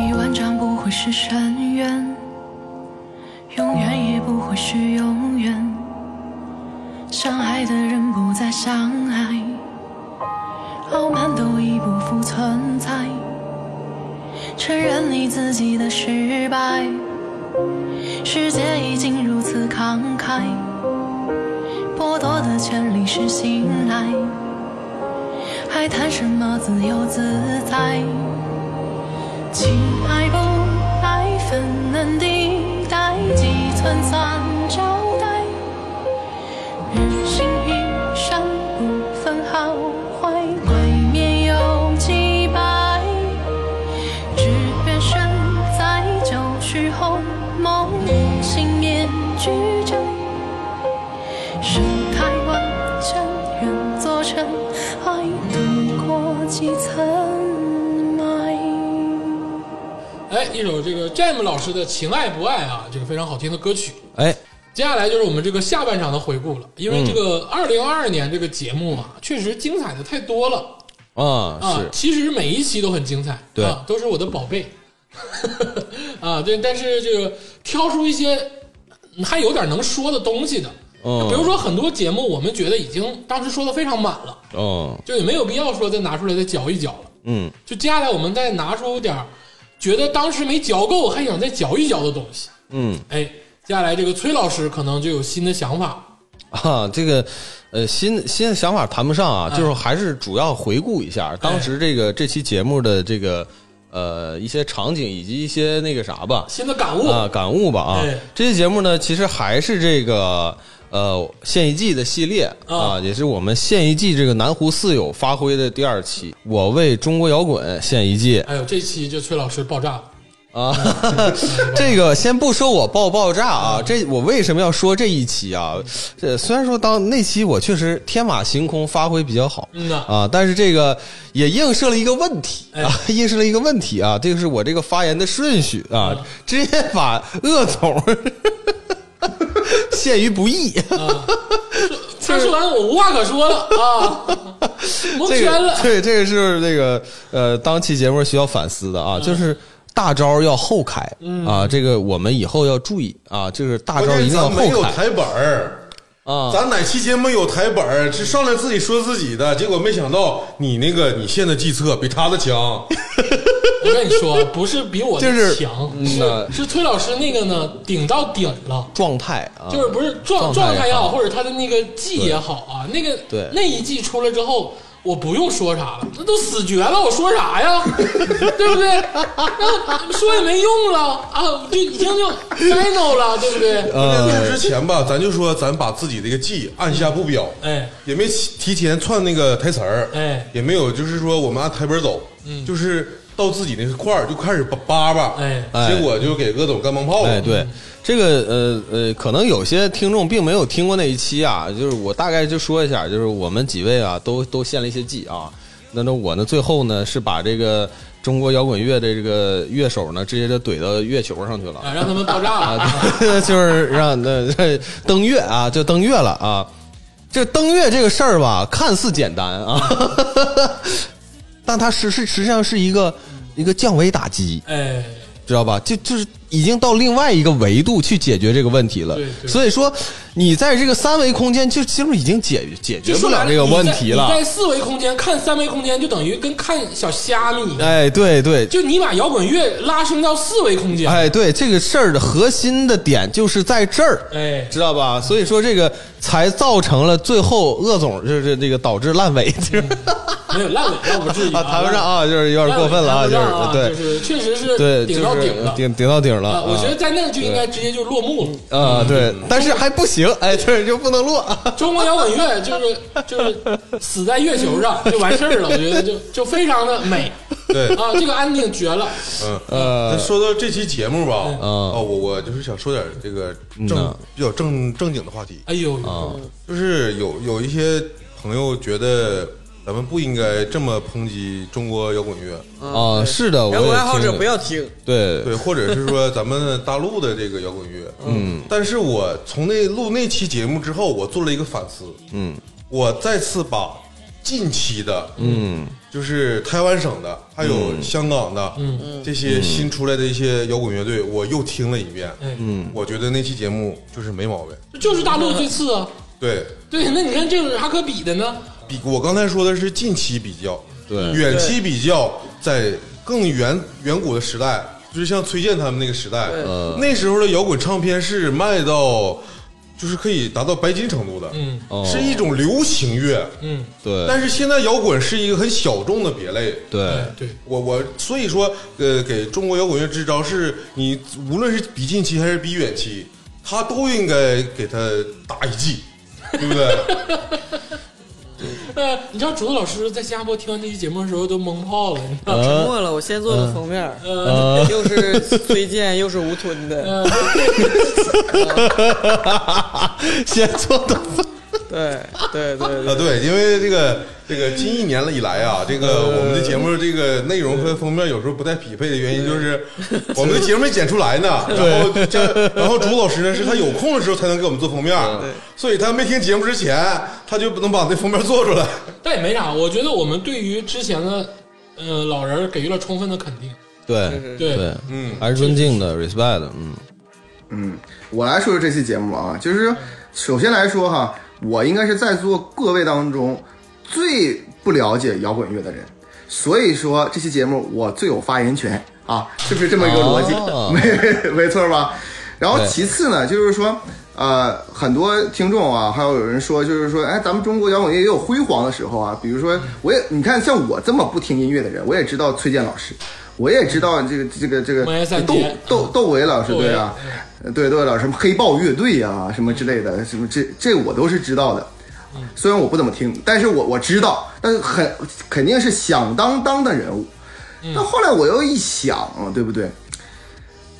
一万丈不会是深渊，永远也不会是永远。相爱的人不再相爱，傲慢都已不复存在。承认你自己的失败，世界已经如此慷慨，剥夺的权利是信赖，还谈什么自由自在？情爱不爱，分难地带，几寸算交代。人心一善，不分好坏，鬼面有几百。只愿身在旧时候，梦醒面俱尘，爱渡过几层霾。
哎，一首这个 Jam 老师的《情爱不爱》啊，这个非常好听的歌曲。
哎，
接下来就是我们这个下半场的回顾了，因为这
嗯
个二零二二年这个节目啊，确实精彩的太多了
啊、
啊
是。
其实每一期都很精彩，
对
啊，都是我的宝贝 (laughs) 啊。对，但是这个挑出一些还有点能说的东西的，
嗯
比如说很多节目我们觉得已经当时说的非常满了，
哦，
就也没有必要说再拿出来再嚼一嚼了。
嗯，
就接下来我们再拿出点儿觉得当时没嚼够还想再嚼一嚼的东西。
嗯，
哎，接下来这个崔老师可能就有新的想法。
啊，这个呃，新新的想法谈不上啊，
嗯
就是还是主要回顾一下当时这
哎
个这期节目的这个呃一些场景以及一些那个啥吧，
新的感悟。
啊感悟吧啊
哎。
这期节目呢，其实还是这个呃现一季的系列
啊
啊，也是我们现一季这个南湖四友发挥的第二期，我为中国摇滚献一季
哎呦，这期就崔老师爆炸了。
啊， (laughs) 这个先不说我爆爆炸啊，这我为什么要说这一期啊？这虽然说当那期我确实天马行空，发挥比较好，
嗯呐哎
啊，但是这个也映射了一个问题啊，映射了一个问题啊，这个是我这个发言的顺序啊，
嗯
直接把鄂总 (laughs) 陷于不义。
他说完我无话可说了
(laughs)
啊，蒙
这
圈
个
了。
对，这个是那个呃，当期节目需要反思的
嗯
啊，就是大招要后开啊，这个我们以后要注意啊，就是大招
关
一
键
定要
咱没
后
有
开
台本儿，
嗯
啊。
咱哪期节目有台本儿？是上来自己说自己的，结果没想到你那个你现在计策比他的强。
我跟你说，不是比我的
就是
强，
嗯呐
是崔老师那个呢顶到顶了。
状态啊，
就是不是状
状
状
态
态
也
也
好
好，或者他的那个季也好啊，那个
对
那一季出来之后，我不用说啥了，那都死绝了，我说啥呀？ (laughs) 对不对？那说也没用了啊，就已经就 final 了，对不对？
在
呃
录之前吧，咱就说咱把自己这个计按下不表，
哎，
也没提前串那个台词儿，
哎嗯
也没有就是说我们按台本走，就是到自己那块儿就开始叭叭，
哎
结果就给各种干冒泡了，
哎，
嗯
对，这个呃呃，可能有些听众并没有听过那一期啊，就是我大概就说一下，就是我们几位啊，都都献了一些技啊。那那我呢，最后呢是把这个中国摇滚乐的这个乐手呢，直接就怼到月球上去了
啊，让他们爆炸了，啊
啊， (laughs) 就是让那这登月啊，就登月了啊。这登月这个事儿吧，看似简单啊， (laughs) 但它实是实际上是一个一个降维打击。
哎，
知道吧？就就是已经到另外一个维度去解决这个问题了
对。对
所以说，你在这个三维空间就其实已经解解
就
决不
说白
了这个
你在
问题了
你。在四维空间看三维空间，就等于跟看小虾米，
哎，对对，
就你把摇滚乐拉升到四维空间，
哎对，这个事儿的核心的点就是在这儿。
哎，
知道吧？所以说这个才造成了最后鄂总就是这个导致烂尾， (laughs) 就是
嗯没有烂尾倒不至于
(laughs) 啊
啊，
谈不上啊，就是有点过分了啊，
烂尾
就是
谈不上啊就
对
是确实是
对，就
顶到
是
顶了。
顶顶到顶
啊，
了。
我觉得在嗯那就应该直接就落幕了。
得啊，对，但是还不行，哎，对，就不能落。
中国摇滚乐就是就是死在月球上就完事儿了，我觉得就就非常的美
对
啊，这个安定绝了。
嗯，呃，说到这期节目吧，
嗯
啊、我我就是想说点这个正
嗯呐
比较正正经的话题，
哎呦，
啊
就是有有一些朋友觉得咱们不应该这么抨击中国摇滚乐，
嗯
啊，是的，我
摇
也
滚爱好
听
者
了
不要听，
对
(laughs) 对，或者是说咱们大陆的这个摇滚乐，嗯，但是我从那录那期节目之后，我做了一个反思，嗯，我再次把近期的，嗯，就是台湾省的，还有香港的，嗯，这些新出来的一些摇滚乐队，我又听了一遍，
哎
嗯，我觉得那期节目就是没毛病，
就是大陆最次啊。
对，
对，那你看这有啥可比的呢？
比我刚才说的是近期比较，
对
远期比较，在更远远古的时代，就是像崔健他们那个时代，
呃
那时候的摇滚唱片是卖到，就是可以达到白金程度的，
嗯
哦
是一种流行乐，
嗯，
对，
但是现在摇滚是一个很小众的别类，
对
嗯对，
我我所以说，呃，给中国摇滚乐支招是，你无论是比近期还是比远期，他都应该给他打一记，对不对？
呃，你知道竹子老师在新加坡听完这期节目的时候都懵泡了，你
呃
知道吗？
啊沉默了。我先做的封面，又是崔健，又是吴
(laughs) 呃
吞的，
先做的
对对对对
啊，
对，
对，因为这个这个近一年了以来啊，这个我们的节目这个内容和封面有时候不太匹配的原因，就是我们的节目没剪出
(laughs)
来呢。然后这，然后朱老师呢，是他有空的时候才能给我们做封面，所以他没听节目之前，他就不能把这封面做出来。 (laughs)
但也没啥，我觉得我们对于之前的呃老人给予了充分的肯定。
对
对，
对，
嗯，
还是尊敬的，respect 的，嗯，
嗯，我来说说这期节目啊，就是首先来说哈，我应该是在座各位当中最不了解摇滚乐的人，所以说这期节目我最有发言权啊，是不是这么一个逻辑？
哦
(laughs) 没没错吧？然后
对
其次呢，就是说。呃，很多听众啊，还有有人说，就是说，哎，咱们中国摇滚乐也有辉煌的时候啊。比如说，我也你看，像我这么不听音乐的人，我也知道崔健老师，我也知道这个这个这个
摩耶三
窦
杰
窦窦唯老师，
窦唯
对啊，对对了，什么黑豹乐队啊，什么之类的，什么这这我都是知道的。虽然我不怎么听，但是我我知道，但是很肯定是响当当的人物。那后来我又一想，啊对不对？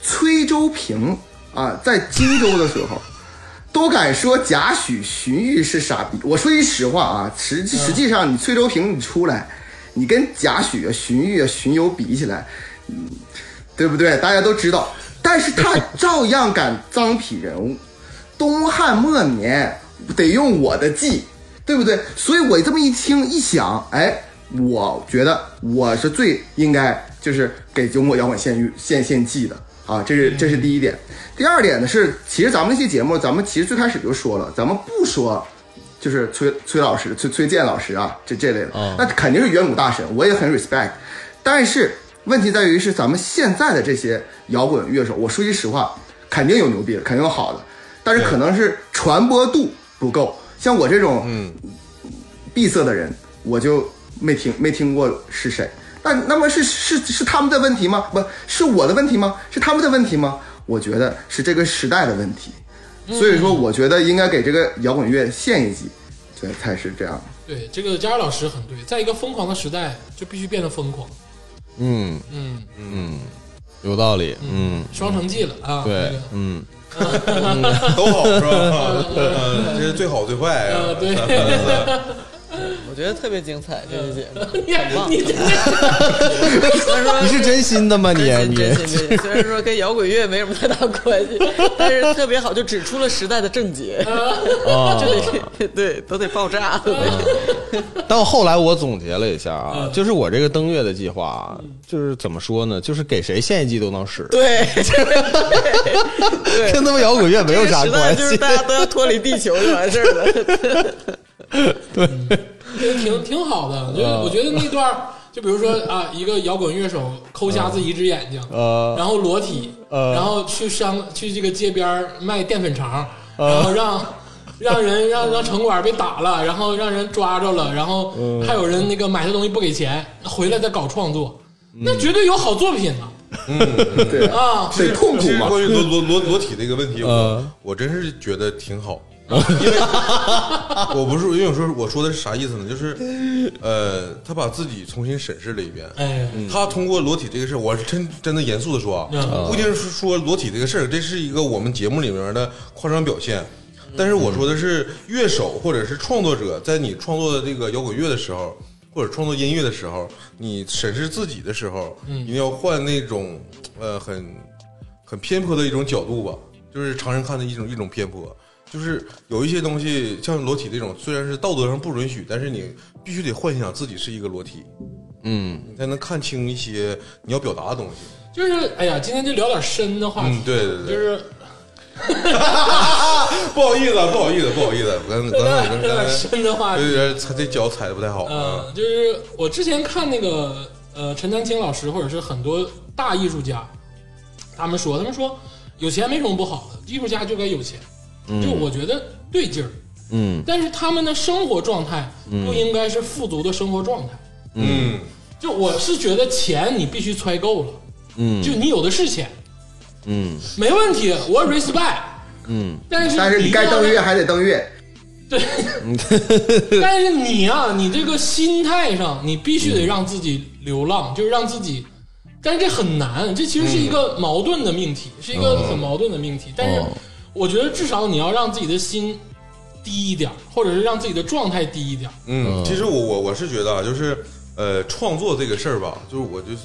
崔州平啊，在荆州的时候，都敢说贾诩、荀彧是傻逼。我说句实话啊，实际实际上你崔州平你出来，你跟贾诩啊、荀彧啊、荀攸比起来，对不对？大家都知道，但是他照样敢脏痞人物。东汉末年得用我的计，对不对？所以我这么一听一想，哎，我觉得我是最应该就是给中国摇滚献玉献献计的啊，这是这是第一点。第二点呢是，其实咱们这期节目，咱们其实最开始就说了，咱们不说就是崔崔老师、崔崔健老师啊，这这类的，那肯定是远古大神，我也很 respect。但是问题在于是咱们现在的这些摇滚乐手，我说句实话，肯定有牛逼的，肯定有好的，但是可能是传播度不够。像我这种嗯闭塞的人，我就没听没听过是谁。那那么是是是他们的问题吗？不是我的问题吗？是他们的问题吗？我觉得是这个时代的问题。所以说，我觉得应该给这个摇滚乐献一计，这才是这样。
对，这个佳儿老师很对，在一个疯狂的时代，就必须变得疯狂。
嗯，
嗯，
有道理，嗯，
双城记了啊，
对
这个，
嗯，
都好是吧？
(laughs)
嗯，这是最好最坏啊
呃，。对，
我觉得特别精彩这期节
呃
目。
你你这
虽然说
嗯你是真心的吗？你
真心
你
真心真心，虽然说跟摇滚乐没什么太大关
(laughs)
系，但是特别好，就指出了时代的症 (laughs) 结，
啊，
这得 (laughs) 对都得爆炸，都得
到后来我总结了一下啊
嗯，
就是我这个登月的计划啊，就是怎么说呢，就是给谁献一计都能使，
(laughs) 嗯对对
(laughs) 跟他们摇滚乐没有啥
这个时代
关
就是
系。
大家都要脱离地球就完事儿了。
这个挺挺好的，就是我觉得那段儿，就比如说啊，一个摇滚乐手抠瞎自己一只眼睛，
呃
然后裸体，
呃
然后去商去这个街边儿卖淀粉肠，然后让。让人让让城管被打了，然后让人抓着了，然后还有人那个买他东西不给钱，回来再搞创作，那绝对有好作品啊！
对
啊
得痛苦
其实
嘛。
关于裸裸裸裸体这个问题，我
嗯
我真是觉得挺好，因为我不是因为我说我说的是啥意思呢？就是呃，他把自己重新审视了一遍。
哎，
他通过裸体这个事儿，我是真真的严肃的说啊
嗯，
不一定是说裸体这个事儿，这是一个我们节目里面的夸张表现。但是我说的是，乐手或者是创作者，在你创作的这个摇滚乐的时候，或者创作音乐的时候，你审视自己的时候，一定要换那种呃很很偏颇的一种角度吧，就是常人看的一种一种偏颇。就是有一些东西，像裸体这种，虽然是道德上不允许，但是你必须得幻想自己是一个裸体，
嗯，
你才能看清一些你要表达的东西。
就是哎呀，今天就聊点深的话题，
嗯，对对
啊就
对，
是
不好意思，啊，不好意思，不好意思，我刚刚才我
(laughs) 聊
刚
点
才
深的话题
有，点踩这脚踩的不太好。
呃，
嗯
就是我之前看那个呃陈丹青老师，或者是很多大艺术家，他们说，他们说有钱没什么不好的，艺术家就该有钱，就我觉得对劲儿。
嗯，
但是他们的生活状态不应该是富足的生活状态。
嗯，
就我是觉得钱你必须揣够了，
嗯
就你有的是钱，
嗯
没问题，我 respect。
嗯，
但是
但是你该啊登月还得登月，
但是你啊，你这个心态上，你必须得让自己流浪，就是让自己，但是这很难，这其实是一
嗯
个矛盾
哦
的命题，是一个很矛盾的命题。但是我觉得至少你要让自己的心低一点儿，或者是让自己的状态低一点儿。
嗯，其实我我我是觉得啊，就是呃，创作这个事儿吧，就是我就是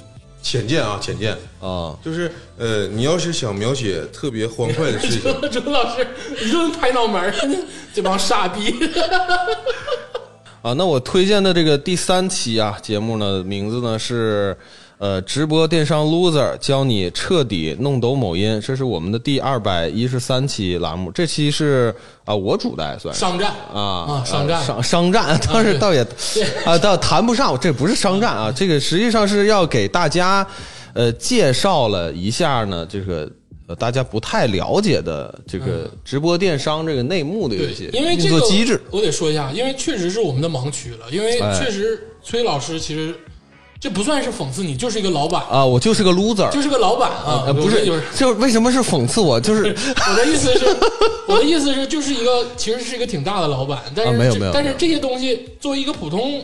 浅见啊，浅见，
啊，
就是呃，你要是想描写特别欢快的事情，
(laughs) 周老师一顿拍脑门儿， (laughs) 这帮傻逼。
啊，那我推荐的这个第三期啊节目呢，名字呢是呃直播电商 loser 教你彻底弄懂某音，这是我们的第二百一十三期栏目，这期是啊我主带算是。
商战
啊
啊，商战
呃商商战，当时倒也啊，倒谈不上，这不是商战啊，这个实际上是要给大家呃介绍了一下呢，这个呃大家不太了解的这个直播电商这个内幕的
嗯对
一些，
因为
运
这
作
个
机制，
我得说一下，因为确实是我们的盲区了，因为
哎
确实崔老师其实这不算是讽刺你，就是一个老板，
啊，我就是个 loser，
就是个老板啊，
呃，不
我
是，
就是
就是为什么是讽刺
(laughs)
我？就是
我的意思是，我的意思是，就是一个其实是一个挺大的老板，但是、
啊没有
这
没有
但
没
是
有
这些东西作为一个普通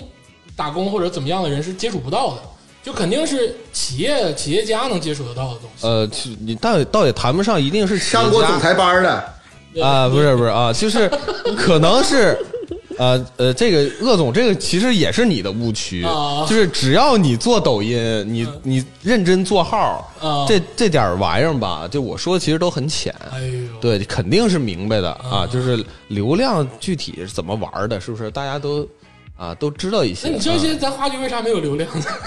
打工或者怎么样的人是接触不到的，就肯定是企业企业家能接触得到的东西。
呃，去你倒也倒也谈不上，一定是企业
上过
家
总裁班
(laughs)
的，
啊，不是不是
(laughs)
啊，就是可能是。呃呃，这个鄂总，这个其实也是你的误区，
啊嗯
就是只要你做抖音，你你认真做号，
啊
这这点儿玩意儿吧，就我说其实都很浅，
哎呦，
对，肯定是明白的啊，就是流量具体是怎么玩儿的，是不是？大家都啊都知道一些。
那你知道
啊
现在咱花局为啥没有流量呢？ (laughs)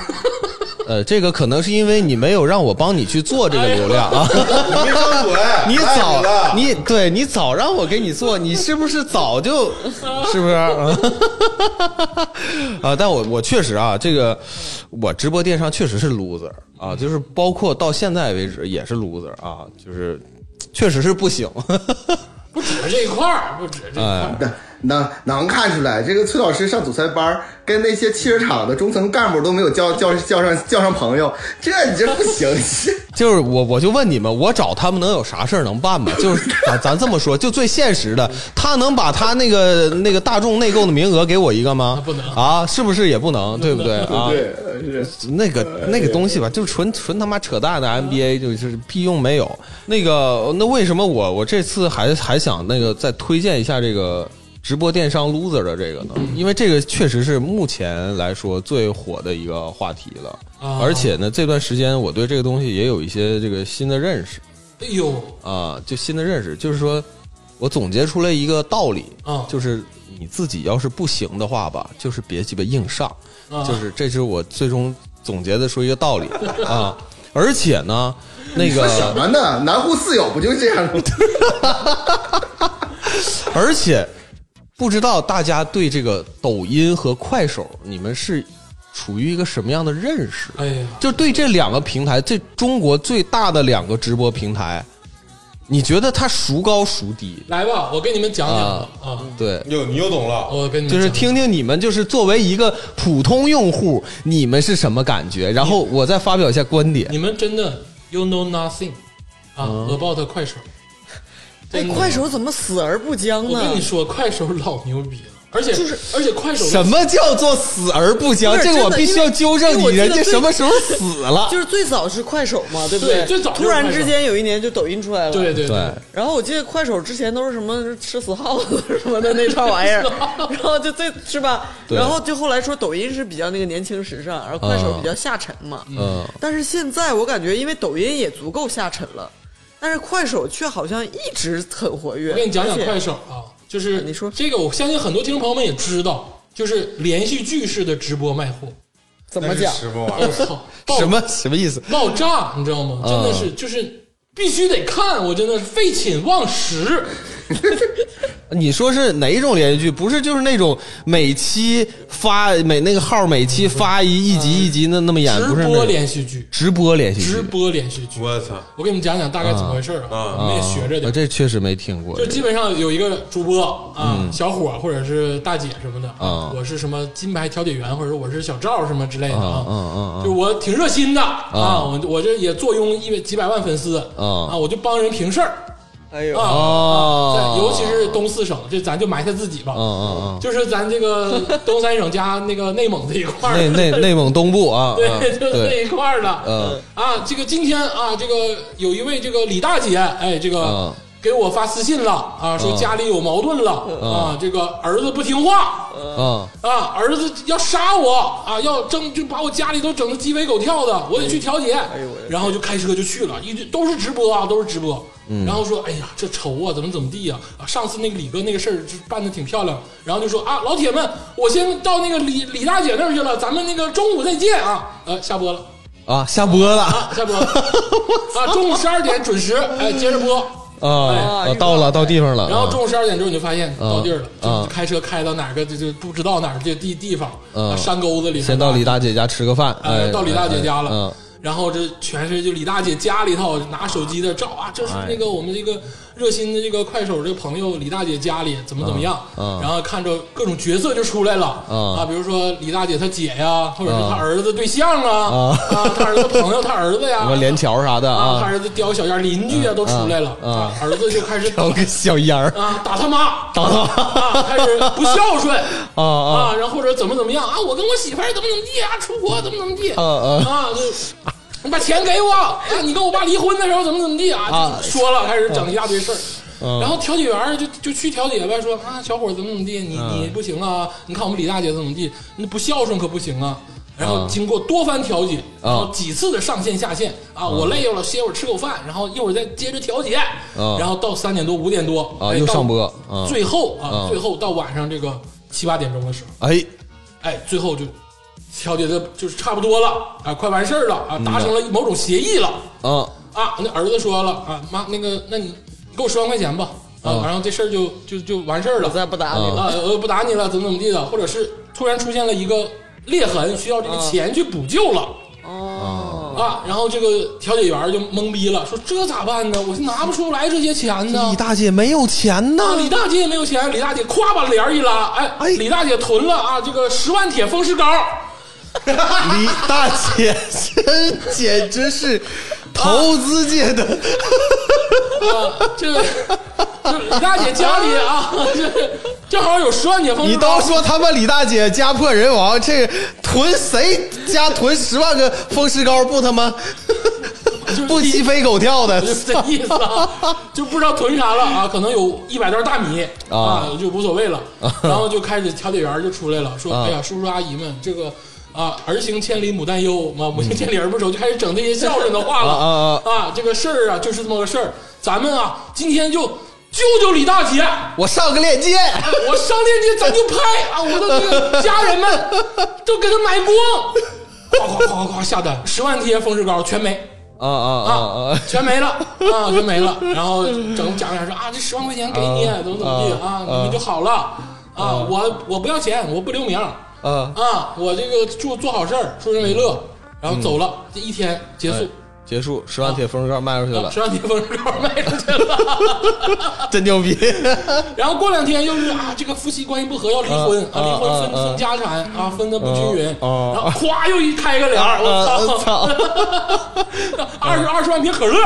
呃，这个可能是因为你没有让我帮你去做这
哎
个流量啊，
你没张嘴，
(laughs) 你
爱
早
了，
你对你早让我给你做，你是不是早就 (laughs) 是不是啊？啊，但我我确实啊，这个我直播电商确实是 loser 啊，就是包括到现在为止也是 loser 啊，就是确实是不行， (laughs)
不止这一块儿，不止这一块
哎
儿。
那能能看出来，这个崔老师上总裁班儿，跟那些汽车厂的中层干部都没有交交交上交上朋友，这你这不行。
就是我，我就问你们，我找他们能有啥事儿能办吗？就是咱咱这么说，就最现实的，他能把他那个那个大众内购的名额给我一个吗？
不能
啊，是不是也不能，对不 (laughs) 对啊？
对，是
那个那个东西吧，就是纯纯他妈扯淡的 NBA，就是屁用没有。那个那为什么我我这次还还想那个再推荐一下这个直播电商 loser 的这个呢？因为这个确实是目前来说最火的一个话题了
啊，
而且呢这段时间我对这个东西也有一些这个新的认识
哎呦，
啊，就新的认识，就是说我总结出来一个道理
啊
就是你自己要是不行的话吧，就是别鸡巴硬上。
啊、
就是这是我最终总结的说一个
(laughs)
道理啊。而且呢，那
说什
个，
么呢？啊南湖四友不就是这样吗？
而且不知道大家对这个抖音和快手，你们是处于一个什么样的认识？
哎呀，
就对这两个平台，这中国最大的两个直播平台，你觉得它孰高孰低？
来吧，我给你们讲讲吧啊
对，
又你又懂了，
我跟你们
就是
讲
听听你们，就是作为一个普通用户，你们是什么感觉？然后我再发表一下观点。
你们真的 you know nothing 啊、about
嗯
快手。
(laughs) 哎，快手怎么死而不僵啊
我
啊
呢
跟？你说，快手老牛逼了，而且
就是
而且快手的
什么叫做死而不僵？
不是
这个我必须要纠正
因
你，
为因为
人
我记得
家
最
什么时候死了？
就是最早是快手嘛，对不
啊对最早就是
突然之间有一年就抖音出来了，
对对
对，
然后我记得快手之前都是什么吃死耗子什么的那串玩意
(laughs)
儿，然后就最是吧？
对啊
然后就后来说抖音是比较那个年轻时尚，而快手比较下沉嘛。
嗯，
但是现在我感觉，因为抖音也足够下沉了，但是快手却好像一直很活跃。
我给你讲讲
而且
快手啊，就是
你说
这个，我相信很多听众朋友们也知道，就是连续剧式的直播卖
(laughs)
货，
怎
那
么
是
讲？
什么玩意
我
儿？
操，爆
什么啊什么意思？
爆炸，你知道吗？真的是就是。必须得看，我真的废寝忘食。
你说是哪一种连续剧？不是就是那种每期发每那个号每期发一一集一集那那么演，
直
不是那嗯
播
种
连续剧，
直播连续剧
直播连续剧，
我操！
我给你们讲讲大概怎么回事儿
啊
啊，你们也学着点
啊。这确实没听过
就。基本上有一个主播啊，
嗯
小伙儿或者是大姐什么的
啊
我是什么金牌调解员，或者我是小赵什么之类的
啊
啊，
啊啊啊
就是我挺热心的
嗯
啊，我我这也坐拥一百几百万粉丝啊，我就帮人平事儿
哎呦，
啊，
哦
啊尤其是东四省，这咱就埋汰自己吧，
嗯嗯
就是咱这个东三省加那个内蒙这一块儿，
嗯，内内内蒙东部
(laughs)
啊，啊
对，就是
对，
这一块儿的，
嗯
啊，这个今天啊，这个有一位这个李大姐，哎，这个
嗯
给给我发私信了啊，说家里有矛盾了、啊，这个儿子不听话
啊
啊，儿子要杀我啊，要争就把我家里都整得鸡飞狗跳的，我得去调解。然后就开车就去了，一直都是直播啊，都是直播。然后说，哎呀，这仇啊，怎么怎么地呀、啊？上次那个李哥那个事儿就办的挺漂亮。然后就说啊，老铁们，我先到那个李李大姐那儿去了，咱们那个中午再见啊。呃，下播了。
啊！下播了
啊，下
(laughs)
播啊，中午十二点准时，哎，接着播。
啊
哎
啊！到了，到地方了。
然后
啊
中午十二点之后，你就发现到地儿了，
啊
就开车开到哪个就就不知道哪儿这地地方，
嗯
啊山沟子里。
先到李大姐家吃个饭，
哎
哎，
到李大姐家了
嗯，
然后这全是就李大姐家里头拿手机的照啊，这是
哎
那个我们这个热心的这个快手这个朋友李大姐家里怎么怎么样，
嗯嗯
然后看着各种角色就出来了、
嗯
啊，比如说李大姐她姐呀，或者是她
嗯
儿子对象啊，
啊
啊，她儿子朋友，她儿子呀
(laughs) 什，么连桥啥的
啊，他
啊，
儿子叼小烟，邻居啊都出来了，
嗯
啊，儿子就开始
挑个小烟儿
啊打他妈，
打他妈
啊，开始不孝
(laughs)
顺
啊啊
啊，然后或者怎么怎么样啊，我跟我媳妇儿怎么怎么地啊，出国怎么怎么地
啊啊！
啊，就你把钱给我啊，你跟我爸离婚的时候怎么怎么地啊
啊，
就说了，开始整一大堆事儿。
嗯
然后调解员儿就就去调解呗，说啊，小伙儿怎么怎么地，你
嗯
你不行啊，你看我们李大姐怎么地，你不孝顺可不行啊。然后
嗯
经过多番调解，
嗯
然后几次的上线下线啊，我累了，歇会儿吃口饭，然后一会儿再接着调解，
嗯
然后到三点多五点多
啊
哎
又
到
上播嗯
最后啊，
嗯
最后到晚上这个七八点钟的时候，
哎，
哎，最后就调解的就是差不多了啊，快完事儿了
嗯
啊，达成了某种协议了
啊
啊。那儿子说了啊，妈，那个，那你你给我十万块钱吧啊
啊，
然后这事儿就就就完事儿
我
了
再不打
嗯
你了。
啊，我不打你了，怎么怎么地的，或者是突然出现了一个裂痕，需要这个
嗯
钱去补救了。
哦，
啊，然后这个调解员就懵逼了，说这咋办呢？我是拿不出来这些钱呢。
李大姐没有钱呐
那！ (laughs) 李大姐也没有钱，李大姐咵把帘儿一拉，哎，
嗯哎
李大姐囤了啊，这个十万铁风湿膏，啊
李大姐真简直是投资界的
啊，这个就李大姐家里啊， (laughs) 这正好有十万铁风
你
湿膏
都，说他们李大姐家破人亡，这囤谁家囤十万个风湿膏不他妈 (laughs) 不鸡飞狗跳的
(laughs) 就是这意思啊，就不知道囤啥了啊，可能有一百袋大米啊
啊，
就无所谓了。然后就开始调解员就出来了，说：“
啊
哎呀，叔叔阿姨们，这个啊，儿行千里母担忧，嘛，母亲千里儿不愁，就开始整这些孝顺的话了
嗯啊啊
啊，这个事儿啊，就是这么个事儿。咱们啊，今天就救救李大姐。”
我上个链接，
我上链接咱就拍啊！我的这个家人们都给他买光，夸夸夸夸夸下单，十万贴风湿膏全没
啊啊啊
啊，全没了
(laughs)
啊，全没了。然后整讲讲说啊，这十万块钱给你，
啊
怎么怎么地
啊
啊，你们就好了啊。我我不要钱，我不留名
啊！
啊，我这个做做好事儿，助人为乐，然后走了，这一天结束
嗯哎。结束，十万铁风湿膏卖出去
啊
了
十，万贴风湿膏卖出去
(laughs)
了，
真
(laughs)
牛逼！
然后过两天又是啊，这个夫妻关系不和要离婚啊，离
啊
婚分
啊啊
分家产啊，分的不均匀，
啊啊
然后咵又一开个帘儿，
啊
我
我
操，
操！
二十二十万瓶可
(laughs)
乐，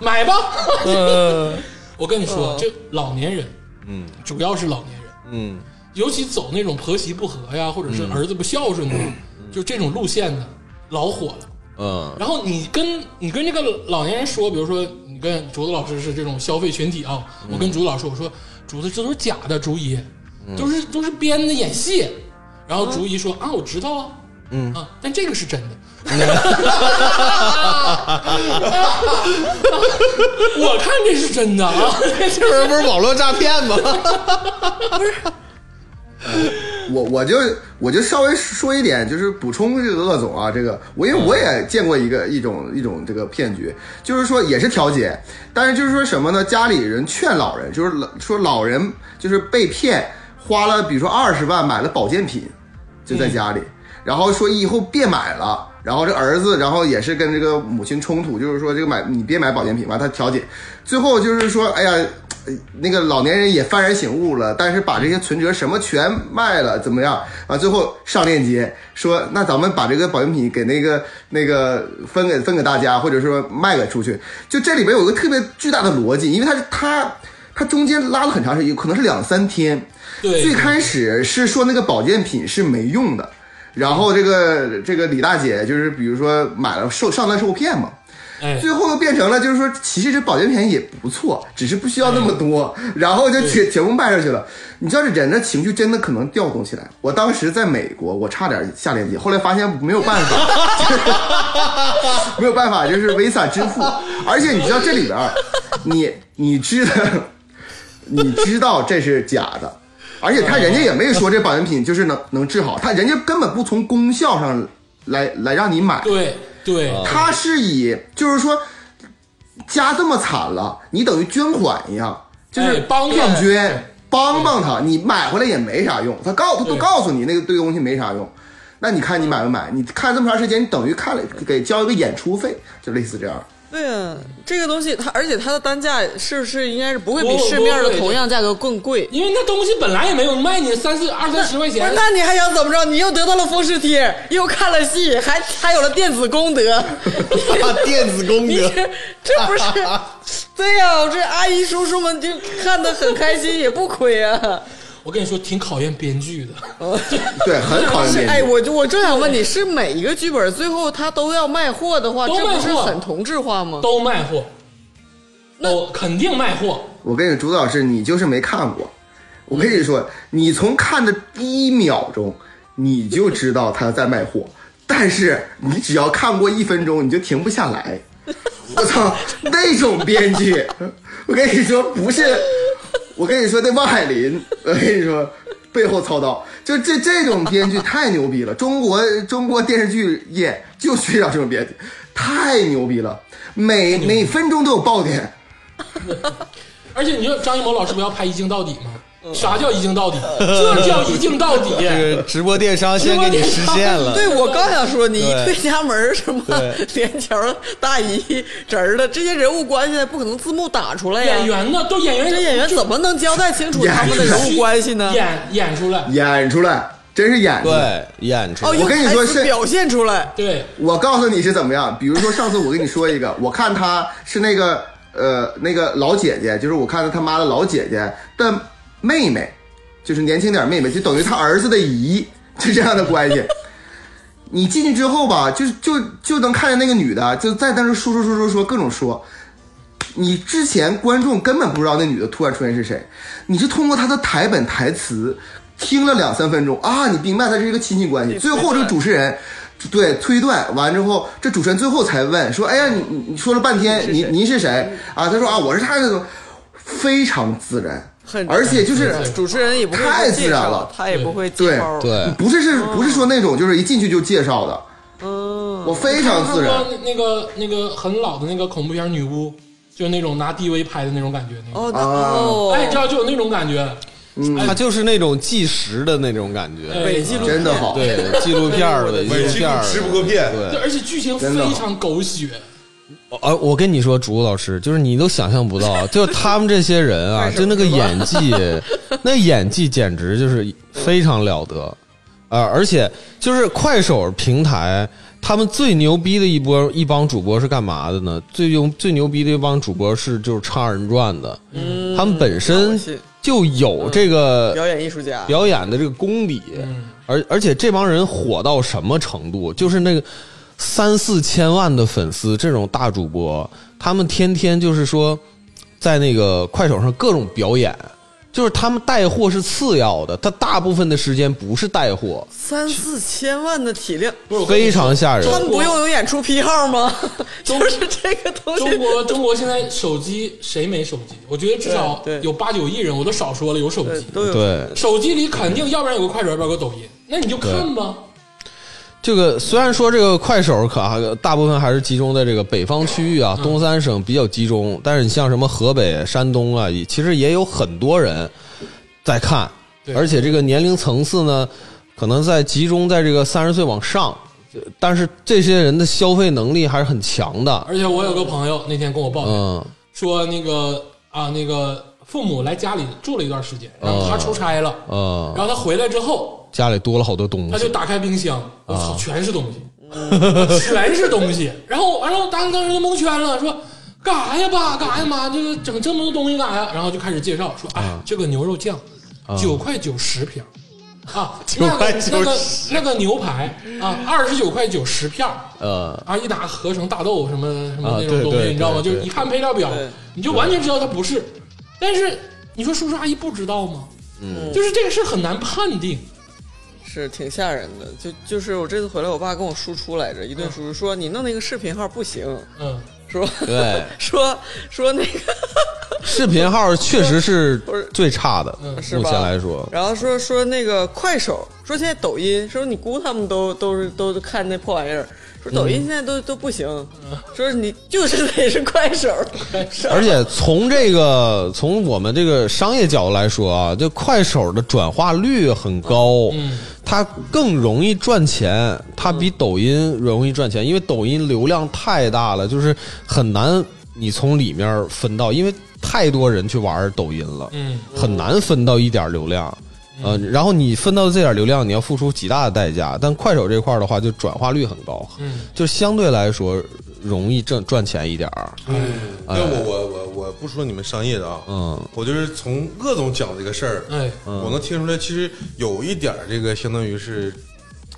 买吧。
嗯
我跟你说，这老年人，嗯，主要是老年人，
嗯
尤其走那种婆媳不和呀，或者是儿子不孝顺的，就这种路线的，老火了。
(laughs) 嗯
然后你跟你跟这个老年人说，比如说你跟竹子老师是这种消费群体啊，
嗯
我跟竹子老师我说，竹子这都是假的，竹姨，
嗯
都是都是编的演戏。然后竹姨说啊，我知道啊，嗯啊，但这个是真的。
嗯
我看这是真的啊，
(laughs)
这玩意儿不是网络诈骗吗？ (laughs)
我我就我就稍微说一点，就是补充这个鄂总啊，这个我因为我也见过一个一种一种这个骗局，就是说也是调解，但是就是说什么呢？家里人劝老人，就是老说老人就是被骗，花了比如说二十万买了保健品，就在家里，然后说以后别买了。然后这儿子，然后也是跟这个母亲冲突，就是说这个买你别买保健品吧，他调解，最后就是说，哎呀，呃那个老年人也幡然醒悟了，但是把这些存折什么全卖了，怎么样啊？最后上链接说，那咱们把这个保健品给那个那个分给分给大家，或者说卖给出去。就这里边有个特别巨大的逻辑，因为它是它它中间拉了很长时间，有可能是两三天。
对
最开始是说那个保健品是没用的，然后这个这个李大姐就是比如说买了受上当受骗嘛。
哎
最后变成了就是说，其实这保健品也不错，只是不需要那么多，然后就节节目卖上去了。你知道这人的情绪真的可能调动起来。我当时在美国，我差点下链接，后来发现没有办法， (laughs) 没有办法，就是 Visa 支付。而且你知道这里边儿，你你知道， (laughs) 你知道这是假的。而且他人家也没说这保健品就是能能治好，他人家根本不从功效上来来让你买，
对对，
啊
他是以就是说家这么惨了，你等于捐款一样，就是
哎帮他
募捐，帮帮他，你买回来也没啥用，他告他都
对
告诉你那个对东西没啥用。那你看你买不买？你看这么长时间，你等于看了给交一个演出费，就类似这样。
对啊，这个东西它，而且它的单价是不是应该是不会
不
比
不
市面
不
的
会
同样价格更贵？
因为那东西本来也没有卖你三四二三十块
不
钱
是，，那你还想怎么着？你又得到了风湿贴， (laughs) 又看了戏，还还有了电子功德， (laughs)
电子功
你
德，
这这不是？对呀、我这阿姨叔叔们就看得很开心，也不亏啊。
我跟你说挺考验编剧的，
对，很考验
是，
面
哎，
子。
我就我正想问你，是每一个剧本最后他都要卖货的话，
都
这
卖
不是
货
很同质化吗？
都卖货，
那
都肯定卖货，
我跟你说，朱老师，你就是没看过。我跟你说，你从看的第一秒钟，你就知道他在卖货，但是你只要看过一分钟，你就停不下来。我操，那种编剧，我跟你说不是，我跟你说那汪海林，我跟你说背后操刀，就这这种编剧太牛逼了，中国中国电视剧业就需要这种编剧，太牛逼了，每每分钟都有爆点。
而且你说张艺谋老师不要拍一镜到底
嗯
吗？啥叫一镜到底？
呃
呃
这叫一镜到底。
这个直播电商先给你实现了。
(laughs) 对，我刚想说，你一
对
推家门儿什么
对
(laughs) 连桥儿大姨侄儿的这些人物关系，不可能字幕打出来呀、
演员呢，都演员
这演员怎么能交代清楚他们的人物关系呢？
演演出来，
演出来，真是演出来。
对，演出
哦，
来
用
我跟你
台
说
词
是
表现出来，
对，
我告诉你是怎么样，比如说上次我跟你说一个， (laughs) 我看她是那个呃那个老姐姐，就是我看她他妈的老姐姐的妹妹，就是年轻点妹妹，就等于她儿子的姨，就这样的关系。你进去之后吧，就就就能看见那个女的就在那儿说说说说说各种说。你之前观众根本不知道那女的突然出现是谁，你是通过她的台本台词听了两三分钟啊，你明白她是一个亲戚关系。最后这个主持人对推断完之后，这主持人最后才问说：“哎呀，你你你说了半天，您您是谁啊？”他说：“啊，我是他的。”非常自然，
很
而且就是
主持人也不会
太
介
自然
绍
了
他也不会
对
接包。，
对，
不是是不是说那种就是一进去就介绍的，嗯，我非常自然
看。过那个那个很老的那个恐怖片《女巫》，就是那种拿 DV 拍的那种感觉，那个，
哦，那
啊
哦，
哎，你知道就有那种感觉，
它就是那种计时的那种感觉。
伪
记录
真的好，
对，纪录片儿的，纪
每
录
期
片儿的
吃不过片，
对，
对，
而且剧情
真的
非常狗血，
呃，我跟你说，竹子老师，就是你都想象不到，啊就是他们这些人啊，就那个演技，那演技简直就是非常了得啊、而且就是快手平台，他们最牛逼的一波一帮主播是干嘛的呢？最牛最牛逼的一帮主播是就是唱二人转的，他们本身就有这个
表演艺术家，
表演的这个功底，而而且这帮人火到什么程度？就是那个三四千万的粉丝，这种大主播，他们天天就是说，在那个快手上各种表演，就是他们带货是次要的，他大部分的时间不是带货，
三四千万的体量，
不是我跟你
非常吓人
他。们不用有演出批号吗？
中
(laughs) 就是这个东
中
西，
国中国现在手机谁没手机？我觉得至少
对对
有八九亿人，我都少说了有手
对
机，
都有
对，
手机里肯定要不然有个快手，要不然有个抖音，那你就看吧。
这个虽然说这个快手可啊，大部分还是集中在这个北方区域啊，东三省比较集中，但是你像什么河北、山东啊，也其实也有很多人在看
对，
而且这个年龄层次呢，可能在集中在这个三十岁往上，但是这些人的消费能力还是很强的，
而且我有个朋友那天跟我抱怨、
嗯，
说，那个啊，那个父母来家里住了一段时间，然后他出差了，
呃，
然后他回来之后，
家里多了好多东
他就
西，
打开冰箱，我
啊
操，全是东西，全是东西。然后，然后当当时就蒙圈了，说干啥呀爸，干啥呀妈，这个整
啊
这么多东西干啥呀？然后就开始介绍说，哎，这个牛肉酱九块九十瓶，啊，
(laughs) 九
那
块
个那个
90
那个牛排啊，二十九块九十片儿
呃，
啊，一打合成大豆什么什么那
啊对
种东西，
对
你知道吗？
对
就
对
一看配料表
对，
你就完全知道它不是。但是你说叔叔阿姨不知道吗？
嗯
就是这个事儿很难判定。
是挺吓人的。就就是我这次回来，我爸跟我输出来着，一
嗯
顿输出说你弄那个视频号不行，
嗯，
说
对，
(laughs) 说说那
(laughs)
个
视频号确实是
不是
最差的，
嗯
目
是
前
吧？
来说，
然后说说那个快手，说现在抖音，说你姑他们都都是都看那破玩意儿，说抖音
嗯
现在都、都不行，说你就是得是快手，
而且从这个从我们这个商业角度来说啊，就快手的转化率很高，
嗯
它更容易赚钱，它比抖音容易赚钱，因为抖音流量太大了，就是很难你从里面分到，因为太多人去玩抖音了，
嗯
很难分到一点流量。呃，然后你分到这点流量，你要付出极大的代价。但快手这块儿的话，就转化率很高，
嗯，
就相对来说容易挣赚钱一点儿。
那我我我我不说你们商业的啊，
嗯，
我就是从鄂总讲这个事儿，
哎，
我能听出来，其实有一点儿这个相当于是，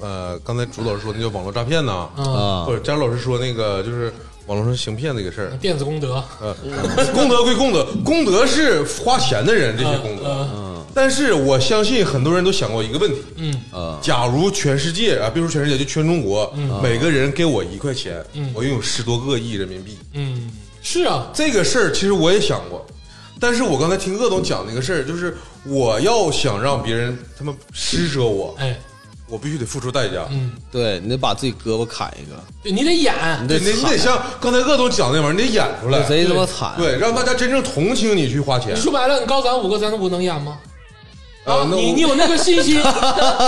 呃，刚才朱老师说那叫网络诈骗呐，
啊，
啊
或者佳老师说那个就是网络上行骗这个事儿，
电子功德，
呃， (laughs) 功德归功德，功德是花钱的人这些功德，
嗯
但是我相信很多人都想过一个问题，
嗯嗯
假如全世界啊，别说全世界，就全中国，每个人给我一块钱，我拥有十多个亿人民币，
嗯，是啊，
这个事儿其实我也想过，但是我刚才听鄂总讲那个事儿，就是我要想让别人他们施舍我，
哎，
我必须得付出代价。
嗯，
对你得把自己胳膊砍一个，
对你得演，
对，你你得像刚才鄂总讲那玩意儿，你得演出来，
贼他妈惨。
对，让大家真正同情你去花钱
你。说白了，你高咱五个，咱五能演吗？
啊
啊，
那
你
我
你有那个信心，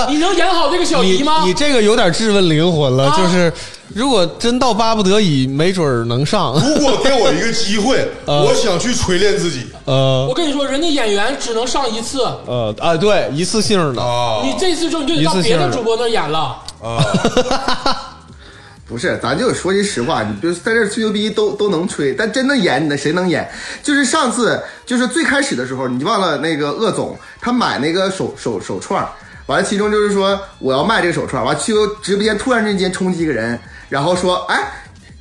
你能演好这个小姨
你
吗
你？这个有点质问灵魂了，
啊
就是如果真到巴不得已，没准儿能上。
如果给我一个
(laughs)
机会，
啊
我想去锤炼自己
呃
我跟你说，人家演员只能上一次，
呃 (laughs) 啊，对，一次性的，
啊
你这次之后你就得
一
到
次
别
性
的
的
主播那儿演了。
啊！
不是，咱就说句实话，你别在这儿吹牛逼都都能吹，但真的演，你那谁能演？就是上次，就是最开始的时候，你忘了那个鄂总，他买那个手手手串儿，完了，其中就是说我要卖这个手串儿，完了去直播间突然之间冲击一个人，然后说，哎，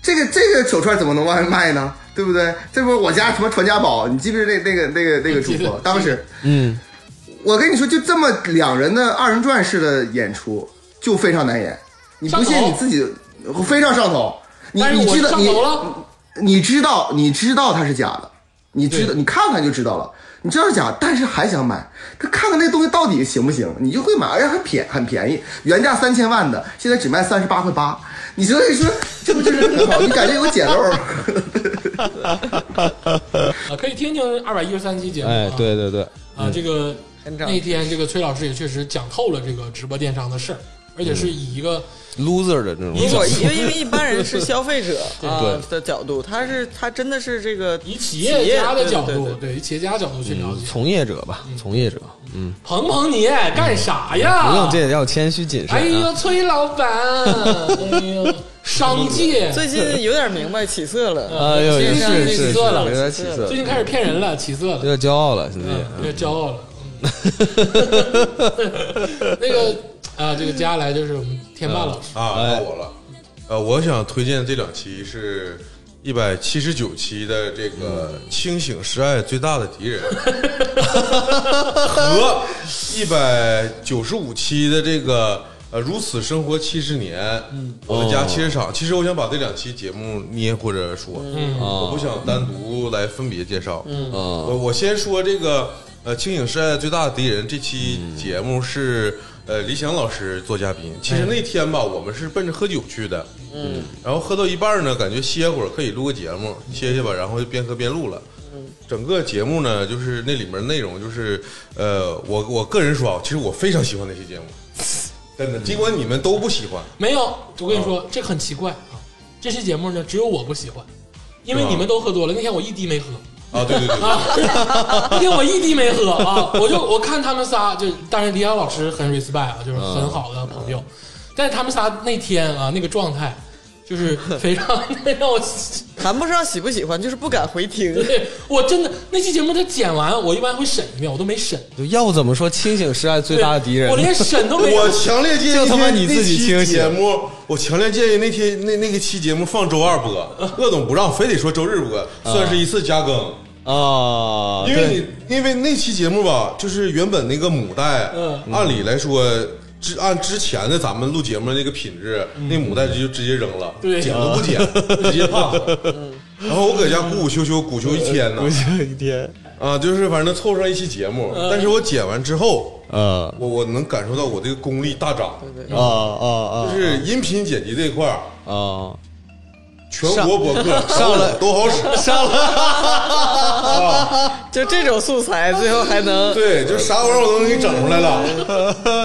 这个这个手串儿怎么能往外卖呢？对不对？这不是我家什么传家宝，你记不记得那那个那个那个主
记得
播？当时，
嗯，
我跟你说，就这么两人的二人转式的演出，就非常难演。你不信
上头
你自己，非常上头。你
但是
你
我
知道
上
你
头了，
你知道你知道它是假的，你知道
对
你看看就知道了，你知道是假，但是还想买，他看看那东西到底行不行，你就会买，而且很便很便宜，原价三千万的，现在只卖三十八块八，你所以说这不就是很好？你感觉有解漏？
(laughs) 啊，可以听听二百一十三期节目。
哎，
啊
对对对，
啊，这个
很长
那天这个崔老师也确实讲透了这个直播电商的事儿，而且是以一个
loser 的这种
一
我
个
因为因为一般人是消费者啊
(laughs) 对
的角度，他是他真的是这个
以企业家的角
对
度
对，
对，以企业家角度去了解。
嗯从业者吧，从业者，嗯，
捧捧你哎干啥
不用
呀？
这也要谦虚谨慎
哎
啊。
呦，崔老板，哎呦，
(laughs)
商界
最近有点明白起色了，
哎呦，
先
是
生
是
起
是，
色了
有点起色，
最近开始骗人了，起色了。
有点骄傲了，啊现
嗯
在
有点骄傲了。嗯 (laughs) 那个啊，这个接下来就是我们天霸老
嗯
师，
啊，到我了。呃，我想推荐这两期是一百七十九期的这个《清醒是爱最大的敌人》和一百九十五期的这个呃《如此生活七十年》，我的家汽车厂。其实我想把这两期节目捏或者说，我不想单独来分别介绍。
嗯
呃我我先说这个呃，《清醒是爱最大的敌人》这期节目是呃李想老师做嘉宾。其实那天吧，我们是奔着喝酒去的，嗯，然后喝到一半呢，感觉歇会儿可以录个节目，歇歇吧，然后就边喝边录了。整个节目呢，就是那里面内容就是，呃，我我个人说啊，其实我非常喜欢那期节目，真的，尽管你们都不喜欢，
没有，我
嗯
跟你说，这个很奇怪啊，这期节目呢，只有我不喜欢，因为
是吧
你们都喝多了，那天我一滴没喝。
啊，对对对对，
啊， (laughs) 那天我一滴没喝啊，我就我看他们仨，就当然李阳老师很 respect 啊，就是很好的朋友，但是他们仨那天啊那个状态，就是非常让我
谈不上喜不喜欢，就是不敢回听。
对，我真的那期节目他剪完，我一般会审一遍，我都没审。
就要不怎么说清醒是爱最大的敌人？
我连审都没有
我。强烈建议
就他妈
那
你自己
那期
清醒
节目，我强烈建议那天那那个期节目放周二播，
嗯
鄂总不让，非得说周日播，算是一次加更。
啊，
因
嗯对
为你因为那期节目吧，就是原本那个母带，
嗯
按理来说。之按之前的咱们录节目那个品质，
嗯
那母带就直接扔了，
对
剪都不剪，
啊
直接 pass。然
嗯
后我搁家鼓鼓秋秋鼓秋一天呢，
就一天，
啊，就是反正凑上一期节目。
嗯
但是我剪完之后，
呃
我我能感受到我这个功力大涨，
啊啊啊，
就是音频剪辑这块儿，
啊，
全国博客上
来
都好使，上
就这种素材，最后还能
对，就啥玩意儿我都能给你整出来了。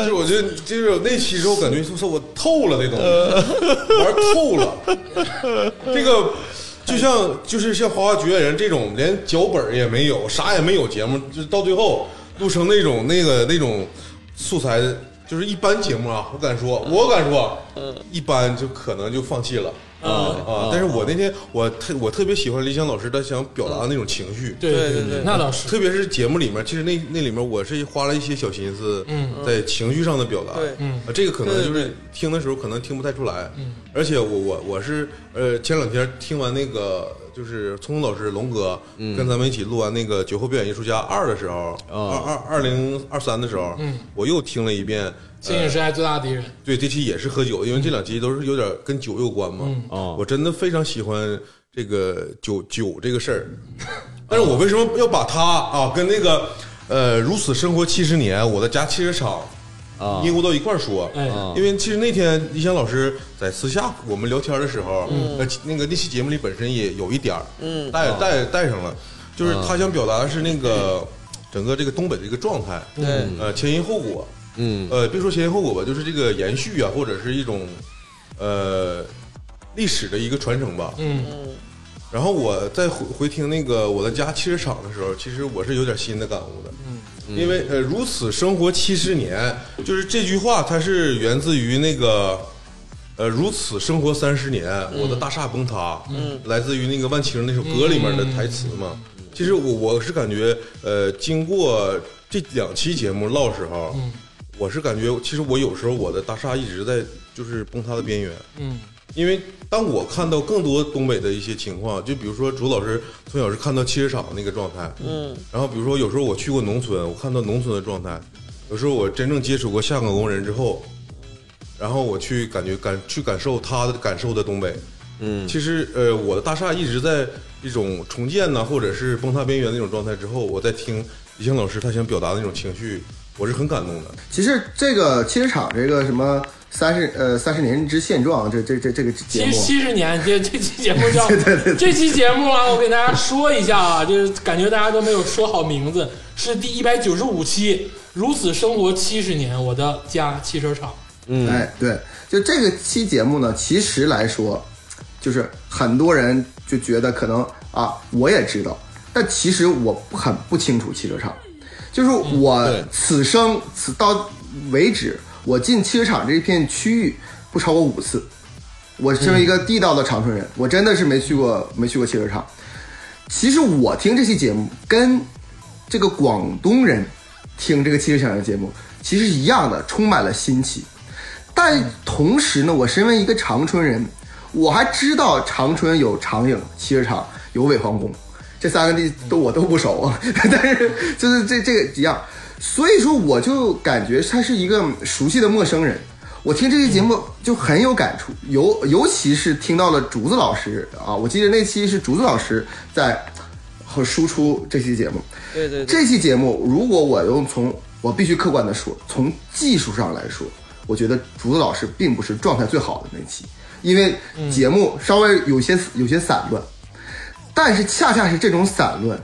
就是我觉得，就是我那期之后感觉就是我透了这东西，玩透了。这个就像就是像《花花绝缘人》这种连脚本也没有，啥也没有节目，就是到最后录成那种那个那种素材，就是一般节目啊，我敢说，我敢说，一般就可能就放弃了。啊！但是我那天我特我特别喜欢李想老师他想表达的那种情绪，
对对
对对对
那倒是。
特别是节目里面，其实那那里面我是花了一些小心思，
嗯
在情绪上的表达，
对
嗯
啊这个可能就
对对
是听的时候可能听不太出来，而且我我我是呃前两天听完那个就是聪聪老师龙哥、跟咱们一起录完那个《酒后表演艺术家二》的时候，二二二零二三的时候，
嗯
我又听了一遍，呃
清醒是爱最大的敌人。
对，这期也是喝酒，因为这两期都是有点跟酒有关嘛。
哦
我真的非常喜欢这个酒酒这个事儿，但是我为什么要把它啊跟那个呃《如此生活七十年》我的家汽车厂
啊
捏咕到一块儿说？
哎，
啊
因为其实那天李想老师在私下我们聊天的时候，呃，那个那期节目里本身也有一点儿，嗯，带带带上了，就是他想表达的是那个整个这个东北的一个状态，
对
呃，前因后果，
嗯
呃，别说前因后果吧，就是这个延续啊，或者是一种呃历史的一个传承吧。
嗯
然后我在回回听那个我的家汽车厂的时候，其实我是有点新的感悟的。嗯，因为呃，如此生活七十年，就是这句话，它是源自于那个。呃，如此生活三十年，我的大厦崩塌，嗯，来自于那个万青那首歌里面的台词嘛。其实我我是感觉，呃，经过这两期节目唠时候，我是感觉，其实我有时候我的大厦一直在就是崩塌的边缘，
嗯
因为当我看到更多东北的一些情况，就比如说朱老师从小是看到汽车厂那个状态，嗯，然后比如说有时候我去过农村，我看到农村的状态，有时候我真正接触过下岗工人之后，然后我去感觉感去感受他的感受的东北，嗯，其实呃我的大厦一直在一种重建呐、或者是崩塌边缘的那种状态之后，我在听李湘老师他想表达的那种情绪，我是很感动的，
其实这个汽车厂这个什么三十呃三十年之现状，这这这这个
七
节目，
七十年，这这期节
(laughs)
目叫这期节目啊，我给大家说一下啊，就是感觉大家都没有说好名字，是第一百九十五期《如此生活七十年》，我的家汽车厂。
哎，对，就这个期节目呢，其实来说，就是很多人就觉得可能啊，我也知道，但其实我不很不清楚汽车厂，就是我
对
此生此到为止，我进汽车厂这片区域不超过五次。我身为一个地道的长春人，我真的是没去过没去过汽车厂。其实我听这期节目跟这个广东人听这个汽车厂的节目其实是一样的，充满了新奇。但同时呢，我身为一个长春人，我还知道长春有长影、汽车厂、有伪皇宫，这三个地都我都不熟啊。但是就是这这个一样，所以说我就感觉他是一个熟悉的陌生人。我听这期节目就很有感触，尤尤其是听到了竹子老师啊，我记得那期是竹子老师在和输出这期节目，
(laughs) 对对对，
这期节目，如果我用从我必须客观的说，从技术上来说，我觉得竹子老师并不是状态最好的那期，因为
嗯
节目稍微有些有些散乱，但是恰恰是这种散乱，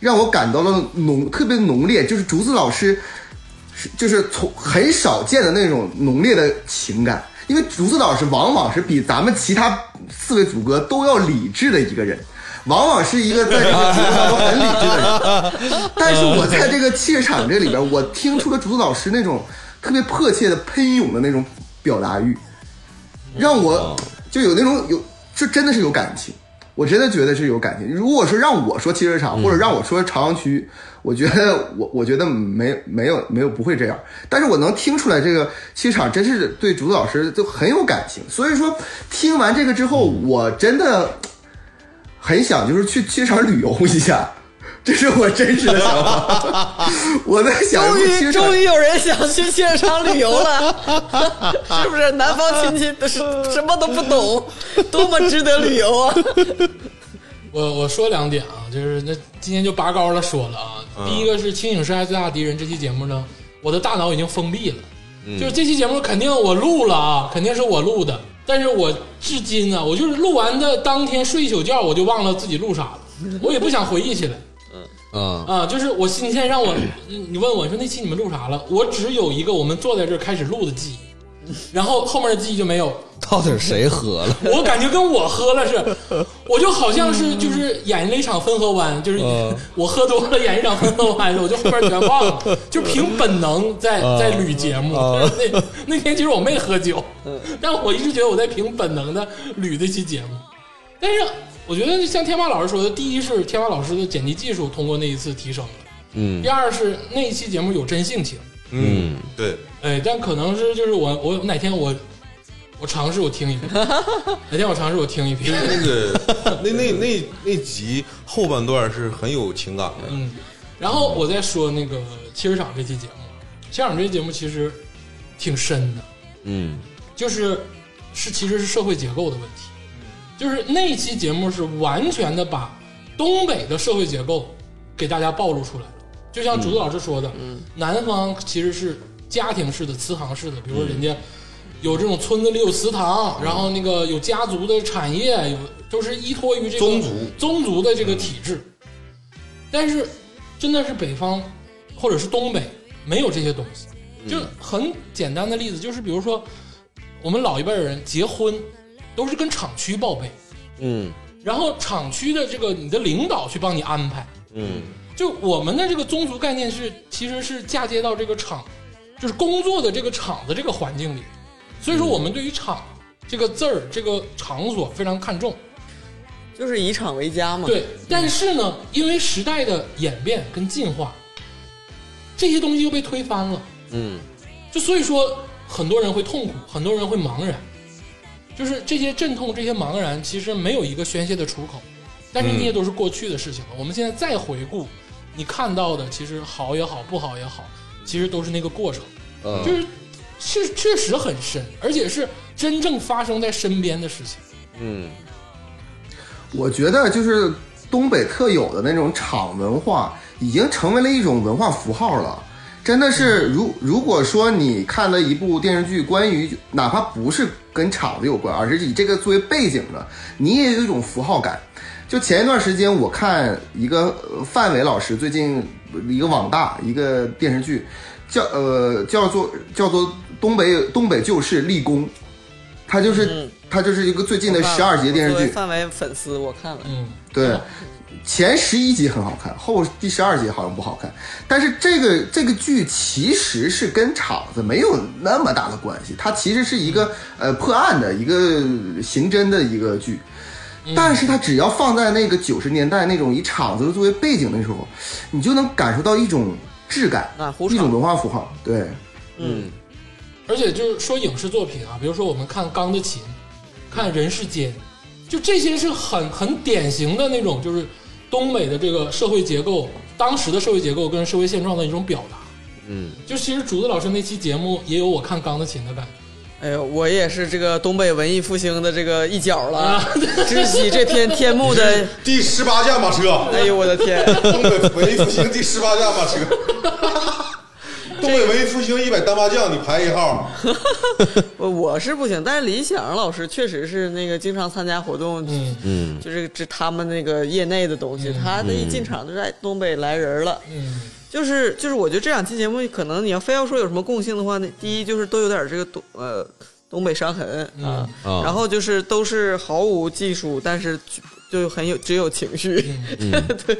让我感到了浓特别浓烈，就是竹子老师是就是从很少见的那种浓烈的情感。因为竹子老师往往是比咱们其他四位主播都要理智的一个人，往往是一个在这个节目当中很理智的人。但是我在这个汽车厂这里边，我听出了竹子老师那种特别迫切的喷涌的那种
哦
表达欲，让我就有那种有，就真的是有感情。我真的觉得是有感情。如果说让我说汽车
嗯
厂，或者让我说朝阳区，我觉得我我觉得没没有没有不会这样。但是我能听出来，这个汽车厂真是对竹子老师就很有感情。所以说，听完这个之后，
嗯
我真的很想就是去汽车厂旅游一下。这是我真实的
(laughs)
想法，我在想，
终
汽车
于
厂
终于有人想去汽车厂旅游了， (laughs) 是不是？南方亲戚都是什么都不 (laughs) 懂，多么值得旅游啊！
我我说两点啊，就是那今天就拔高了说了啊。
嗯
第一个是《清醒是爱最大的敌人》这期节目呢，我的大脑已经封闭了，
嗯
就是这期节目肯定我录了啊，肯定是我录的，但是我至今呢、我就是录完的当天睡一宿觉，我就忘了自己录啥了，我也不想回忆起来。
啊，
啊，就是我今天让我你问我你说那期你们录啥了，我只有一个我们坐在这儿开始录的记忆，然后后面的记忆就没有。
到底谁喝了？
我感觉跟我喝了是，我就好像是就是演了一场分河湾，就是
嗯
(laughs) 我喝多了演一场分河湾，我就后边全忘了，就凭本能在
嗯
在捋节目。
嗯
(laughs) 那那天其实我没喝酒， (laughs) 但我一直觉得我在凭本能的捋这期节目。但是我觉得像天霸老师说的，第一是天霸老师的剪辑技术通过那一次提升了。
嗯
第二是那一期节目有真性情，
嗯，对，
哎，但可能是就是我我哪天我我尝试我听一遍，哪天我尝试我听一
就
遍，
是那个那那那那集后半段是很有情感的，
嗯，然后我再说那个汽车厂这期节目，汽车厂这期节目其实挺深的，
嗯
就是是其实是社会结构的问题，
嗯
就是那一期节目是完全的把东北的社会结构给大家暴露出来了。就像竹子老师说的，
嗯
南方其实是家庭式的、祠堂式的，比如说人
嗯
家有这种村子里有祠堂，然后那个有家族的产业，有都是依托于这个
宗族嗯
宗族的这个体制。但是真的是北方或者是东北没有这些东西，
嗯
就很简单的例子，就是比如说我们老一辈儿人结婚都是跟厂区报备，
嗯
然后厂区的这个你的领导去帮你安排。
嗯
就我们的这个宗族概念是，其实是嫁接到这个厂，就是工作的这个厂的这个环境里。所以说，我们对于“厂”这个字儿、这个场所非常看重。
就是以厂为家嘛。
嗯
对，但是呢，因为时代的演变跟进化，这些东西又被推翻了。
嗯
就所以说，很多人会痛苦，很多人会茫然，就是这些阵痛、这些茫然，其实没有一个宣泄的出口。但是那些都是过去的事
嗯
情了。我们现在再回顾，你看到的其实好也好，不好也好，其实都是那个过程，
嗯
就是是确实很深，而且是真正发生在身边的事情。
嗯
我觉得就是东北特有的那种厂文化，已经成为了一种文化符号了。真的
嗯
是，如如果说你看了一部电视剧，关于哪怕不是跟厂子有关，而是以这个作为背景的，你也有一种符号感。就前一段时间，我看一个呃范伟老师最近一个网大一个电视剧，叫呃叫做叫做东北东北旧事立功，它就是它就是一个最近
嗯
的
我看了
十二集电视
我作为
剧，
范围粉丝我看了，
嗯，
对，前十一集很好看，后第十二集好像不好看。但是这个这个剧其实是跟场子没有那么大的关系，它其实是一个呃破案的一个刑侦的一个剧。但是它只要放在那个九十年代那种以场子作为背景的时候，你就能感受到一种质感
哪壶，
一
厂
种文化符号。对，
而且就是说影视作品啊，比如说我们看《钢的琴》，看《人世间》，就这些是很很典型的那种，就是东北的这个社会结构，当时的社会结构跟社会现状的一种表达。
嗯，
就其实竹子老师那期节目也有我看《钢的琴》的感觉，
哎呦，我也是这个东北文艺复兴的这个一角了， (laughs) 知悉这天天幕 (laughs) 的，
第十八驾马车，
哎呦我的天，
东北文艺复兴第十八驾马 (laughs) 车，东北文艺复兴一百单八将，你排一号，
我我是不行，但是李想老师确实是那个经常参加活动，
嗯
嗯
就是这他们那个业内的东西，他的一进场就是哎东北来人了，
嗯，
就是就是，我觉得这两期节目可能你要非要说有什么共性的话，那第一就是都有点这个东呃东北伤痕
嗯
啊，
哦
啊
然后就是都是毫无技术，但是就就很有只有情绪，
嗯
(laughs) 对，
《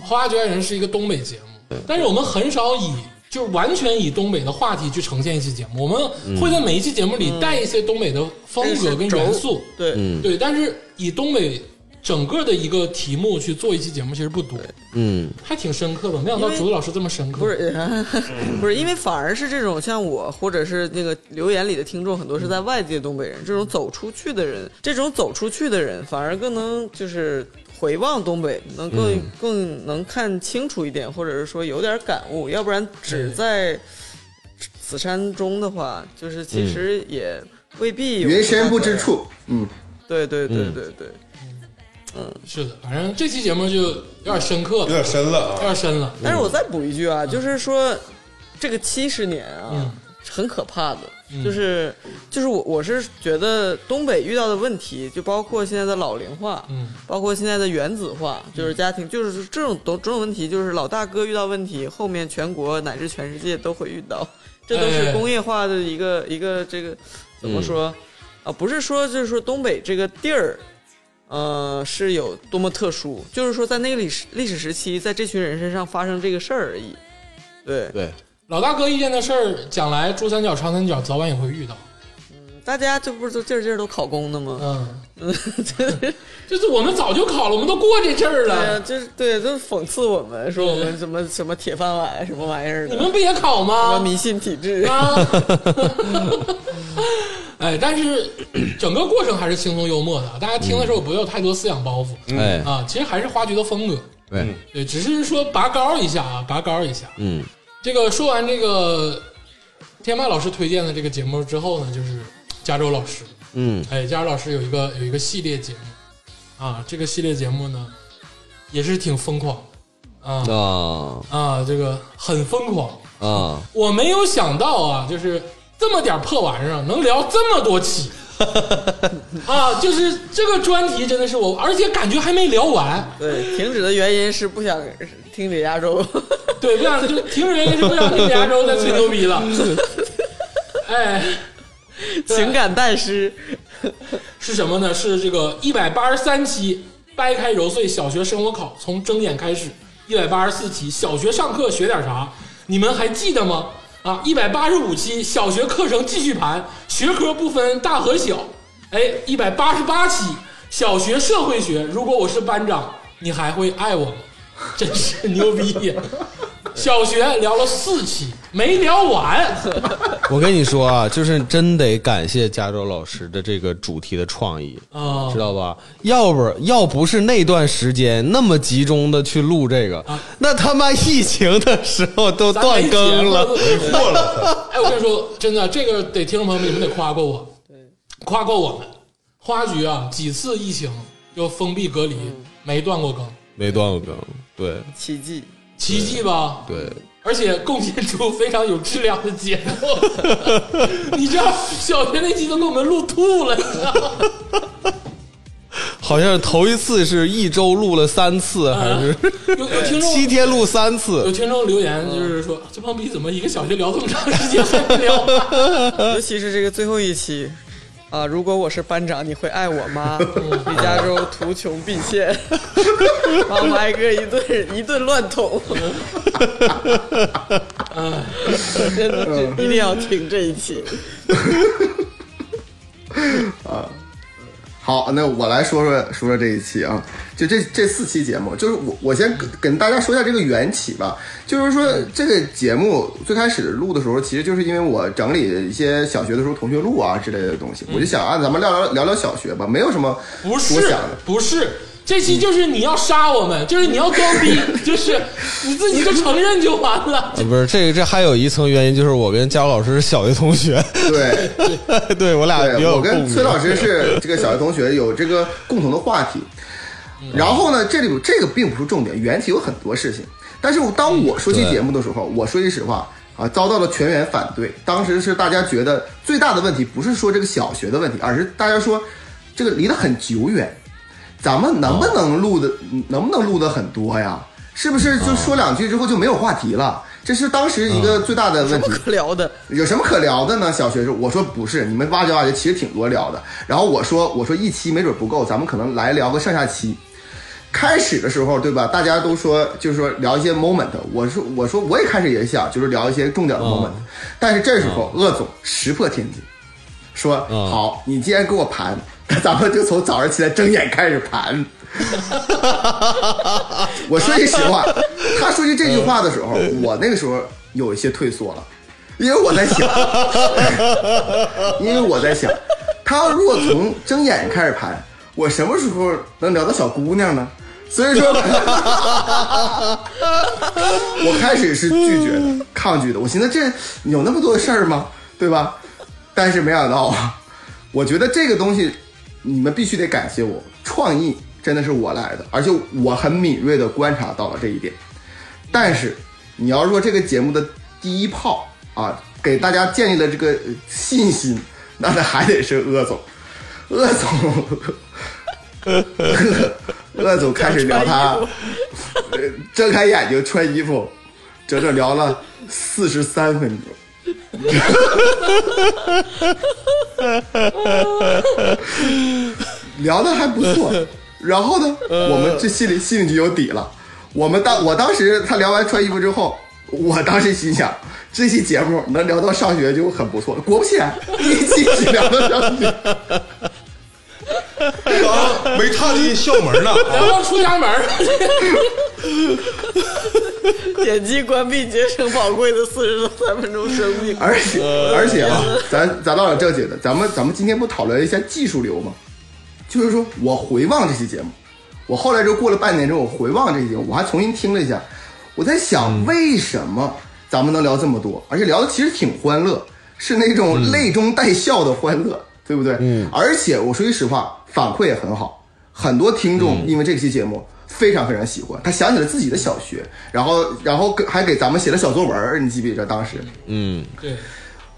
花卷人》是一个东北节目，但是我们很少以就是完全以东北的话题去呈现一期节目，我们会在每一期节目里带一些东北的风
这
格
嗯是
跟
轴
元素，
对，
嗯
对，但是以东北整个的一个题目去做一期节目，其实不多，
嗯，
还挺深刻的。没想到
因为
竹子老师这么深刻，
不是， (laughs) 不是，因为反而是这种像我或者是那个留言里的听众，很多是在外地的东北人，这种走出去的人，这种走出去的人，反而更能就是回望东北，能更、更能看清楚一点，或者是说有点感悟，要不然只在此山中的话，就是其实也未必有
云深不知。
啊
处，嗯，
对对对对对，
是的，反正这期节目就有点深刻
有
了，
点深了
有
啊。
点深了。
但是我再补一句啊，就是说这个七十年啊，
嗯
很可怕的。就是就是我我是觉得东北遇到的问题，就包括现在的老龄化，
嗯，
包括现在的原子化，就是家庭，就是这种种种种问题，就是老大哥遇到问题，后面全国乃至全世界都会遇到，这都
哎嗯
是工业化的一个一个这个怎么说、啊？不是说就是说东北这个地儿呃，是有多么特殊，就是说在那个历史历史时期，在这群人身上发生这个事儿而已。对，
对，
老大哥遇见的事儿，将来珠三角、长三角早晚也会遇到。
大家这不是都劲儿劲儿都考公呢吗？
嗯，
嗯， (laughs) 对
就是我们早就考了，我们都过这阵儿
呀，
了，
啊就是对，都讽刺我们说我们什么什么铁饭碗什么玩意儿
你
的，什
们不也考
么
吗？
迷信体制。
啊， (laughs) 哎，但是整个过程还是轻松幽默的，大家听的时候不要有太多思想包袱、
哎，
啊。其实还是花菊的风格，
对，
对，只是说拔高一下啊，拔高一下。
嗯，
这个说完这个天霸老师推荐的这个节目之后呢，就是加州老师，
嗯，
哎，加州老师有一个有一个系列节目啊，这个系列节目呢也是挺疯狂啊
啊
啊，这个很疯狂。
啊，
我没有想到啊，就是这么点破玩意儿啊能聊这么多
(laughs)
期啊！就是这个专题真的是我，而且感觉还没聊完。
对，停止的原因是不想听李亚洲。 (laughs)
(laughs) 对，不想就停止原因是不想听亚洲再吹牛逼了。哎，啊
情感大师，
是什么呢？是这个一百八十三期掰开揉碎小学生活考，从睁眼开始；一百八十四期小学上课学点啥，你们还记得吗？啊，一百八十五期小学课程继续盘，学科不分大和小。哎，一百八十八期小学社会学，如果我是班长，你还会爱我吗？真是牛逼呀！小学聊了四期，没聊完。
我跟你说啊，就是真得感谢加州老师的这个主题的创意。
啊、
知道吧？要不要不是那段时间那么集中的去录这个，那他妈疫情的时候都
咱没
断更了。
节目
过了，
哎，我跟你说，真的，这个得听众朋友们，你们得夸过我，夸过我们。花局啊，几次疫情就封闭隔离，没断过更，
没断过更，对
奇迹。
奇迹吧？
对，
而且贡献出非常有质量的节目。你知道小学那期都给我们录吐了，你知道吗？
好像是头一次是一周录了三次，还是
有有听众
七天录三
有
次？
听众留言，就是说啊这帮逼怎么一个小学聊这么长时间还不聊完？
尤其是这个最后一期啊，如果我是班长，你会爱我吗？李佳州图穷匕见， (laughs) 把我们挨个一顿一顿乱捅。真的是一定要听这一期。
好，那我来说说说说这一期啊，就这这四期节目，就是我我先跟跟大家说一下这个缘起吧，就是说这个节目最开始录的时候，其实就是因为我整理一些小学的时候同学录啊之类的东西，我就想啊，咱们聊聊聊聊小学吧，没有什么
不
多
是
想的，，嗯
不是，这期就是你要杀我们，就是你要装
(laughs)
逼，就是你自己就承认就完了。
嗯
不是这个，这还有一层原因，就是我跟佳茹老师是小学同学，
对。
(laughs) 对我俩比
对，
较有
我
共鸣。
跟崔老师是这个小学同学，有这个共同的话题。
嗯
然后呢，这里这个并不是重点，缘起有很多事情。但是我当我
嗯
说这节目的时候，我说句实话啊，遭到了全员反对。当时是大家觉得最大的问题不是说这个小学的问题，而是大家说这个离得很久远，咱们能
哦
不能录的、能不能录的很多呀？是不是
哦
就说两句之后就没有话题了？这是当时一个
嗯
最大的问题。
不可聊的，
有什么可聊的呢？小学时候我说不是，你们挖掘挖掘，其实挺多聊的。然后我说我说一期没准不够，咱们可能来聊个上下期。开始的时候，对吧？大家都说就是说聊一些 moment，我说我说我也开始也想就是聊一些重点的 moment，、但是这时候鄂总石破天惊，说、
嗯
(laughs) 好，你既然给我盘，咱们就从早上起来睁眼开始盘。 (laughs) 我说句实话，他说出这句话的时候，我那个时候有一些退缩了，因为我在想， (laughs) 因为我在想，他如果从睁眼开始盘，我什么时候能聊到小姑娘呢？所以说， (laughs) 我开始是拒绝的、抗拒的。我寻思这有那么多事儿吗？对吧？但是没想到啊，我觉得这个东西你们必须得感谢我，创意真的是我来的，而且我很敏锐的观察到了这一点。但是你要说这个节目的第一炮啊，给大家建立了这个呃信心，那那还得是鄂总，鄂总，鄂总开始聊他，呃睁开眼睛穿衣服，整整聊了四十三分钟。聊的还不错。然后呢，我们这心里心里就有底了。我们当我当时他聊完穿衣服之后，我当时心想，这期节目能聊到上学就很不错了。果不其然，第一期只聊到上学。
刚没踏进校门呢，啊
然后出家门儿，
嗯
点击关闭，节省宝贵的四十三分钟生命。
而且而且啊，咱咱唠点正经的，咱们咱们今天不讨论一下技术流吗？就是说我回望这期节目，我后来就过了半年之后，我回望这期节目，我还重新听了一下，我在想为什么咱们能聊这么多，而且聊的其实挺欢乐，是那种泪中带笑的欢乐，对不对？嗯。而且我说句实话，反馈也很好，很多听众因为这期节目。非常非常喜欢，他想起了自己的小学，然后，然后给还给咱们写了小作文儿，你记不记得当时？
对，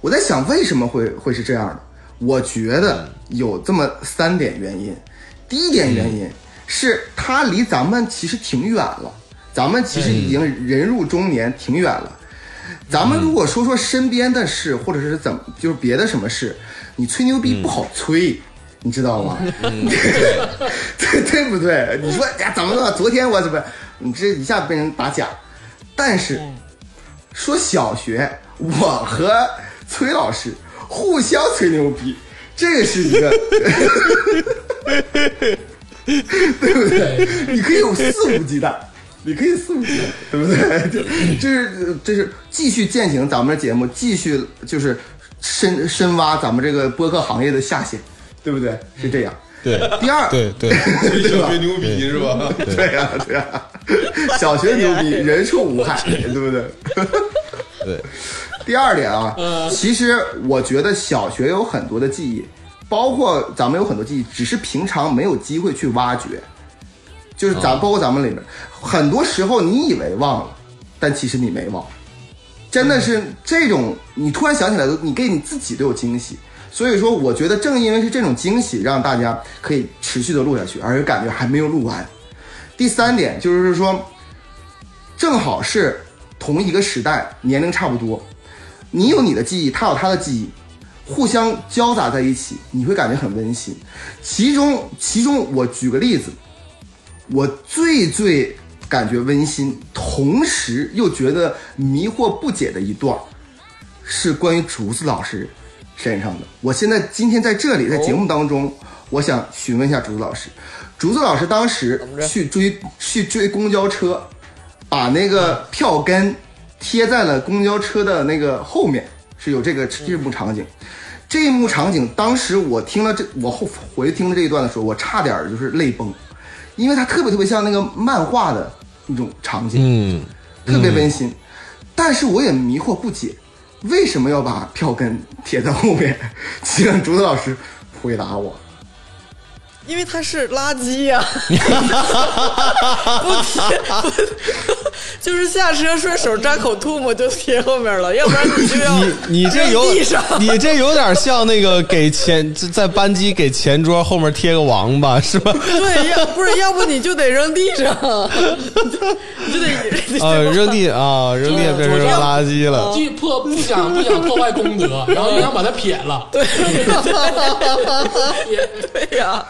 我在想为什么会会是这样的？我觉得有这么三点原因。第一点原因是他离咱们其实挺远了，咱们其实已经人入中年，挺远了。咱们如果说说身边的事，或者是怎么就是别的什么事，你吹牛逼不好吹。你知道 (laughs) 吗？对 (laughs) 对不对？你说哎呀，怎么了？昨天我怎么？你这一下被人打假，但是说小学，我和崔老师互相吹牛逼，这个是一个， (laughs) 对不对？你可以有肆无忌惮，你可以肆无忌惮，对不对？ (laughs) 就这是这是继续践行咱们的节目，继续就是深深挖咱们这个播客行业的下线，对不对？是这样。
对
第二，
对对，
吹小学牛逼是吧？
对呀、对呀、小学牛逼，人畜无
(laughs)
害，对不对？
对。
(laughs) 第二点啊，
嗯
其实我觉得小学有很多的记忆，包括咱们有很多记忆，只是平常没有机会去挖掘。就是
啊
咱包括咱们里面，很多时候你以为忘了，但其实你没忘。真的是这种，你突然想起来，你给你自己都有惊喜。所以说，我觉得正因为是这种惊喜，让大家可以持续的录下去，而且感觉还没有录完。第三点就是说，正好是同一个时代，年龄差不多，你有你的记忆，他有他的记忆，互相交杂在一起，你会感觉很温馨。其中，其中我举个例子，我最最感觉温馨，同时又觉得迷惑不解的一段儿，是关于竹子老师身上的。我现在今天在这里，在节目当中，我想询问一下竹子老师，竹子老师当时去追去追公交车，把那个票根贴在了公交车的那个后面，是有这个这幕场景。这一幕场景，当时我听了这，我后回听了这一段的时候，我差点儿就是泪崩，因为它特别特别像那个漫画的那种场景。
嗯，
特别温馨。但是我也迷惑不解，为什么要把票根贴在后面？ (laughs) 请竹子老师回答我。
因为它是垃圾 (laughs) 呀、不贴，不就是下车顺手沾口吐沫就贴后面了，要不然你就要
你你这有
地上。
(laughs) 你这有点像那个给前在班级给前桌后面贴个王八是
(laughs)
吧？
对，要不是要不你就得扔地上，你就得
啊，扔地啊，扔地变成垃圾了。
既破不想不想破坏功德，
嗯
然后
(laughs)
又想把它撇了，
哎对，对呀、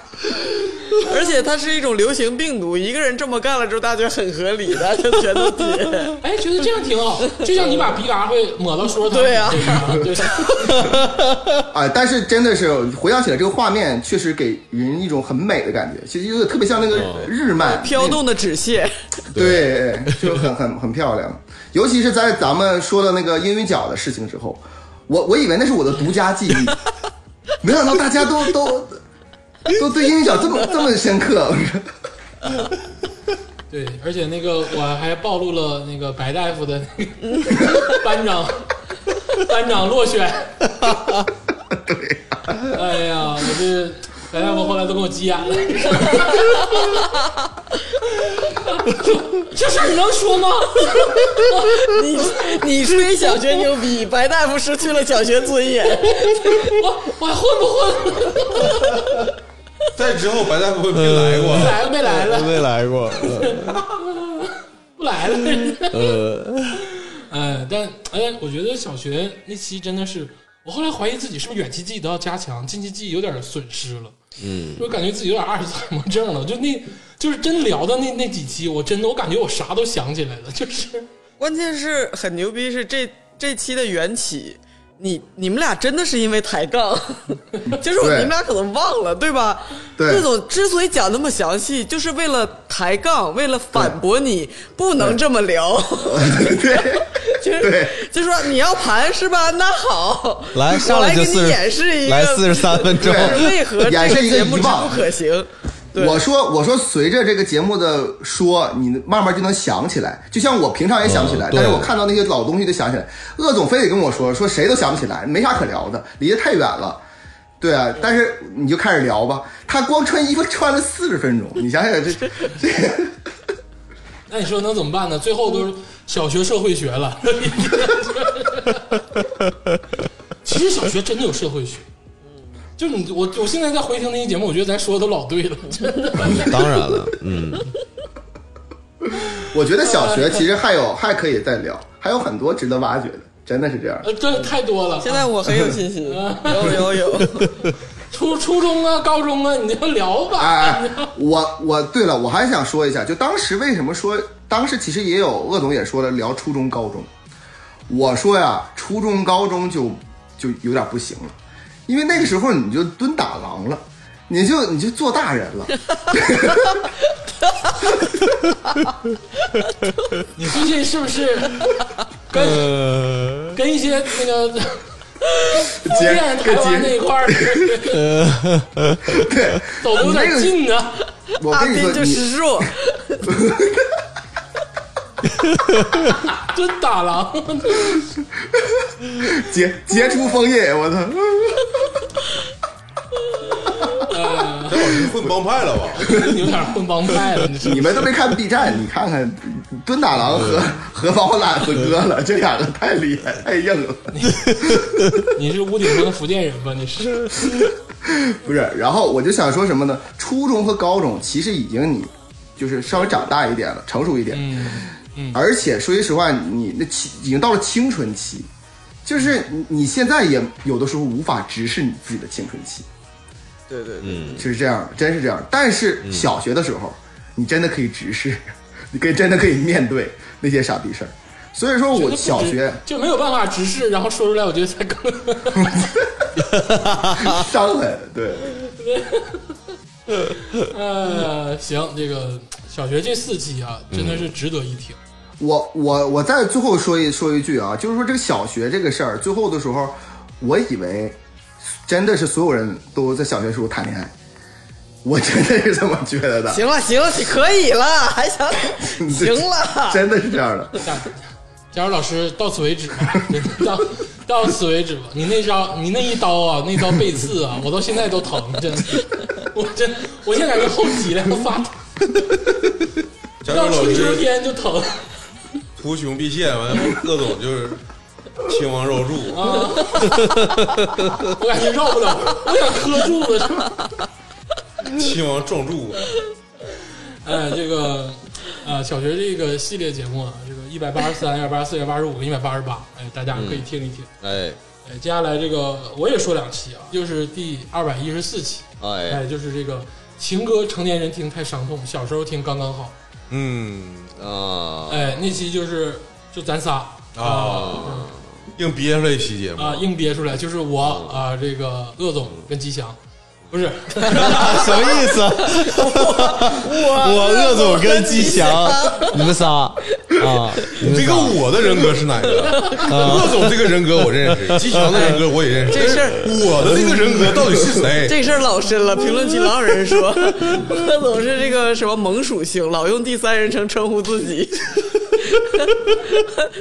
而且它是一种流行病毒，一个人这么干了之后，大家觉得很合理，大家全都接。
哎，觉得这样挺好，就像你把鼻嘎会抹到说头，
对呀
对
啊，但是真的是回想起来，这个画面确实给人一种很美的感觉，其实就特别像那个日漫
哦飘动的纸屑，
对，就很很很漂亮。尤其是在咱们说了那个英语角的事情之后，我我以为那是我的独家记忆， (laughs) 没想到大家都都都对英语角这么这么深刻。 (laughs)
对，而且那个我还暴露了那个白大夫的那个 (laughs) 班长，班长落选。 (laughs) 对、哎呀，我这白大夫后来都跟我急眼了。 (laughs) 这事儿你能说吗？
你你吹小学牛逼，白大夫失去了小学尊严。
我我还混不混？
在之后白大夫会没来过，
来了没来了？
嗯没来过，
不来了。 (laughs) 哎，但哎，我觉得小学那期真的是，我后来怀疑自己是不是远期记忆得到加强，近期记忆有点损失了。嗯，就感觉自己有点阿尔茨海默症了。就那，就是真聊的那那几期，我真的我感觉我啥都想起来了，就是
关键是很牛逼，是这这期的缘起，你你们俩真的是因为抬 (laughs) 杠，就是我
对
你们俩可能忘了，对吧？
对
这总之所以讲那么详细，就是为了抬杠，为了反驳你，不能这么
(laughs)
聊。
对，
就是
对
就说你要盘是吧？那好，
来上
我来
来就
给你
四
演示一
十，
个，
来四十三分钟，
对
为何
(laughs) 演
这
示一个
节目
遗
之
忘
不可行？对
我说我说，随着这个节目的说，你慢慢就能想起来。就像我平常也想不起来，
嗯对
但是我看到那些老东西就想起来。鄂总非得跟我说，说谁都想不起来，没啥可聊的，离得太远了。对啊，但是你就开始聊吧。他光穿衣服穿了四十分钟，你想想这这，
那你说能怎么办呢？最后都是小学社会学了。 (laughs) 其实小学真的有社会学，就是你我我现在在回听那些节目，我觉得咱说的都老对了，真的。
当然了，嗯，
我觉得小学其实还有还可以再聊，还有很多值得挖掘的，真的是这样。
呃，这太多了。
现在我很有信心， (laughs) 有有有，
初初中啊、高中啊， (laughs) 你就聊
(laughs)
吧。
哎，哎我我对了，我还想说一下，就当时为什么说，当时其实也有鄂总也说了聊初中高中，我说呀，初中高中就就有点不行了，因为那个时候你就蹲打狼了，你就你就做大人了，
你最近是不是跟、
嗯
跟一些那个福
(laughs) 接
建、台湾那一块儿
(laughs) 对，
走的有点近啊呢？
我
阿
跟你说，
斌就
你
实数，
(laughs) 真打狼！ (laughs)
杰杰出枫叶，我操，
咱老是混帮派了吧？
你有点混帮派了，你是
你们都没看 B 站，你看看蹲打狼和和把我懒子割了，这两个太厉害太硬了。
你是屋顶上的福建人吧？你是
不是，然后我就想说什么呢？初中和高中其实已经你就是稍微长大一点了，成熟一点，
嗯
而且说句实话，你那青已经到了青春期，就是你你现在也有的时候无法直视你自己的青春期，
对对对，
就是这样的，真是这样的。但是小学的时候，你真的可以直视， (laughs) 你可以真的可以面对那些傻逼事儿。所以说我小学
就没有办法直视，然后说出来，我觉得才更 (laughs)
伤痕，对，
呃行。这个小学这四期啊，真的是值得一听。
我我我再最后说一说一句啊，就是说这个小学这个事儿，最后的时候，我以为真的是所有人都在小学时候谈恋爱，我真的是这么觉得的，
(laughs) 行了行了，可以了，还 (laughs) 想行了，
(laughs) 真的是这样的。
佳佳茹老师到此为止吧，真的到到此为止吧。你那招，你那一刀啊，那刀背刺啊，我到现在都疼，真的，我真，我现在感觉后脊梁都发疼，
贾
到
樟老
春秋
师
天就疼。
图穷匕见，完了各种就是青王绕柱，
我感觉绕不了，我想磕柱子。
亲王撞柱，
哎，这个啊，小学这个系列节目啊，这个一百八十三、一百八十四、一百八十五、一百八十八，哎，大家可以听一听。
哎
哎，接下来这个我也说两期啊，就是第二百一十四期，
哎
哎，就是这个情歌成年人听太伤痛，小时候听刚刚好。
嗯
啊，
哎，那期就是就咱仨啊
啊，硬憋出来一期节目
啊，硬憋出来，就是我啊，这个鄂总跟吉祥，不是 (laughs)
(laughs) 什么意思？我鄂总跟吉祥，你们仨啊，你
你
们
这
仨
个我的人格是哪
(laughs)
个？鄂总这个人格我认识，吉祥的人格我也认识。
啊这事儿
但是我的这个人格到底是谁？
这事儿老深了，评论区老有人说， (laughs) 贺总是这个什么萌属性，老用第三人称称呼自己。 (laughs)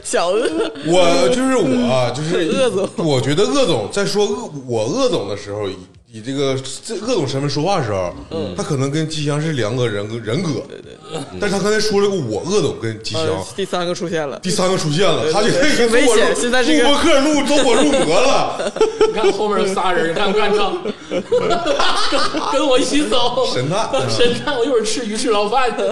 小恶，
我就是我啊，就是
鄂总
我觉得鄂总在说鄂我鄂总的时候，以以这个这鄂总身份说话的时候，
嗯
他可能跟吉祥是两个人格人格，对对但是他刚才说了个我鄂总跟吉祥。
呃第三个出现了，
第三个出现了，他就开始
危
中国
险
录
现在这
录
个
播客
(laughs)
录中国录播了，
你看后面有仨人，你看不看唱？ (laughs) 跟跟我一起走，
神探啊
神探，我一会儿吃鱼翅捞饭去。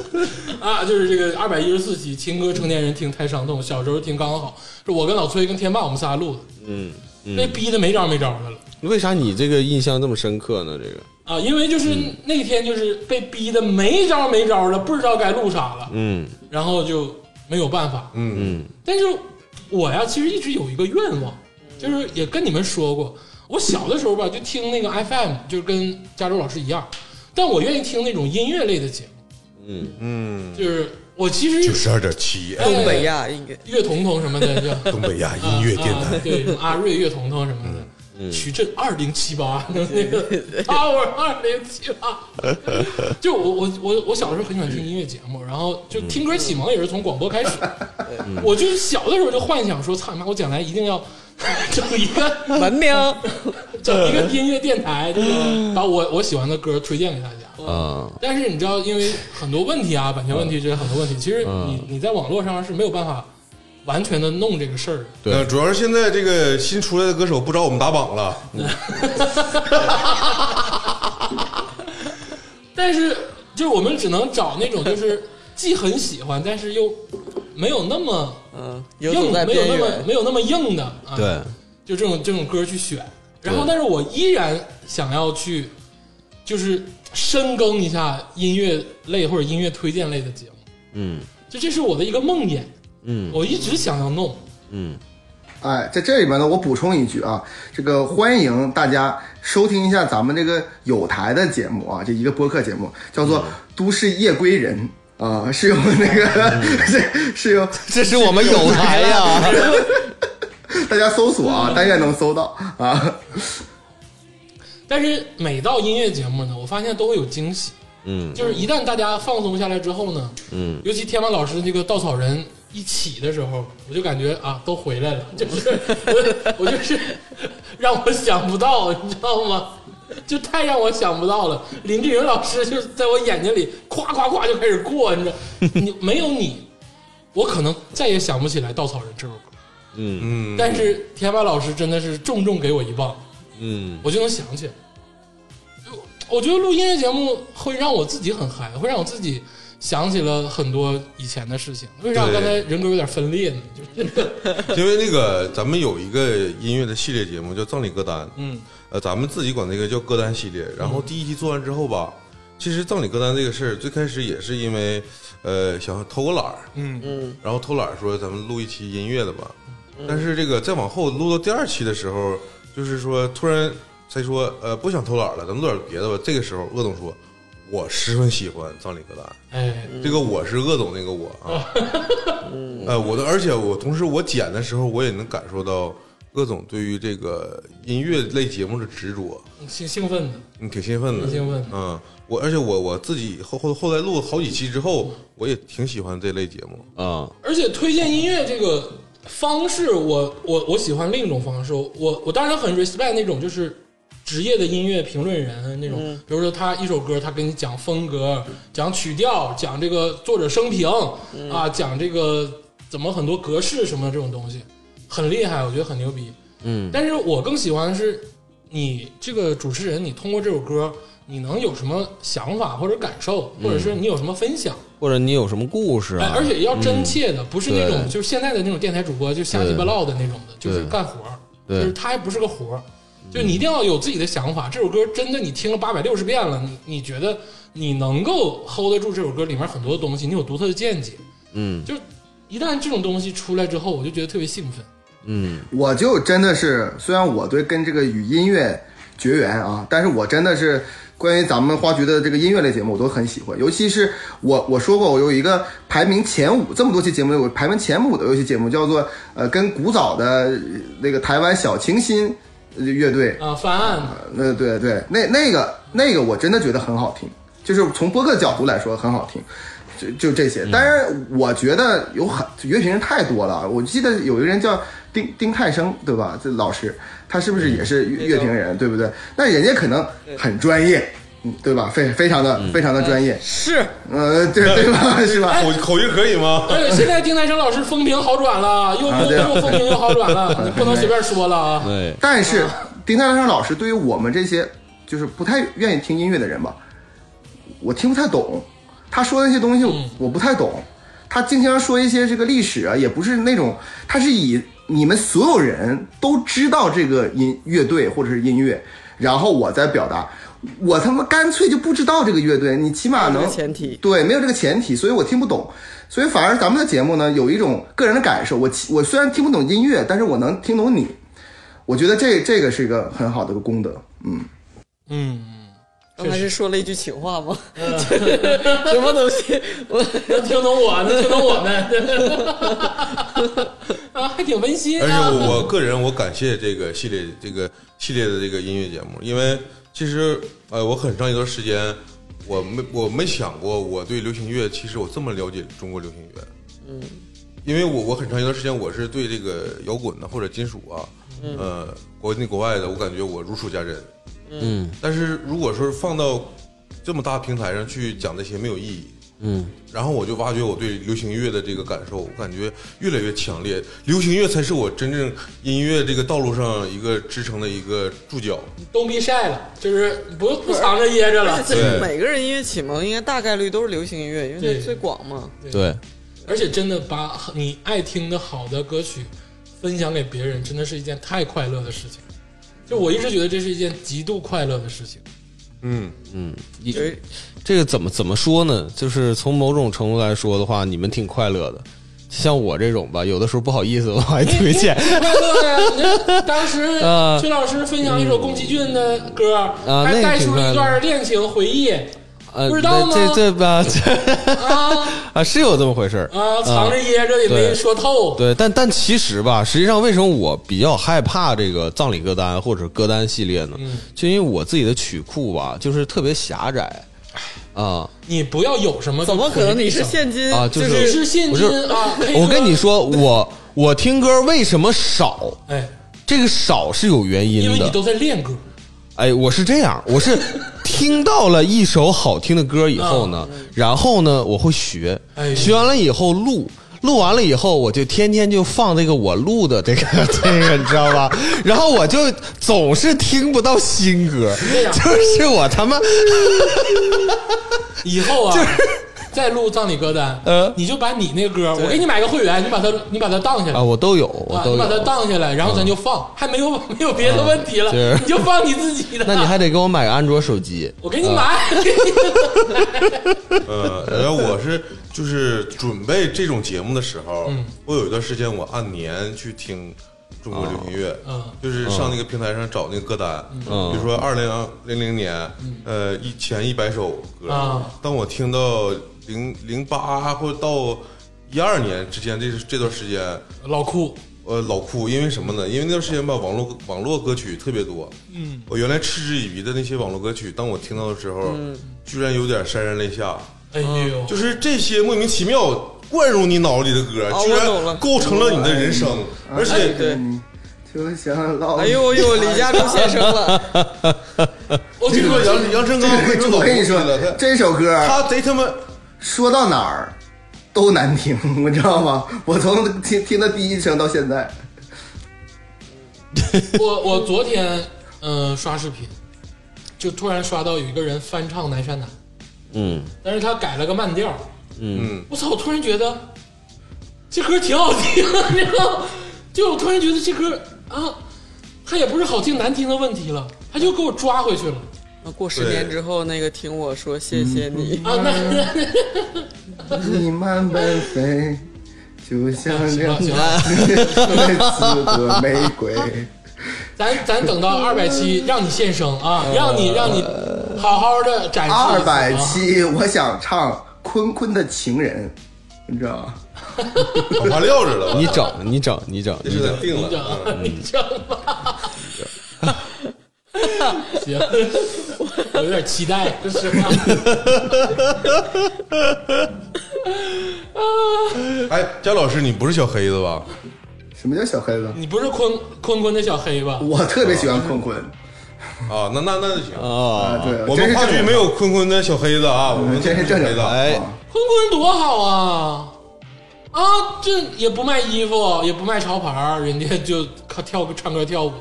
(laughs) 啊，就是这个二百一十四期，情歌成年人听太伤痛，小时候听刚刚好，是我跟老崔跟天霸我们仨录的，嗯，被逼的没招没招的了。
为啥你这个印象这么深刻呢？这个
啊，因为就是那天就是被逼的没招没招了，不知道该录啥了，
嗯
然后就没有办法。
嗯，
但是我呀，其实一直有一个愿望，就是也跟你们说过，我小的时候吧，就听那个 FM，就是跟加州老师一样，但我愿意听那种音乐类的节目，
嗯
嗯，就是我其
九
实
十二点七哎
东北亚应该
岳彤彤什么的，就
东北亚音乐电
啊
台，
对，什么阿瑞、岳彤彤什么的。矩阵二零七八，那个 Tower 二零七八，就我我我我小时候很喜欢听音乐节目，然后就听歌启蒙也是从广播开始。我就小的时候就幻想说，操你妈，我将来一定要整一个
文明，
整一个音乐电台，就是把我我喜欢的歌推荐给大家。
啊
但是你知道，因为很多问题啊，版权问题这些很多问题，其实你你在网络上是没有办法完全的弄这个事儿的。
对
呃，主要是现在这个新出来的歌手不找我们打榜了，
但是就是我们只能找那种就是既很喜欢，但是又没有那么
嗯，游
硬，
走在
没有那
边
么
缘，
没有那么硬的啊，
对，
就这种这种歌去选。然后，
对
但是我依然想要去，就是深耕一下音乐类或者音乐推荐类的节目，
嗯
就这是我的一个梦魇，
嗯
我一直想要弄。
嗯，
哎，在这里边呢，我补充一句啊，这个欢迎大家收听一下咱们这个有台的节目啊，这一个播客节目
嗯
叫做《都市夜归人》。啊，是由那个，
嗯
是 (laughs) 是由
这是我们有台呀，
大家搜索
嗯
啊，但愿能搜到啊。
但是每到音乐节目呢，我发现都会有惊喜。
(laughs) 嗯
就是一旦大家放松下来之后呢，
嗯，
尤其天马老师这个稻草人一起的时候，我就感觉啊，都回来了，就是 (laughs) 我我就是 (laughs) 让我想不到，你知道吗？就太让我想不到了。林志颖老师就是在我眼睛里夸夸夸就开始过，你知道，你没有你，我可能再也想不起来稻草人这首歌。
嗯
嗯，
但是天马老师真的是重重给我一棒，
嗯
我就能想起来。我觉得录音乐节目会让我自己很嗨，会让我自己想起了很多以前的事情。为啥我
对
刚才人格有点分裂呢？就是
因为那个咱们有一个音乐的系列节目叫葬礼歌单，
嗯，
呃，咱们自己管那个叫歌单系列。然后第一期做完之后吧，其实葬礼歌单这个事儿最开始也是因为呃想偷个懒儿，
嗯
然后偷懒儿说咱们录一期音乐的吧。但是这个再往后录到第二期的时候，就是说突然才说呃不想偷懒儿了，咱们录点别的吧。这个时候鄂总说，我十分喜欢葬礼歌单。
哎，
这个我是鄂总那个我啊，呃，我的，而且我同时我剪的时候，我也能感受到鄂总对于这个音乐类节目的执着，
兴兴奋的，
你挺兴奋的，
挺兴奋的
嗯，我而且我我自己后后后来录了好几期之后，我也挺喜欢这类节目，
啊
而且推荐音乐这个方式，我我我喜欢另一种方式。我我当然很 respect 那种就是职业的音乐评论人那种，比如说他一首歌，他给你讲风格、讲曲调、讲这个作者生平、啊，讲这个怎么很多格式什么这种东西，很厉害，我觉得很牛逼。
嗯
但是我更喜欢的是你这个主持人，你通过这首歌，你能有什么想法或者感受，或者是你有什么分享。
或者你有什么故事
哎
啊，？
而且要真切的，不是那种
对
就是现在的那种电台主播就瞎鸡巴唠的那种的，就是
对
干活儿，就
对
是他还不是个活儿，就你一定要有自己的想法。这首歌真的你听了八百六十遍了，你你觉得你能够 hold 得住这首歌里面很多东西，你有独特的见解。
嗯
就一旦这种东西出来之后，我就觉得特别兴奋。
嗯
我就真的是，虽然我对跟这个与音乐绝缘啊，但是我真的是关于咱们花局的这个音乐类节目，我都很喜欢。尤其是我我说过，我有一个排名前五，这么多期节目，我排名前五的游戏节目叫做呃，跟古早的呃那个台湾小清新呃乐队
啊，翻案，
呃，对对，那那个那个我真的觉得很好听，就是从播客角度来说很好听，就就这些。当然，我觉得有很乐评人太多了，我记得有一个人叫丁丁太生，对吧？这老师他是不是也是乐乐评人，对不对？但人家可能很专业，嗯，对吧？非非常的非常的专业，
是
呃，对对吧？ (laughs) 是吧？
口口音可以吗？
而哎且现在丁太升老师风评好转了，又
啊对
又又风评又好转了，你不能随便说了啊。
对
但是丁太亮老师对于我们这些就是不太愿意听音乐的人吧，我听不太懂，他说的那些东西
嗯
我我不太懂，他经常说一些这个历史啊，也不是那种，他是以你们所有人都知道这个音乐队或者是音乐，然后我再表达。我他妈干脆就不知道这个乐队，你起码
这
能
个前提。
对，没有这个前提，所以我听不懂。所以反而咱们的节目呢，有一种个人的感受。我其我虽然听不懂音乐，但是我能听懂你。我觉得这这个是一个很好的一个功德。嗯，
嗯，
刚才是说了一句情话吗？ (laughs) 什么东西？ (laughs) 我
(laughs) 能听懂我，能听懂我
(laughs)
们，啊，还挺温馨
而且
啊。
我我个人我感谢这个系列这个系列的这个音乐节目，因为其实呃我很长一段时间我没我没想过我对流行乐其实我这么了解中国流行乐，嗯，因为我我很长一段时间我是对这个摇滚呢或者金属啊，呃国内国外的我感觉我如数家珍，
嗯
但是如果说放到这么大平台上去讲这些没有意义，
嗯
然后我就挖掘我对流行乐的这个感受，我感觉越来越强烈。流行乐才是我真正音乐这个道路上一个支撑的一个注脚。
东逼晒了，就是不不藏着掖着
(laughs)
了。
其实
对
每个人音乐启蒙应该大概率都是流行音乐，因为
对
它最广嘛。
对
(laughs) 而且真的把你爱听的好的歌曲分享给别人，真的是一件太快乐的事情。就我一直觉得这是一件极度快乐的事
(laughs)
情。
嗯，
嗯，一
就是
这个怎么怎么说呢？就是从某种程度来说的话，你们挺快乐的。像我这种吧，有的时候不好意思，我还推荐。
快乐呀！你这当时
(laughs) 啊
崔老师分享一首宫崎骏的歌，
那
还
个
带
挺
出了一
快乐
段恋情回忆啊
呃，
不知道吗
这这吧，这
(laughs) 啊
(laughs) 啊是有这么回事儿
啊，藏着掖着也没
对
说透。
对，但但其实吧，实际上为什么我比较害怕这个葬礼歌单或者歌单系列呢？
嗯
就因为我自己的曲库吧，就是特别狭窄啊
你不要有什么
怎么可能你是现金
啊，就
你
是
是现
我
金
就
啊？黑
我跟
哥
你，说，我我听歌为什么少？
哎，
这个少是有原
因
因
为你
的。
都在练歌，
哎，我是这样，我是听到了一首好听的歌以后呢，然后呢，我会学
嗯哎，
学完了以后录。录完了以后，我就天天就放这个我录的这个 (laughs) 这个，你知道吧？然后我就总是听不到新歌，就是我他妈
以后啊。再录葬礼歌单，
呃
你就把你那歌，我给你买个会员，你把它，你把它当下来
啊，，我都有，我
啊，
都
你把它
有。嗯
当下来，然后咱就放，还没有没有别的问题了
就是，
你就放你自己的。
那你还得啊给我买个安卓手机。
我给你买， (laughs) 给你
呃，然后我是就是准备这种节目的时候，
嗯
我有一段时间我按年去听中国流行乐，
嗯
就是上那个平台上找那个歌单，比如说二零零零年，呃，一前一百首歌，
嗯啊
当我听到零零八或者到一二年之间这这段时间，
老酷，
呃，老酷，因为什么呢？因为那段时间吧，网络网络歌曲特别多。嗯，我原来嗤之以鼻的那些网络歌曲，当我听到的时候，居然有点潸然泪下。
哎
嗯
呦，
就是这些莫名其妙灌入你脑里的歌，
哦
居
我懂了嗯哎
然构成了你的人生，而且。
对，
就想老
哎
(laughs)
呦呦，李嘉诚先生了，
我
这
这
个
个
杨杨振刚会
这
出
个
走
我跟你
出去
(laughs)
说
了，，
这首歌
啊
他他贼他妈
说到哪儿都难听， (laughs) 你知道吗？我从听听到第一声到现在，
我我昨天嗯、呃刷视频，就突然刷到有一个人翻唱《南山南》，
嗯
但是他改了个慢调，
嗯，
我操！我突然觉得 (laughs) 这歌挺好听，你知道吗？就我突然觉得这歌啊，他也不是好听难听的问题了，他就给我抓回去了
(laughs) 那过十年之后，那个听我说谢谢你，
啊！那
你慢慢飞，就像两
(laughs) 行了
(laughs) 对刺的玫瑰。
咱咱等 (laughs) 到二百期，让你现身啊，让你让你好好的展示
二百
一次啊
期，我想唱《坤坤的情人》，你知道吗？
把话撂着了，
你整，你整，你整，
这
你
是
整
咱。定
你
了。
整， (laughs) 你整吧。嗯 (laughs) 行， (laughs) 我有点期待，这 (laughs) 是吧？
哎，姜老师，你不是小黑子吧？
什么叫小黑子？
你不是坤坤坤的小黑吧？
我特别喜欢坤坤
啊，那那那就行。
啊，
哦，
对，
我
真
们
是
话
正
剧
经
没有坤坤的小黑子啊，我
我们
们
嗯真是
小
正
黑
经
子。
的，
哎
啊
坤坤多好啊！啊，这也不卖衣服，也不卖潮牌儿，人家就靠跳个唱歌跳舞，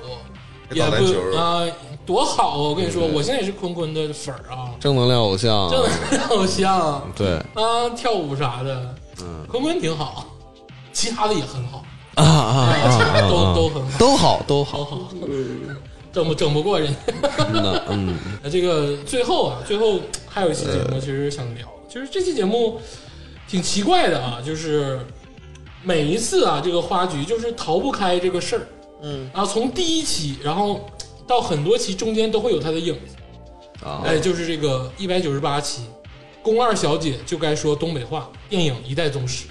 也
打篮球
不啊，多好啊！我跟你说，我现在也是坤坤的粉儿啊，
正能量偶像，
正能 (laughs) 偶像 (laughs)
对
啊，跳舞啥的，
嗯
坤坤挺好，其他的也很好，
啊啊啊啊，
(laughs)
嗯
都
啊
都很好
都好，都
好
好，
好，整不整不过人。
真的，嗯，
这个最后啊，最后还有一期节目，其实想聊，就是这期节目挺奇怪的啊，就是每一次啊，这个花局就是逃不开这个事儿，
嗯，
然后从第一期，然后到很多期中间都会有它的影子，
啊
哎，就是这个一百九十八期，宫二小姐就该说东北话，电影一代宗师，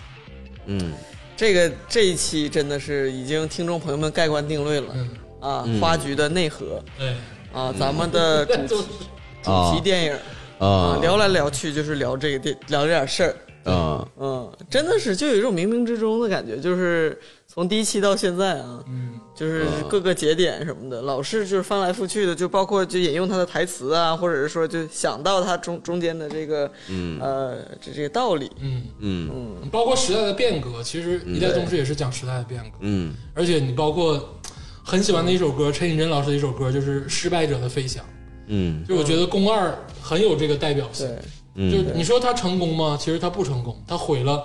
嗯，
这个这一期真的是已经听众朋友们盖棺定论了
嗯
啊！花局的内核
哎，
啊，咱们的
一代宗
主题
师
主
啊
题电影啊，
啊
聊来聊去就是聊这个电聊这点事儿，
啊，
嗯，真的是就有一种冥冥之中的感觉，就是从第一期到现在啊，
嗯
就是各个节点什么的，老是就是翻来覆去的，就包括就引用他的台词啊，或者是说就想到他中中间的这个，嗯呃这这个道理，
嗯
嗯
嗯，包括时代的变革，其实一代宗师也是讲时代的变革，
嗯
而且你包括很喜欢的一首歌，陈绮贞老师的一首歌，就是《失败者的飞翔
嗯》，
就我觉得宫二很有这个代表性。
对，
嗯，
就是你说他成功吗？其实他不成功，他毁了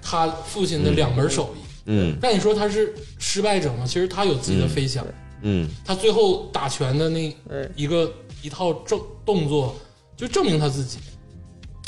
他父亲的两门手艺。
嗯
但你说他是失败者吗？其实他有自己的飞翔，
嗯
他最后打拳的那
对
一个一套正动作，就证明他自己。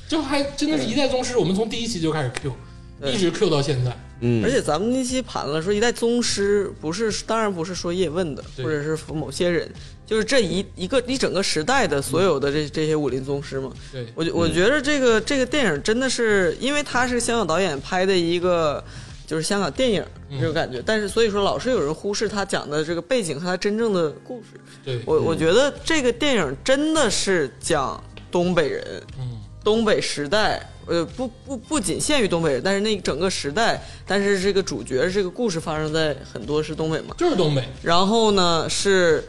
就还真的是一代宗师，我们从第一期就开始 Q，
对
一直 Q 到现在。
嗯，
而且咱们那期盘了说一代宗师不是，当然不是说叶问的，
对
或者是某些人，就是这一一个一整个时代的所有的这这些武林宗师嘛，
对，
我觉我觉得这个这个电影真的是，因为他是香港导演拍的一个，就是香港电影这种感觉，但是所以说老是有人忽视他讲的这个背景和他真正的故事。
对，
我我觉得这个电影真的是讲东北人，
嗯，
东北时代，呃，不不不仅限于东北人，但是那整个时代，但是这个主角这个故事发生在很多是东北嘛，
就是东北。
然后呢是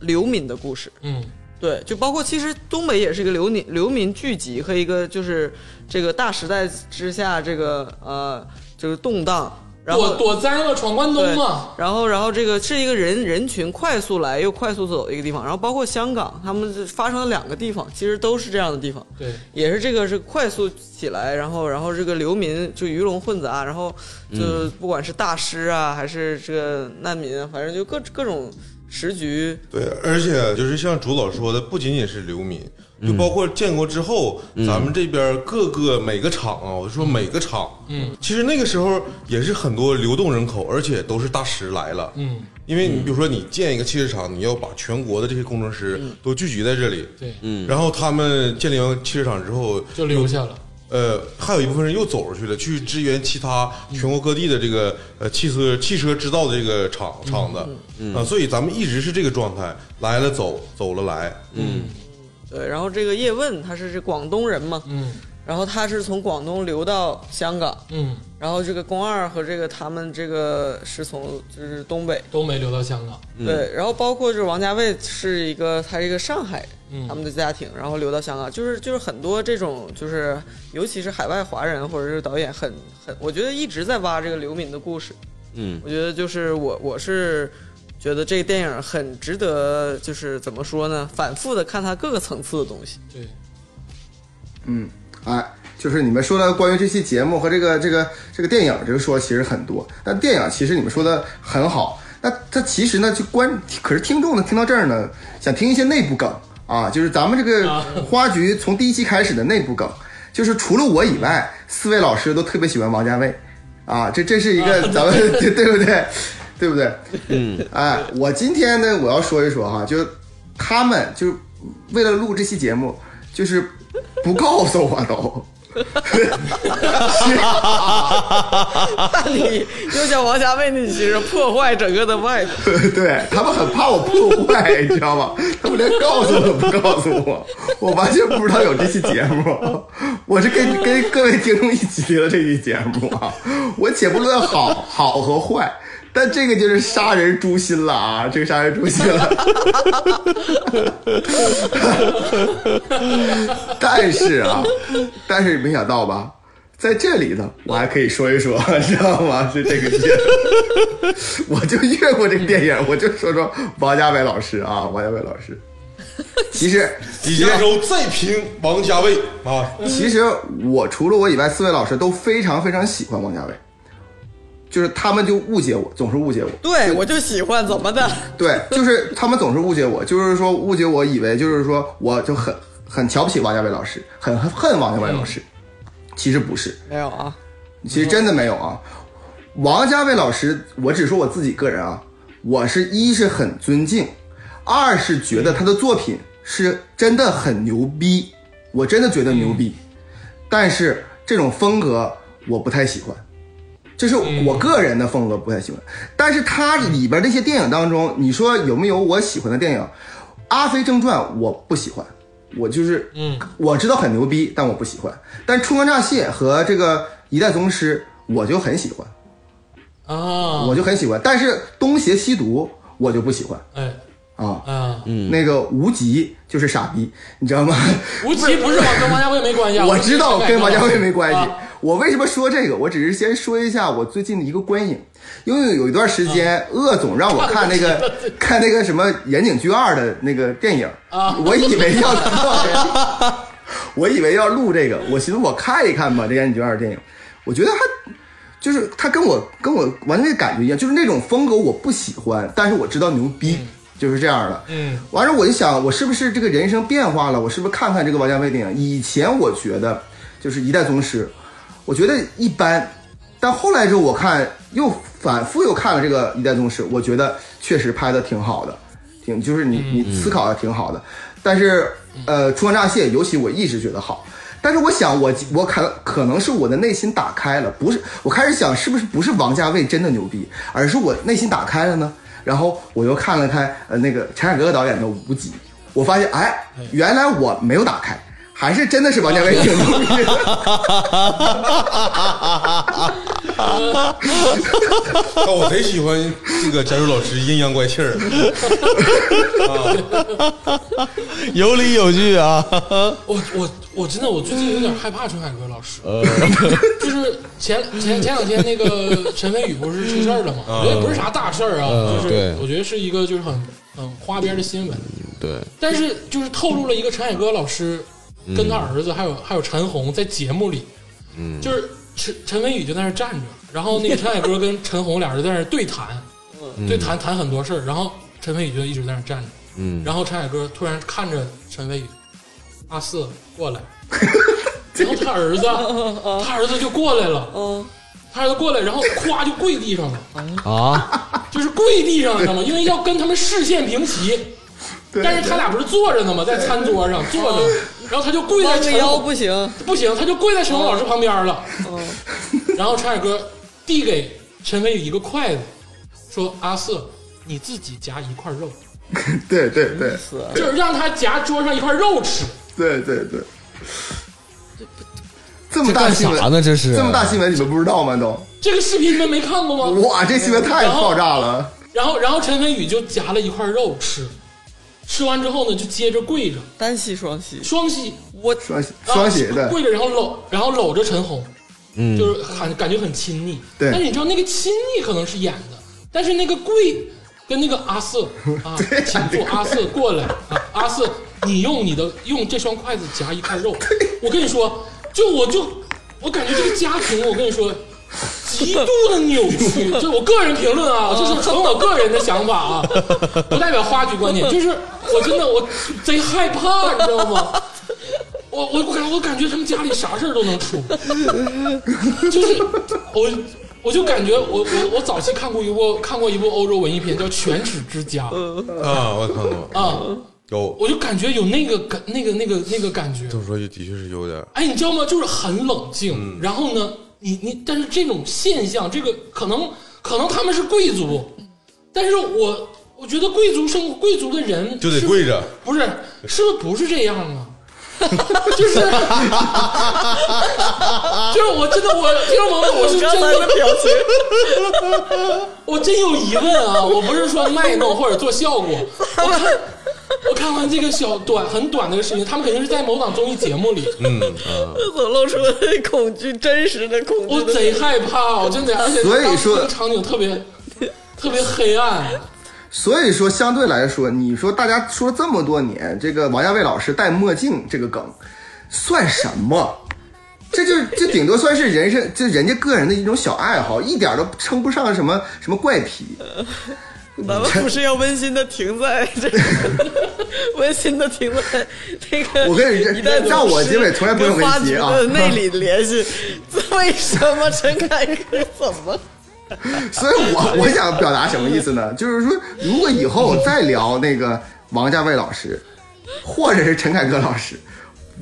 流民的故事，
嗯，
对，就包括其实东北也是一个流民流民聚集和一个就是这个大时代之下这个呃就是动荡，然后
躲躲灾嘛，闯关
对
东嘛，
然后然后这个是一个人人群快速来又快速走的一个地方，然后包括香港，他们这发生了两个地方，其实都是这样的地方，
对，
也是这个是快速起来，然后然后这个流民就鱼龙混杂，然后就不管是大师啊还是这个难民啊，反正就各各种时局，
对，而且就是像朱导说的，不仅仅是流民，就
嗯
包括建国之后，咱们这边各个每个厂啊，我就说每个厂，
嗯，
其实那个时候也是很多流动人口，而且都是大师来了，
嗯，
因为你比如说你建一个汽车厂，你要把全国的这些工程师都聚集在这里，
嗯对，
然后他们建立完汽车厂之后，
就留下了。
呃，还有一部分人又走出去了，去支援其他全国各地的这个呃汽车汽车制造的这个厂
嗯
厂子，啊、所以咱们一直是这个状态，来了走，走了来，嗯，
对，然后这个叶问他是这广东人嘛，
嗯
然后他是从广东流到香港，
嗯，
然后这个宫二和这个他们这个是从就是东北，
都没留到香港。
对，然后包括就是王家卫是一个他是一个上海人，
嗯
他们的家庭，然后流到香港，就是就是很多这种就是尤其是海外华人或者是导演很很，我觉得一直在挖这个刘敏的故事，
嗯
我觉得就是我我是觉得这个电影很值得，就是怎么说呢，反复的看它各个层次的东西，
对，
嗯，哎，就是你们说的关于这期节目和这个这个这个电影，这个说其实很多，但电影其实你们说的很好。那他其实呢，就观，可是听众呢，听到这儿呢，想听一些内部梗啊，就是咱们这个花局从第一期开始的内部梗，就是除了我以外，四位老师都特别喜欢王家卫，啊，这这是一个咱们对 (laughs) 对不对？对不对？嗯，哎，我今天呢，我要说一说哈，就他们就是为了录这期节目，就是不告诉我都。
那你 (laughs) 又像王家卫，你其实破坏整个的外部。
(laughs) 对他们很怕我破坏，你知道吗？他们连告诉我都不告诉我，我完全不知道有这期节目。我是跟跟各位听众一起听的这期节目啊，我且不论好好和坏，但这个就是杀人诛心了啊！这个杀人诛心了。 (laughs) 但是啊，但是没想到吧，在这里头我还可以说一说，知道吗？是这个电影，我就越过这个电影，我就说说王家卫老师啊，王家卫老师。其实，
李嘉洲再评王家卫
(laughs)
啊，
其实我除了我以外，四位老师都非常非常喜欢王家卫，就是他们就误解我，总是误解我。
对，我就喜欢怎么的？
对，就是他们总是误解我，就是说误解我以为就是说我就很很瞧不起王家卫老师，很很恨王家卫老师，其实不是，
没有啊，
其实真的没有啊。王家卫老师，我只说我自己个人啊，我是一是很尊敬，二是觉得他的作品是真的很牛逼，我真的觉得牛逼，但是这种风格我不太喜欢。这是我个人的风格不太喜欢，但是它里边那些电影当中，你说有没有我喜欢的电影？《阿飞正传》我不喜欢，我就是，嗯，我知道很牛逼，但我不喜欢。但《春光乍泄》和这个《一代宗师》，我就很喜欢，
啊，
我就很喜欢。但是《东邪西毒》我就不喜欢
哎
啊。
啊，
那个无极就是傻逼，你知道吗？
吴奇不是王跟王家卫没关系啊，
我知道跟王家卫没关系
啊。
我为什么说这个？我只是先说一下我最近的一个观影，因为有一段时
啊
间，鄂总让我看
(laughs)
那个看那个什么《岩井俊二》的那个电影，
啊
我以为要我以为要录这个，我寻思我看一看吧，这《岩井俊二》电影，我觉得还就是他跟我跟我完全感觉一样，就是那种风格我不喜欢，但是我知道牛逼，就是这样的。
嗯，
完了我就想，我是不是这个人生变化了？我是不是看看这个王家卫电影？以前我觉得就是一代宗师，我觉得一般，但后来之后我看又反复又看了这个一代宗师，我觉得确实拍的挺好的，挺就是你你思考的挺好的。但是呃，《春光乍泄》尤其我一直觉得好。但是我呃想我，我可可能是我的内心打开了，不是我开始想是不是不是王家卫真的牛逼，而是我内心打开了呢。然后我又看了看呃那个陈凯歌导演的《无极》，我发现哎，原来我没有打开，还是真的是王家
(laughs)
卫挺牛逼的。
但我贼喜欢这个嘉洲老师阴阳怪气儿，
有理有据啊！
我我我真的我最近有点害怕陈凯歌老师，就是前前前两天那个陈飞宇不是出事儿了吗？我觉得也不是啥大事儿啊，
嗯
就是
对
我觉得是一个就是很很花边的新闻，
对，
但是就是透露了一个陈凯歌老师跟他儿子还有还有陈红在节目里，就是陈陈文宇就在那儿站着，然后那个陈凯歌跟陈红俩人在那儿对谈，对谈谈很多事儿，然后陈飞宇就一直在那儿站着，
嗯
然后陈凯歌突然看着陈飞宇，阿四过来，然后他儿子，他儿子就过来了，
嗯，
他儿子过来，然后咵就跪地上了，
啊，
就是跪地上，你知道吗？因为要跟他们视线平齐。但是他俩不是坐着呢吗？在餐桌上坐着，然后他就跪在
弯个
陈
腰哦
红
不行，
不行，他就跪在陈红老师旁边了。 (laughs) 然后陈凯歌递给陈飞宇一个筷子，说：“阿瑟，你自己夹一块肉，
对对对
哎
就是让他夹桌上一块肉吃。
对对对，这么
这
大
干
新
啥
闻
呢？这是啊
这么大新闻你们不知道吗？都
这个视频你们没看过吗？
哇，这新闻太爆炸了！
然后，然后陈飞宇就夹了一块肉吃，吃完之后呢，就接着跪着，
单膝双膝，
双膝
我
双双喜
啊
的，
跪着，然后搂，然后搂着陈红，
嗯
就是感感觉很亲昵。
对
但是你知道那个亲昵可能是演的，但是那个跪跟那个阿
(laughs)
瑟啊，请坐阿瑟过来啊，阿瑟，你用你的用这双筷子夹一块肉，我跟你说，就我就我感觉这个家庭，我跟你说，极度的扭曲。这我个人评论啊，这是纯我个人的想法啊，不代表花局观点。就是我真的我贼害怕，你知道吗？我我我感我感觉他们家里啥事儿都能出，就是我我就感觉我我我早期看过一部看过一部欧洲文艺片叫《犬齿之家》
啊，我看过，
啊，
有，
我就感觉有那个感那个那个那个感觉。
这么说也的确是有点儿，
哎，你知道吗？就是很冷
嗯
静，然后呢，你你，但是这种现象，这个可能可能他们是贵族，
嗯
但是我我觉得贵族生活，贵族的人
就得
是
跪着，
不是是不是不是这样啊？ (laughs) 就是， (laughs) 就是我真的我听众朋友们，我是真
我刚才的
的，
表情，
我真有疑问啊！我不是说卖弄或者做效果，我看我看完这个小短很短的一个视频，他们肯定是在某档综艺节目里，
嗯啊，
(laughs) 我所露出的恐惧，真实的恐
我
惧的。
贼害怕，我真的，而且
所以
当时
说
那个场景特别特别黑暗，
所以说，相对来说，你说大家说这么多年，这个王家卫老师戴墨镜这个梗，算什么？这就这顶多算是人生，这人家个人的一种小爱好，一点都称不上什么什么怪癖。
咱们不是要温馨的停在这 (laughs) 个，温馨的停在这个。
我跟你
一代祖师
让我结尾从来不用
跟花
温
局
馨啊
的内里联系，为什么陈凯歌怎
(laughs)
么？
所以我我想表达什么意思呢？就是说，如果以后再聊那个王家卫老师，或者是陈凯歌老师，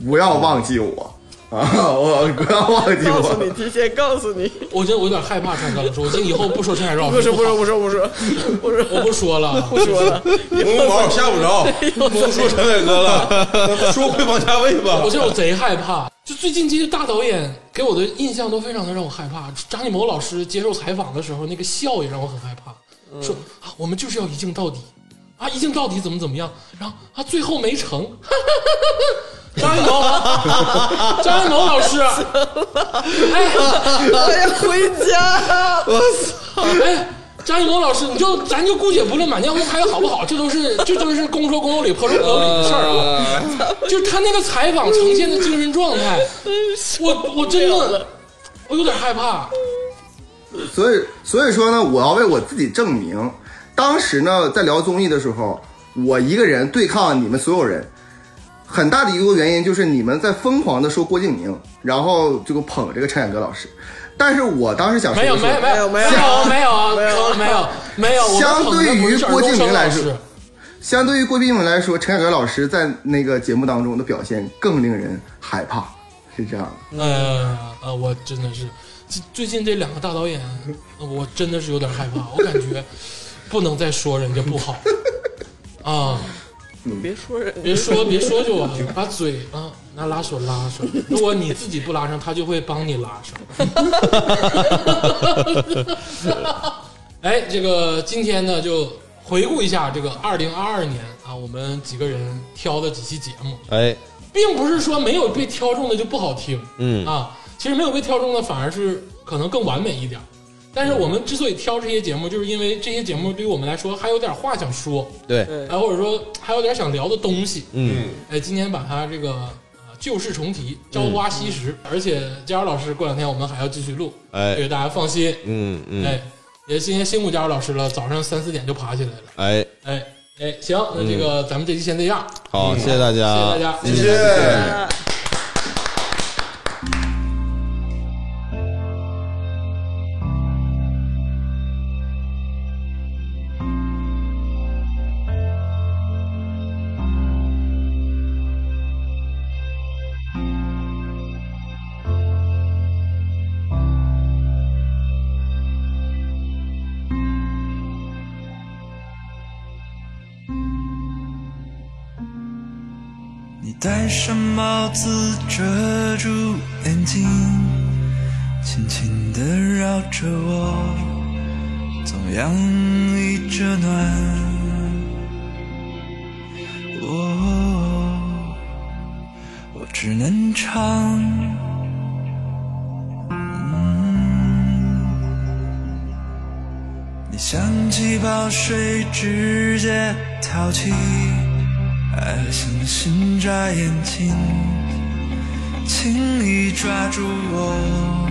不要忘记我啊！我不要忘记
告诉你，
我。
提前告诉你。
我真我有点害怕陈凯歌老师，我今以后不说陈
(laughs)
凯歌老
不
师
说
不
不
好，
说不说不说不说
我不说了，
不说了，
红毛吓不着，不说陈凯歌了， (laughs) 说回王家卫吧
我，这我贼害怕。就最近这些大导演给我的印象都非常的让我害怕。张艺谋老师接受采访的时候，那个笑也让我很害怕，说啊，我们就是要一镜到底，啊，一镜到底怎么怎么样，然后啊，最后没成。 (laughs) 张艺谋， (laughs) 张艺谋老师，哎，
我也回家。
哎，张艺谋老师，你就咱就姑且不论《满江红》拍的好不好，这都是这都是公说公有理，婆说婆有理的事儿啊。
呃
就是他那个采访呈现的精神状态，我我真的我有点害怕。
所以所以说呢，我要为我自己证明，当时呢在聊综艺的时候，我一个人对抗你们所有人。很大的一个原因就是你们在疯狂的说郭敬明，然后这个捧这个陈凯歌老师，但是我当时想说
没
的
有
是，
没有没有
没
有
有
没
没
有没
有
有啊
没有
没有没有，我们
相
捧的
对
不
于
是
郭敬明来
周深
说
老师，
相对于郭敬明来说，陈凯歌老师在那个节目当中的表现更令人害怕，是这样的。
呃呃，我真的是最最近这两个大导演，我真的是有点害怕，我感觉不能再说人家不好啊。
别说人，
别说别说就完了，把嘴啊拿拉手拉上。如果你自己不拉上，他就会帮你拉上。 (laughs) 哎，这个今天呢，就回顾一下这个二零二二年啊，我们几个人挑的几期节目，
哎，
并不是说没有被挑中的就不好听，
嗯
啊，其实没有被挑中的反而是可能更完美一点。但是我们之所以挑这些节目，就是因为这些节目对于我们来说还有点话想说，
对，
哎，或者说还有点想聊的东西，
嗯，
哎，今天把它这个呃旧事重提，朝
嗯
花夕拾，而且佳茹老师过两天我们还要继续录，
哎
这个大家放心，
嗯嗯，
哎，也今天辛苦佳茹老师了，早上三四点就爬起来了，
哎，
哎哎，行，那
嗯
这个、咱们这期先这样，
好，谢谢大
谢谢
家，嗯
大家，
谢谢。
你戴上帽子遮住眼睛，轻轻地绕着我，总洋溢着暖。哦，我只能唱。嗯，你像气泡水直接淘气。爱像星眨眼睛，轻易抓住我。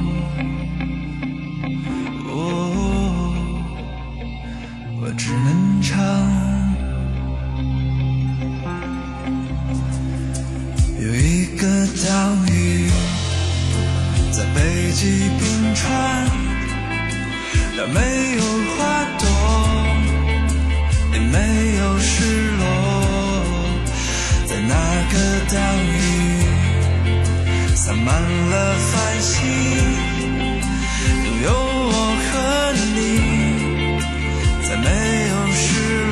哦只能唱。有一个岛屿在北极冰川，它没有花朵，也没有失落。在那个岛屿，洒满了繁星，拥有我和你，再没有失落。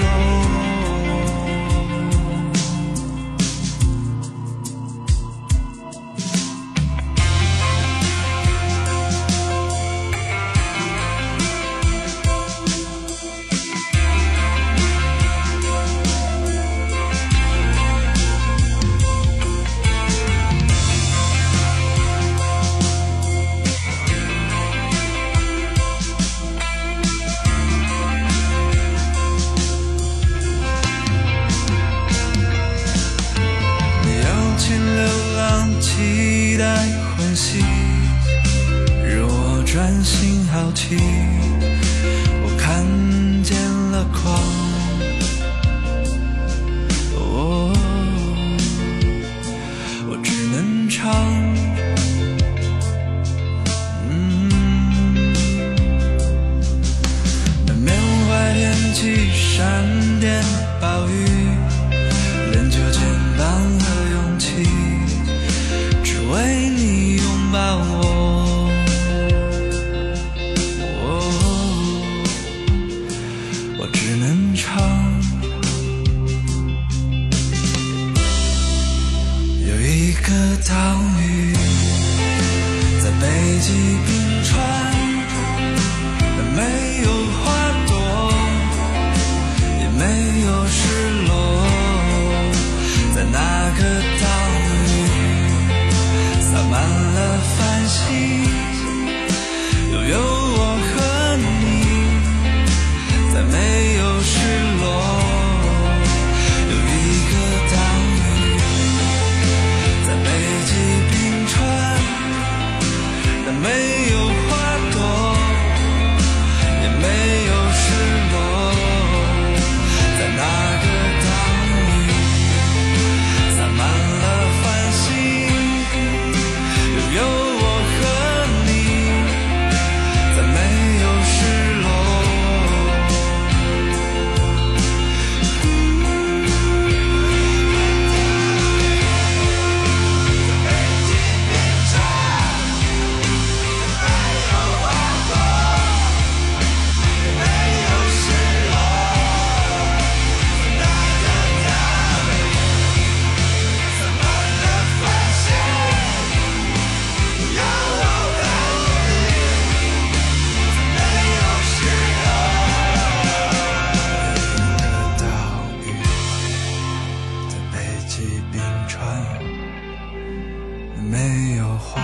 你邀请流浪，期待欢喜，如我专心好奇，我看见了光。哦，我只能唱。嗯。难免坏天气、闪电、暴雨，练就肩膀和勇气，只为你拥抱我。哦我只能唱。有一个岛屿，在北极冰川。那没有花朵，也没有失落，在那个岛屿洒满了繁星，又有我和你，再没有失落。有一个岛屿，在北极冰川，那没有花朵。也没有失落，在那个岛屿，洒满了繁星，又有我和你，再没有失落。岛屿，在北极冰川，没有花